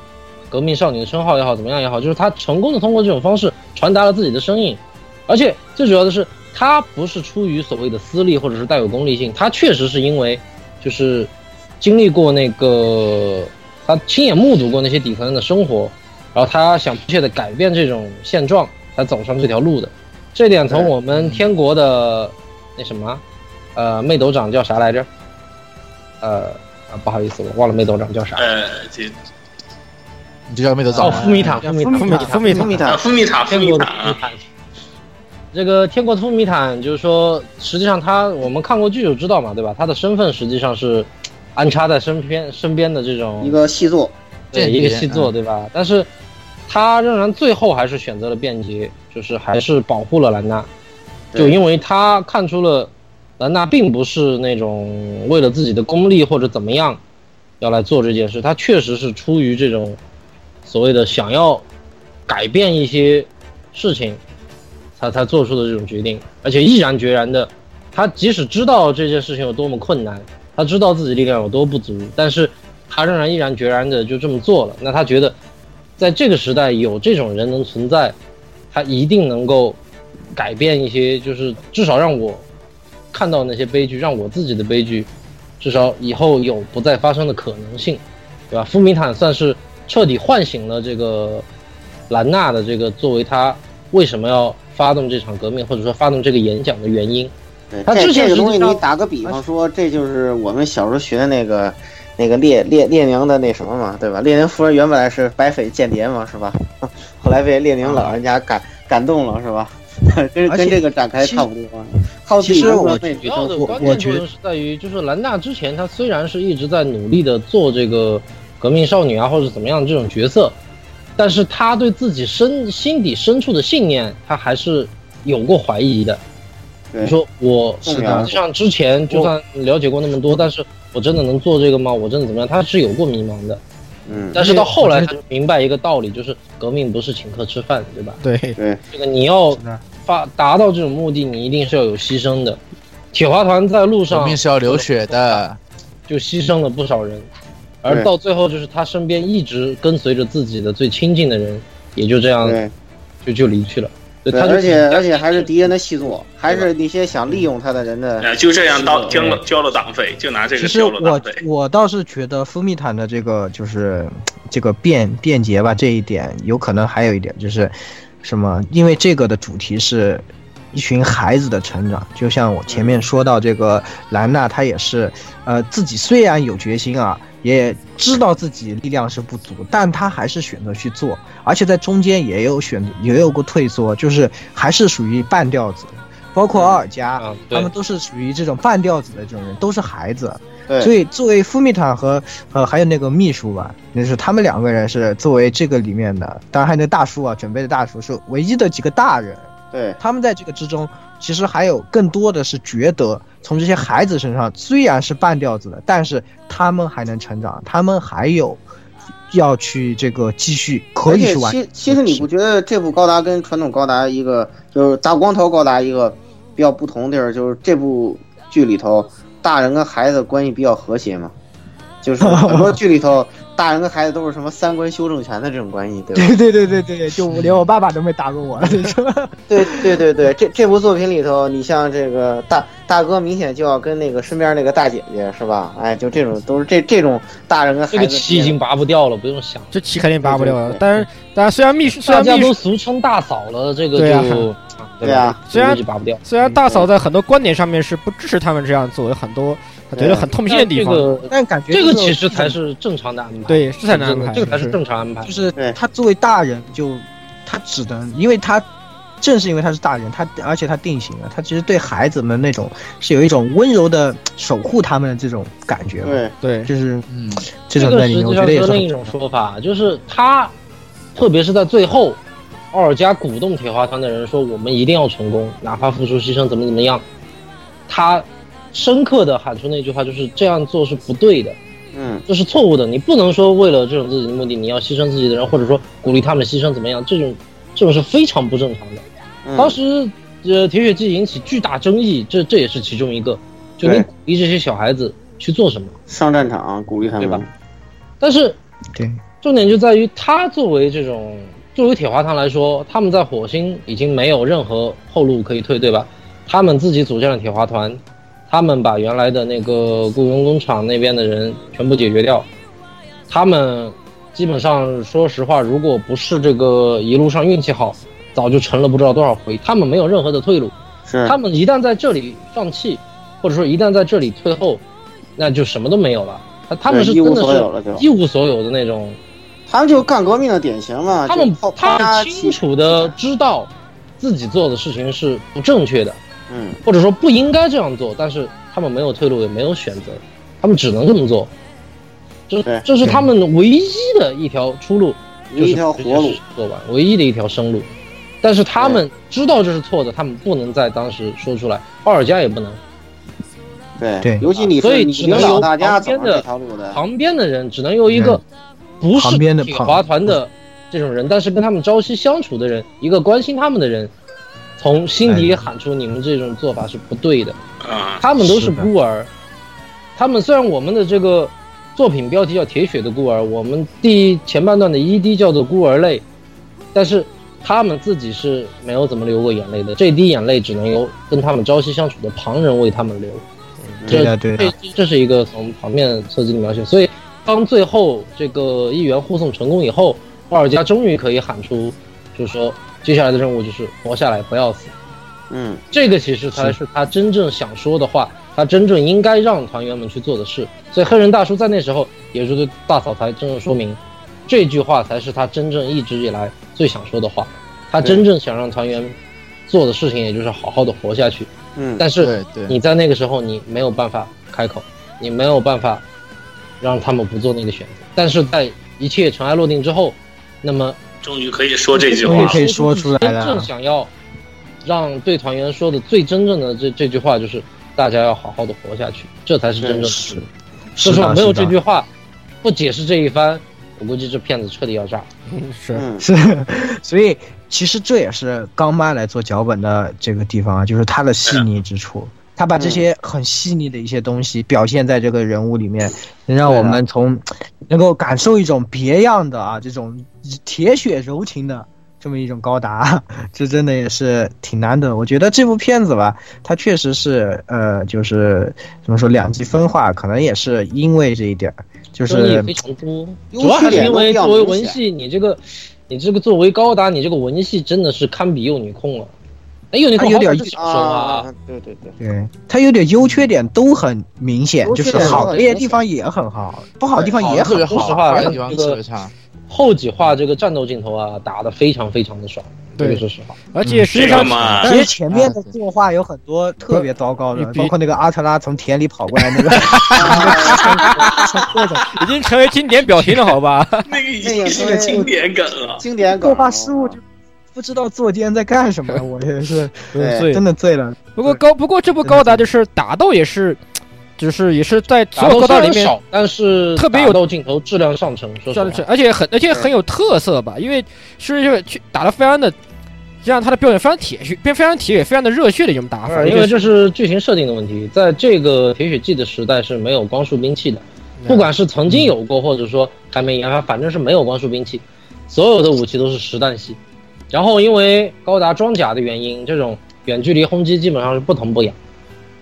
F: 革命少女的称号也好，怎么样也好，就是他成功的通过这种方式传达了自己的身影，而且最主要的是，他不是出于所谓的私利或者是带有功利性，他确实是因为就是经历过那个他亲眼目睹过那些底层人的生活，然后他想迫切的改变这种现状，才走上这条路的。这点从我们天国的那什么，呃，魅斗长叫啥来着？呃啊，不好意思，我忘了魅斗长
A: 啊
F: 叫啥。
B: 呃，这
E: 你就叫没得
F: 哦，
E: 找
F: 富米塔，富米塔，
C: 富美富美
D: 米
B: 啊，
D: 塔，
B: 富密塔，富
F: 天
B: 密
F: 国的
B: 塔
F: 富米
A: 嗯
B: 啊，
F: 坦。这个天国的富米坦，就是说，实际上他我们看过剧就知道嘛，对吧？他的身份实际上是安插在身边身边的这种
D: 一个细作，
F: 对
E: 间谍
F: 一个细作，
E: 嗯
F: 对吧？但是他仍然最后还是选择了便捷，就是还是保护了兰娜，
D: 对
F: 就因为他看出了兰娜并不是那种为了自己的功利或者怎么样要来做这件事，他确实是出于这种所谓的想要改变一些事情，才才做出的这种决定，而且毅然决然的，他即使知道这件事情有多么困难，他知道自己力量有多不足，但是他仍然毅然决然的就这么做了。那他觉得，在这个时代有这种人能存在，他一定能够改变一些，就是至少让我看到那些悲剧，让我自己的悲剧，至少以后有不再发生的可能性，对吧？富米坦算是彻底唤醒了这个兰纳的这个作为他为什么要发动这场革命，或者说发动这个演讲的原因。
D: 对
F: 他
D: 这
F: 之前
D: 这个
F: 实际
D: 东西，
F: 上
D: 你打个比
A: 哎
D: 方说，这就是我们小时候学的那个那个列列列宁的那什么嘛，对吧？列宁夫人原本来是白匪间谍嘛，是吧？ 后来被列宁老人家感感动了，是吧？ 跟
A: 啊而且
D: 跟这个展开差不多啊，靠自己
A: 其实
D: 的
A: 我
D: 被
F: 主
D: 女
F: 要
D: 生
F: 的
D: 俘
F: 关
A: 我
F: 键
A: 觉
F: 作
A: 得
F: 用是在于，就是兰纳之前，她虽然是一直在努力的做这个革命少女啊，或者怎么样这种角色，但是她对自己深心底深处的信念，她还是有过怀疑的。
D: 对
F: 你说我
D: 动
F: 实
D: 摇
F: 际上之前就算了解过那么多，但是我真的能做这个吗？我真的怎么样？她是有过迷茫的，
D: 嗯，
F: 但是到后来她就明白一个道理，就是革命不是请客吃饭，对吧？
C: 对，
D: 对，
F: 这个你要
J: 是的
F: 发达到这种目的，你一定是要有牺牲的。铁花团在路
E: 革
F: 上
E: 命是要流血的。
F: 就牺牲了不少人，而
D: 对
F: 到最后就是他身边一直跟随着自己的最亲近的人，也就这样
D: 对
F: 就就离去了。对，
D: 对，
F: 他就
D: 而且而且还是敌人的细作，还是那些想利用他的人的。
B: 呃就这样当交了交了党费，就拿这
A: 其
B: 个
A: 实
B: 交了党
A: 我
B: 费。
A: 我倒是觉得夫密坦的这个就是这个便便捷吧，这一点有可能还有一点就是什么，因为这个的主题是一群孩子的成长。就像我前面说到，这个兰娜她也是，呃，自己虽然有决心啊，也知道自己力量是不足，但她还是选择去做，而且在中间也有选也有过退缩，就是还是属于半吊子。包括奥尔加，
F: 嗯对
A: 他们都是属于这种半吊子的这种人，都是孩子，
D: 对，
A: 所以作为夫密塔和呃还有那个秘书吧，就是他们两个人是作为这个里面的，当然还有那大叔啊，准备的大叔是唯一的几个大人，
D: 对
A: 他们在这个之中，其实还有更多的是觉得从这些孩子身上，虽然是半吊子的，但是他们还能成长，他们还有要去这个继续可
D: 而
A: 以
D: 且
A: 去玩。
D: 其其实你不觉得这部高达跟传统高达一个就是大光头高达一个比较不同的地儿，就是这部剧里头大人跟孩子关系比较和谐吗？ 就是很多剧里头大人跟孩子都是什么三观修正权的这种关系，对 吧？
A: 对对对对对，就连我爸爸都没打过我 了，你说。
D: 对对对对，这这部作品里头，你像这个大大哥明显就要跟那个身边那个大姐姐是吧？哎，就这种都是这这种大人跟孩
F: 这
D: 子
F: 个
D: 之间
F: 旗已经拔不掉了，不用想。
C: 这旗肯定拔不掉了
D: 对对对。
C: 但是，但虽然秘书，虽
F: 大
C: 然
F: 家
C: 秘
F: 都
C: 书，
F: 俗称大嫂了，这个
C: 对啊
F: 就
D: 对啊，
F: 这
C: 虽
F: 个
C: 然
F: 就拔不掉。
C: 虽然大
F: 嗯
C: 嫂在很多观点上面是不支持他们这样做，有很多我觉得很痛心的地
F: 这
C: 方。
F: 个
A: 但感觉
F: 这个
A: 就是
F: 其实才是正常的安排，
C: 对，是才能
F: 这个
C: 安排，
F: 这个才
C: 是
F: 是正常安排
A: 就。是
D: 对
A: 他作为大人就，他只能，因为他正是因为他是大人，他而且他定型了，他其实对孩子们那种是有一种温柔的守护他们的这种感觉，，
D: 对
C: 对，
A: 就是
E: 嗯，
A: 这
F: 这
A: 种
F: 个
A: 在
F: 实
A: 里面，我觉
F: 际上
A: 得也
F: 是
A: 是
F: 另一
A: 很
F: 种说法，就是他，特别是在最后，奥尔加鼓动铁花团的人说：“我们一定要成功，哪怕付出牺牲，怎么怎么样。”他深刻的喊出那句话，就是这样做是不对的，
D: 嗯
F: 这是错误的。你不能说为了这种自己的目的，你要牺牲自己的人，或者说鼓励他们牺牲怎么样？这种这种是非常不正常的。
D: 嗯，
F: 当时呃，铁血纪引起巨大争议，这这也是其中一个。就你
D: 对
F: 鼓励这些小孩子去做什么？
D: 上战场鼓励他们，
F: 对吧但是
A: 对，
F: 重点就在于他作为这种作为铁花堂来说，他们在火星已经没有任何后路可以退，对吧？他们自己组建了铁花团，他们把原来的那个雇佣工厂那边的人全部解决掉，他们基本上说实话，如果不是这个一路上运气好，早就沉了不知道多少回，他们没有任何的退路。
D: 是
F: 他们一旦在这里放弃，或者说一旦在这里退后，那就什么都没有了。他他们是
D: 对一无
F: 真的
D: 所有了
F: 是
D: 就
F: 一无所有的那种。
D: 他们就是干革命的典型嘛。
F: 他们
D: 就靠
F: 他
D: 啪
F: 们清楚的，知道自己做的事情是不正确的，
D: 嗯，
F: 或者说不应该这样做，但是他们没有退路，也没有选择，他们只能这么做。这
D: 对
F: 这是他们唯一的一条出路，就是
D: 一条活路，
F: 做完唯一的一条生路。但是他们知道这是错的，他们不能在当时说出来，奥尔加也不能，
D: 对
A: 对
D: 尤其你
F: 所以
D: 是你
F: 只能
D: 领导
F: 由
D: 大家
F: 旁
D: 走
F: 边
D: 上这
F: 的
D: 条路的，
F: 旁边的人只能由一个不是
A: 嗯旁边的
F: 铁
A: 旁
F: 华团的这种人，但是跟他们朝夕相处的人，一个关心他们的人，从心
A: 哎
F: 底里喊出你们这种做法是不对的。
B: 啊，
F: 他们都是
A: 是的
F: 孤儿，他们虽然我们的这个作品标题叫《铁血的孤儿》，我们第前半段的 ED 叫做《孤儿泪》，但是他们自己是没有怎么流过眼泪的，这滴眼泪只能由跟他们朝夕相处的旁人为他们流。
A: 对的对的
F: 这啊这是一个从旁面设计的描写。所以，当最后这个议员护送成功以后，奥尔加终于可以喊出，就是说接下来的任务就是活下来，不要死。
D: 嗯，
F: 这个其实才是他真正想说的话，他真正应该让团员们去做的事。所以黑人大叔在那时候也是对大嫂才真正说明，这句话才是他真正一直以来最想说的话。他真正想让团员做的事情，也就是好好的活下去。
D: 嗯，
F: 但是
E: 对对，
F: 你在那个时候你没有办法开口，你没有办法让他们不做那个选择。但是在一切尘埃落定之后，那么
B: 终于可以说这句
A: 终于
B: 话
A: 可以说出来了
F: 真正想要让对团员说的最真正的这这句话就是大家要好好的活下去，这才是真正的
A: 是。
F: 说
A: 是
F: 实话，
A: 的，
F: 没有
A: 是
F: 这
A: 的
F: 句，话，不解释这一番，我估计这骗子彻底要炸。
C: 嗯是
D: 嗯
A: 是， 所以其实这也是刚妈来做脚本的这个地方啊，就是她的细
F: 嗯
A: 腻之处。她把这些很细腻的一些东西表现在这个人物里面，能
F: 啊
A: 让我们从能够感受一种别样的啊，这种铁血柔情的这么一种高达，这真的也是挺难得。我觉得这部片子吧，它确实是呃，就是怎么说两极分化，可能也是因为这一点儿，就
F: 争议
A: 是
F: 非常多，
D: 优
F: 主要还
D: 缺
F: 是
D: 点
F: 因为
D: 都比较
F: 作为
D: 明
A: 啊
F: 文
D: 显
F: 系，你这个，你这个作为高达，你这个文系真的是堪比幼女控了。哎，有那
A: 啊它有点
F: 说话，
D: 啊，对对对，
A: 对，它优点优缺点都很明显，
D: 优
A: 就
D: 缺
A: 是
D: 点
A: 好
D: 都
A: 的
D: 很
A: 一些
D: 明
A: 地方也很好，不好的地方也很
E: 特别
A: 好。
E: 好，
F: 说实话
E: 好的
F: 这
E: 地方
F: 个
E: 特别差。
F: 后几话这个战斗镜头啊，打得非常非常的爽，这个
C: 对，
F: 说实话。
C: 而
D: 嗯
C: 且实际
B: 这个
C: 上
B: 嘛，
A: 其实前面的作画有很多特别糟糕的
C: 你，比
A: 包括那个阿特拉从田里跑过来那个，
D: 啊
C: 已经成为经典表情了，好 吧？
B: 那个已经是个经典梗了。
D: 经典梗 哦
A: 作。画失误就不知道作监在干什么，我也是
D: 对
C: 所以
A: 真的醉了。
C: 不过高，不过这部高达就是打斗也是，就是也是在所
F: 打
C: 有
F: 斗
C: 高达
F: 虽
C: 里
F: 然
C: 面
F: 少，但是
C: 特别有
F: 打斗镜头质量上乘，说实
C: 算是，
F: 话。
C: 而且很而且很有特色吧，因为是就是去打的非常的，让他的标准非常铁血，变非常铁血，非常的热血的一种打法，
F: 因
C: 啊就
F: 为
C: 是
F: 这是剧情设定的问题，在这个铁血纪的时代是没有光束兵器的，
C: 嗯
F: 不管是曾经有过，或者说还没研发，反正是没有光束兵器，所有的武器都是实弹系。然后因为高达装甲的原因，这种远距离轰击基本上是不疼不痒，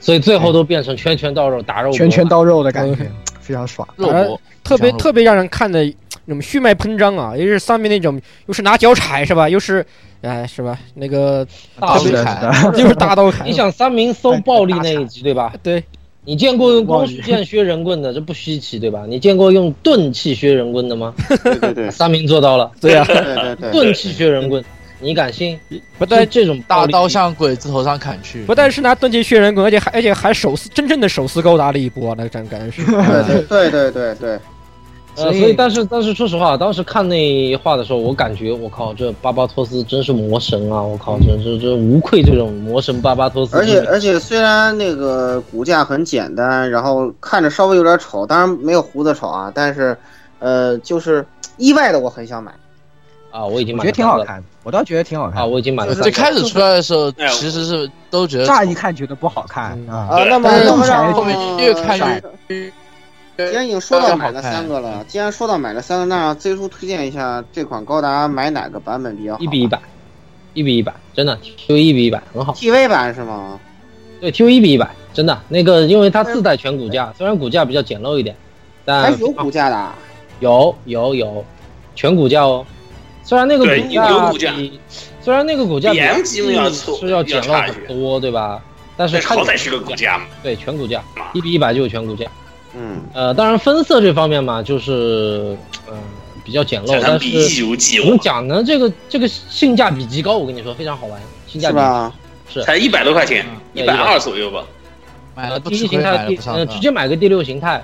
F: 所以最后都变成圈圈到肉打肉搏
A: 拳拳到肉的感觉，非常爽。
E: 肉搏，
C: 特别
E: 强了
C: 特别让人看的那种血脉喷张啊，也是上面那种又是拿脚踩是吧，又是哎是吧那个
F: 大
E: 特别
A: 是的
E: 惨
A: 是的
C: 又 是大刀砍
F: 你，想三明搜暴力那一集对吧？
C: 对，
F: 你见过用光束剑削人棍的，这不稀奇对吧？你见过用钝器削人棍的吗？
D: 对对对
F: 三明做到了，
C: 对啊，
D: 对对对，
F: 钝器削人棍，你敢信？
C: 不
F: 对
C: 但
F: 这种暴
E: 大
F: 力
E: 刀向鬼子头上砍去。
C: 不但是拿钝器血人滚，而且还而且还手撕真正的手撕高达了一波，那个感感觉是。
D: 对对对对对，
F: 呃，所以但是但是说实话，当时看那一话的时候，我感觉我靠，这巴巴托斯真是魔神啊！我靠，这这这无愧这种魔神巴巴托斯。
D: 而且而且虽然那个骨架很简单，然后看着稍微有点丑，当然没有胡子丑啊，但是，呃，就是意外的我很想买，
F: 啊，我已经
A: 我
F: 买
A: 觉得
F: 了
A: 挺
F: 三个
A: 好
F: 了
A: 看的，我倒觉得挺好看
F: 啊，
A: 的。
F: 我已经买了三
E: 最
F: 个。
E: 开始出来的时候，
B: 哎我
E: 其实是都觉得
A: 乍一看觉得不好看
C: 嗯
A: 啊，
D: 啊，那么
E: 但是
D: 要不
E: 后面
D: 让
E: 越看越
F: 呃
D: 既然已经说到买了三个
F: 哎
D: 了，既然说到买了三个，那最初推荐一下这款高达买哪个版本比较好？
F: 一比一百，一比一百，真的 T U 一比一百很好。
D: TV 版是吗？
F: 对 T U 一比一百，真的那个，因为它自带全骨架，虽然骨架比较简陋一点，
D: 还
F: 但
D: 是有骨架的啊，
F: 哦有有有全骨架哦。虽然那个
B: 对
F: 骨
B: 有有骨
F: 架
B: 架
F: 比，虽然那个骨架比
B: BM 机能要粗
F: 是要简
B: 要差
F: 陋
B: 一
F: 很
B: 点
F: 多，对吧？但是
B: 但是
F: 它
B: 好
F: 有
B: 歹是个国家嘛，
F: 对全骨架，
B: 啊
F: 一比一百就是全骨架。
D: 嗯，
F: 呃，当然分色这方面嘛，就是呃比较简
B: 像
F: 陋，
B: 他
F: 但
B: 比翼
F: 是
B: 如既
F: 怎么
B: 往，
F: 讲呢？这个这个性价比极高，我跟你说非常好玩，性价
D: 是
F: 比
D: 吧？
B: 才一百多块钱，
F: 对
B: 一百二左右吧。
E: 买了
F: 呃，
E: 不
F: 第
E: 吃
F: 一
E: 亏，
F: 形
E: 买
F: 态
E: 了
F: 第
E: 不上
F: 呃直
E: 当。
F: 接买个第六形态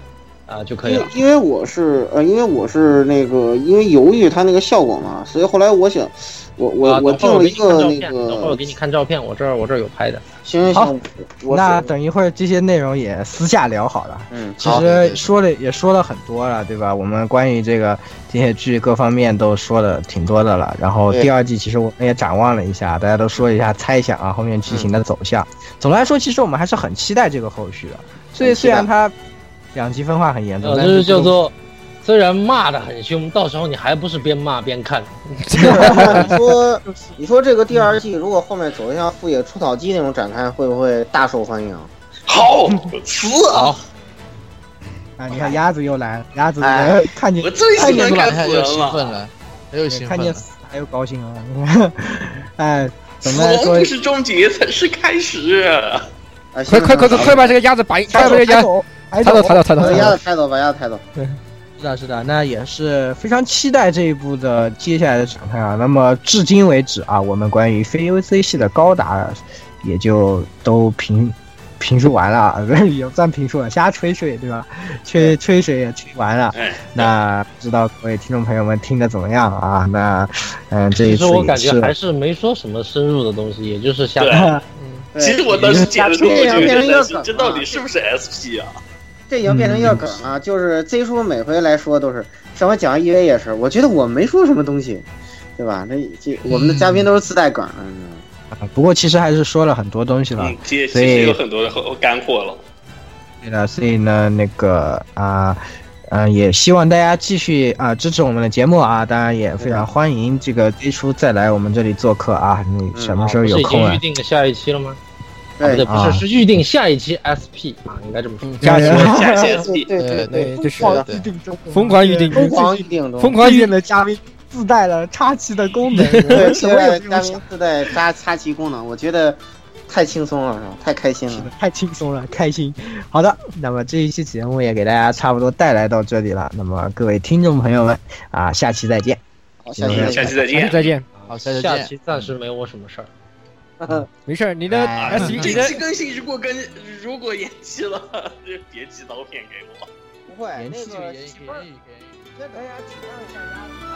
F: 啊、就可以
D: 因
F: 了。
D: 因为我是呃，因为我是那个，因为犹豫它那个效果嘛，所以后来我想，我我、
F: 啊，
D: 我
F: 等会
D: 定
F: 儿我
D: 了
F: 给
D: 一
F: 你
D: 个那
F: 看照片，等会儿我
D: 个
F: 给，你看照片，我这儿我这儿有拍的。
E: 啊
D: 行行
A: 好
D: 行，我
A: 那
D: 是
A: 等一会儿这些内容也私下聊好了。
D: 嗯，
A: 其
D: 好，
A: 实说了也说了很多了，对吧？我们关于这个这些剧各方面都说的挺多的了。然后
D: 对
A: 第二季其实我们也展望了一下，大家都说一下猜一下啊后面剧情的走向。总的来说，其实我们还是很期待这个后续的。所以
D: 很期
A: 虽
D: 待
A: 然它两极分化很严重，
F: 呃，
A: 但
F: 这是
A: 是
F: 叫做，虽然骂的很凶，到时候你还不是边骂边看。
D: 你说你说这个第二季如果后面走向副野出草机那种展开，会不会大受欢迎？
B: 好，死啊！
A: 啊，你看鸭子又来了，鸭子
D: 哎
A: 看见
B: 我最
E: 看
B: 喜
E: 见
B: 欢
E: 出来
B: 看
E: 他
B: 死
E: 就
B: 人
E: 兴
B: 了，
E: 奋了，他就兴
A: 看
E: 奋
A: 见
E: 了。
A: 死还有高兴啊， 哎，怎
B: 死
A: 么来
B: 亡
A: 说
B: 不？是终结，才是开始。
D: 啊，
C: 快
D: 行
C: 快快快快！把这个鸭子 把快把这个鸭
F: 哎
A: 抬
C: 子
A: 走，抬
C: 抬
A: 走
C: 走抬走
D: 行
C: 抬走
D: 把
C: 抬
D: 鸭
C: 走，
D: 子抬走，把鸭子抬走。
A: 是的，是的，那也是非常期待这一部的接下来的展开啊。那么至今为止啊，我们关于非 UC 系的高达也就都评评述完了，啊， 也不算评述了，瞎吹水对吧？吹吹水也吹完了。
B: 哎，
A: 那不知道各位听众朋友们听的怎么样啊？那嗯，这
F: 其
A: 一
F: 实
A: 次
F: 我
A: 也
F: 感觉
A: 是
F: 还是没说什么深入的东西，也就是瞎
B: 对
D: 对
B: 其实我当时解的时候，我就
D: 这
B: 有
D: 样
B: 点担
D: 变成一
B: 心
D: 个，
B: 这到底是不是 SP 啊？
D: 这已经变成一个梗了、就是 Z 叔每回来说都是，上回讲 EVA 也是，我觉得我没说什么东西，对吧？那这我们的嘉宾都是自带梗儿，嗯，
A: 不过其实还是说了很多东西了。
B: 嗯，其
A: 所以
B: 其实有很多的干货了。
A: 对的，所以呢，那个啊，嗯、也希望大家继续啊、支持我们的节目啊，当然也非常欢迎这个 A 叔再来我们这里做客啊，你
D: 嗯
A: 什么时候
F: 不
A: 有
F: 是已
A: 空
F: 经
A: 啊
F: 预？定了下一期了吗？啊，不
D: 对
F: 对，不
A: 啊
F: 是，是预定下一期 SP 啊，应该这么
E: 嗯
F: 说。
C: 加起来
B: 下线
D: 对对对对
E: 对
C: 对，就是
E: 对对
A: 定中，
C: 疯狂预定
D: 疯狂预定中，
C: 疯狂预
A: 的嘉宾，自带了插旗的功能，
D: 对，
A: 怎么有这
D: 嘉
A: 种
D: 宾
A: 想
D: 自带插插旗功能，我觉得太轻松了，是吧？太开心
A: 是的
D: 了。，
A: 太轻松了，开心。好的，那么这一期节目也给大家差不多带来到这里了。那么各位听众朋友们啊，下期再见。
D: 好，下期
B: 嗯下
D: 再
B: 期再
D: 见。
B: 见。
C: 再见。
E: 好，下次
F: 下
E: 见。
F: 期暂时没我什么事儿。
C: 没事儿，你的
A: 哎
C: S 你
B: 这
C: 的
B: 期更新如果跟如果延期了，就别寄刀片给我。
D: 不会，那个
E: 延期
D: 气氛儿
E: 延期
D: 那大家体谅一下大家。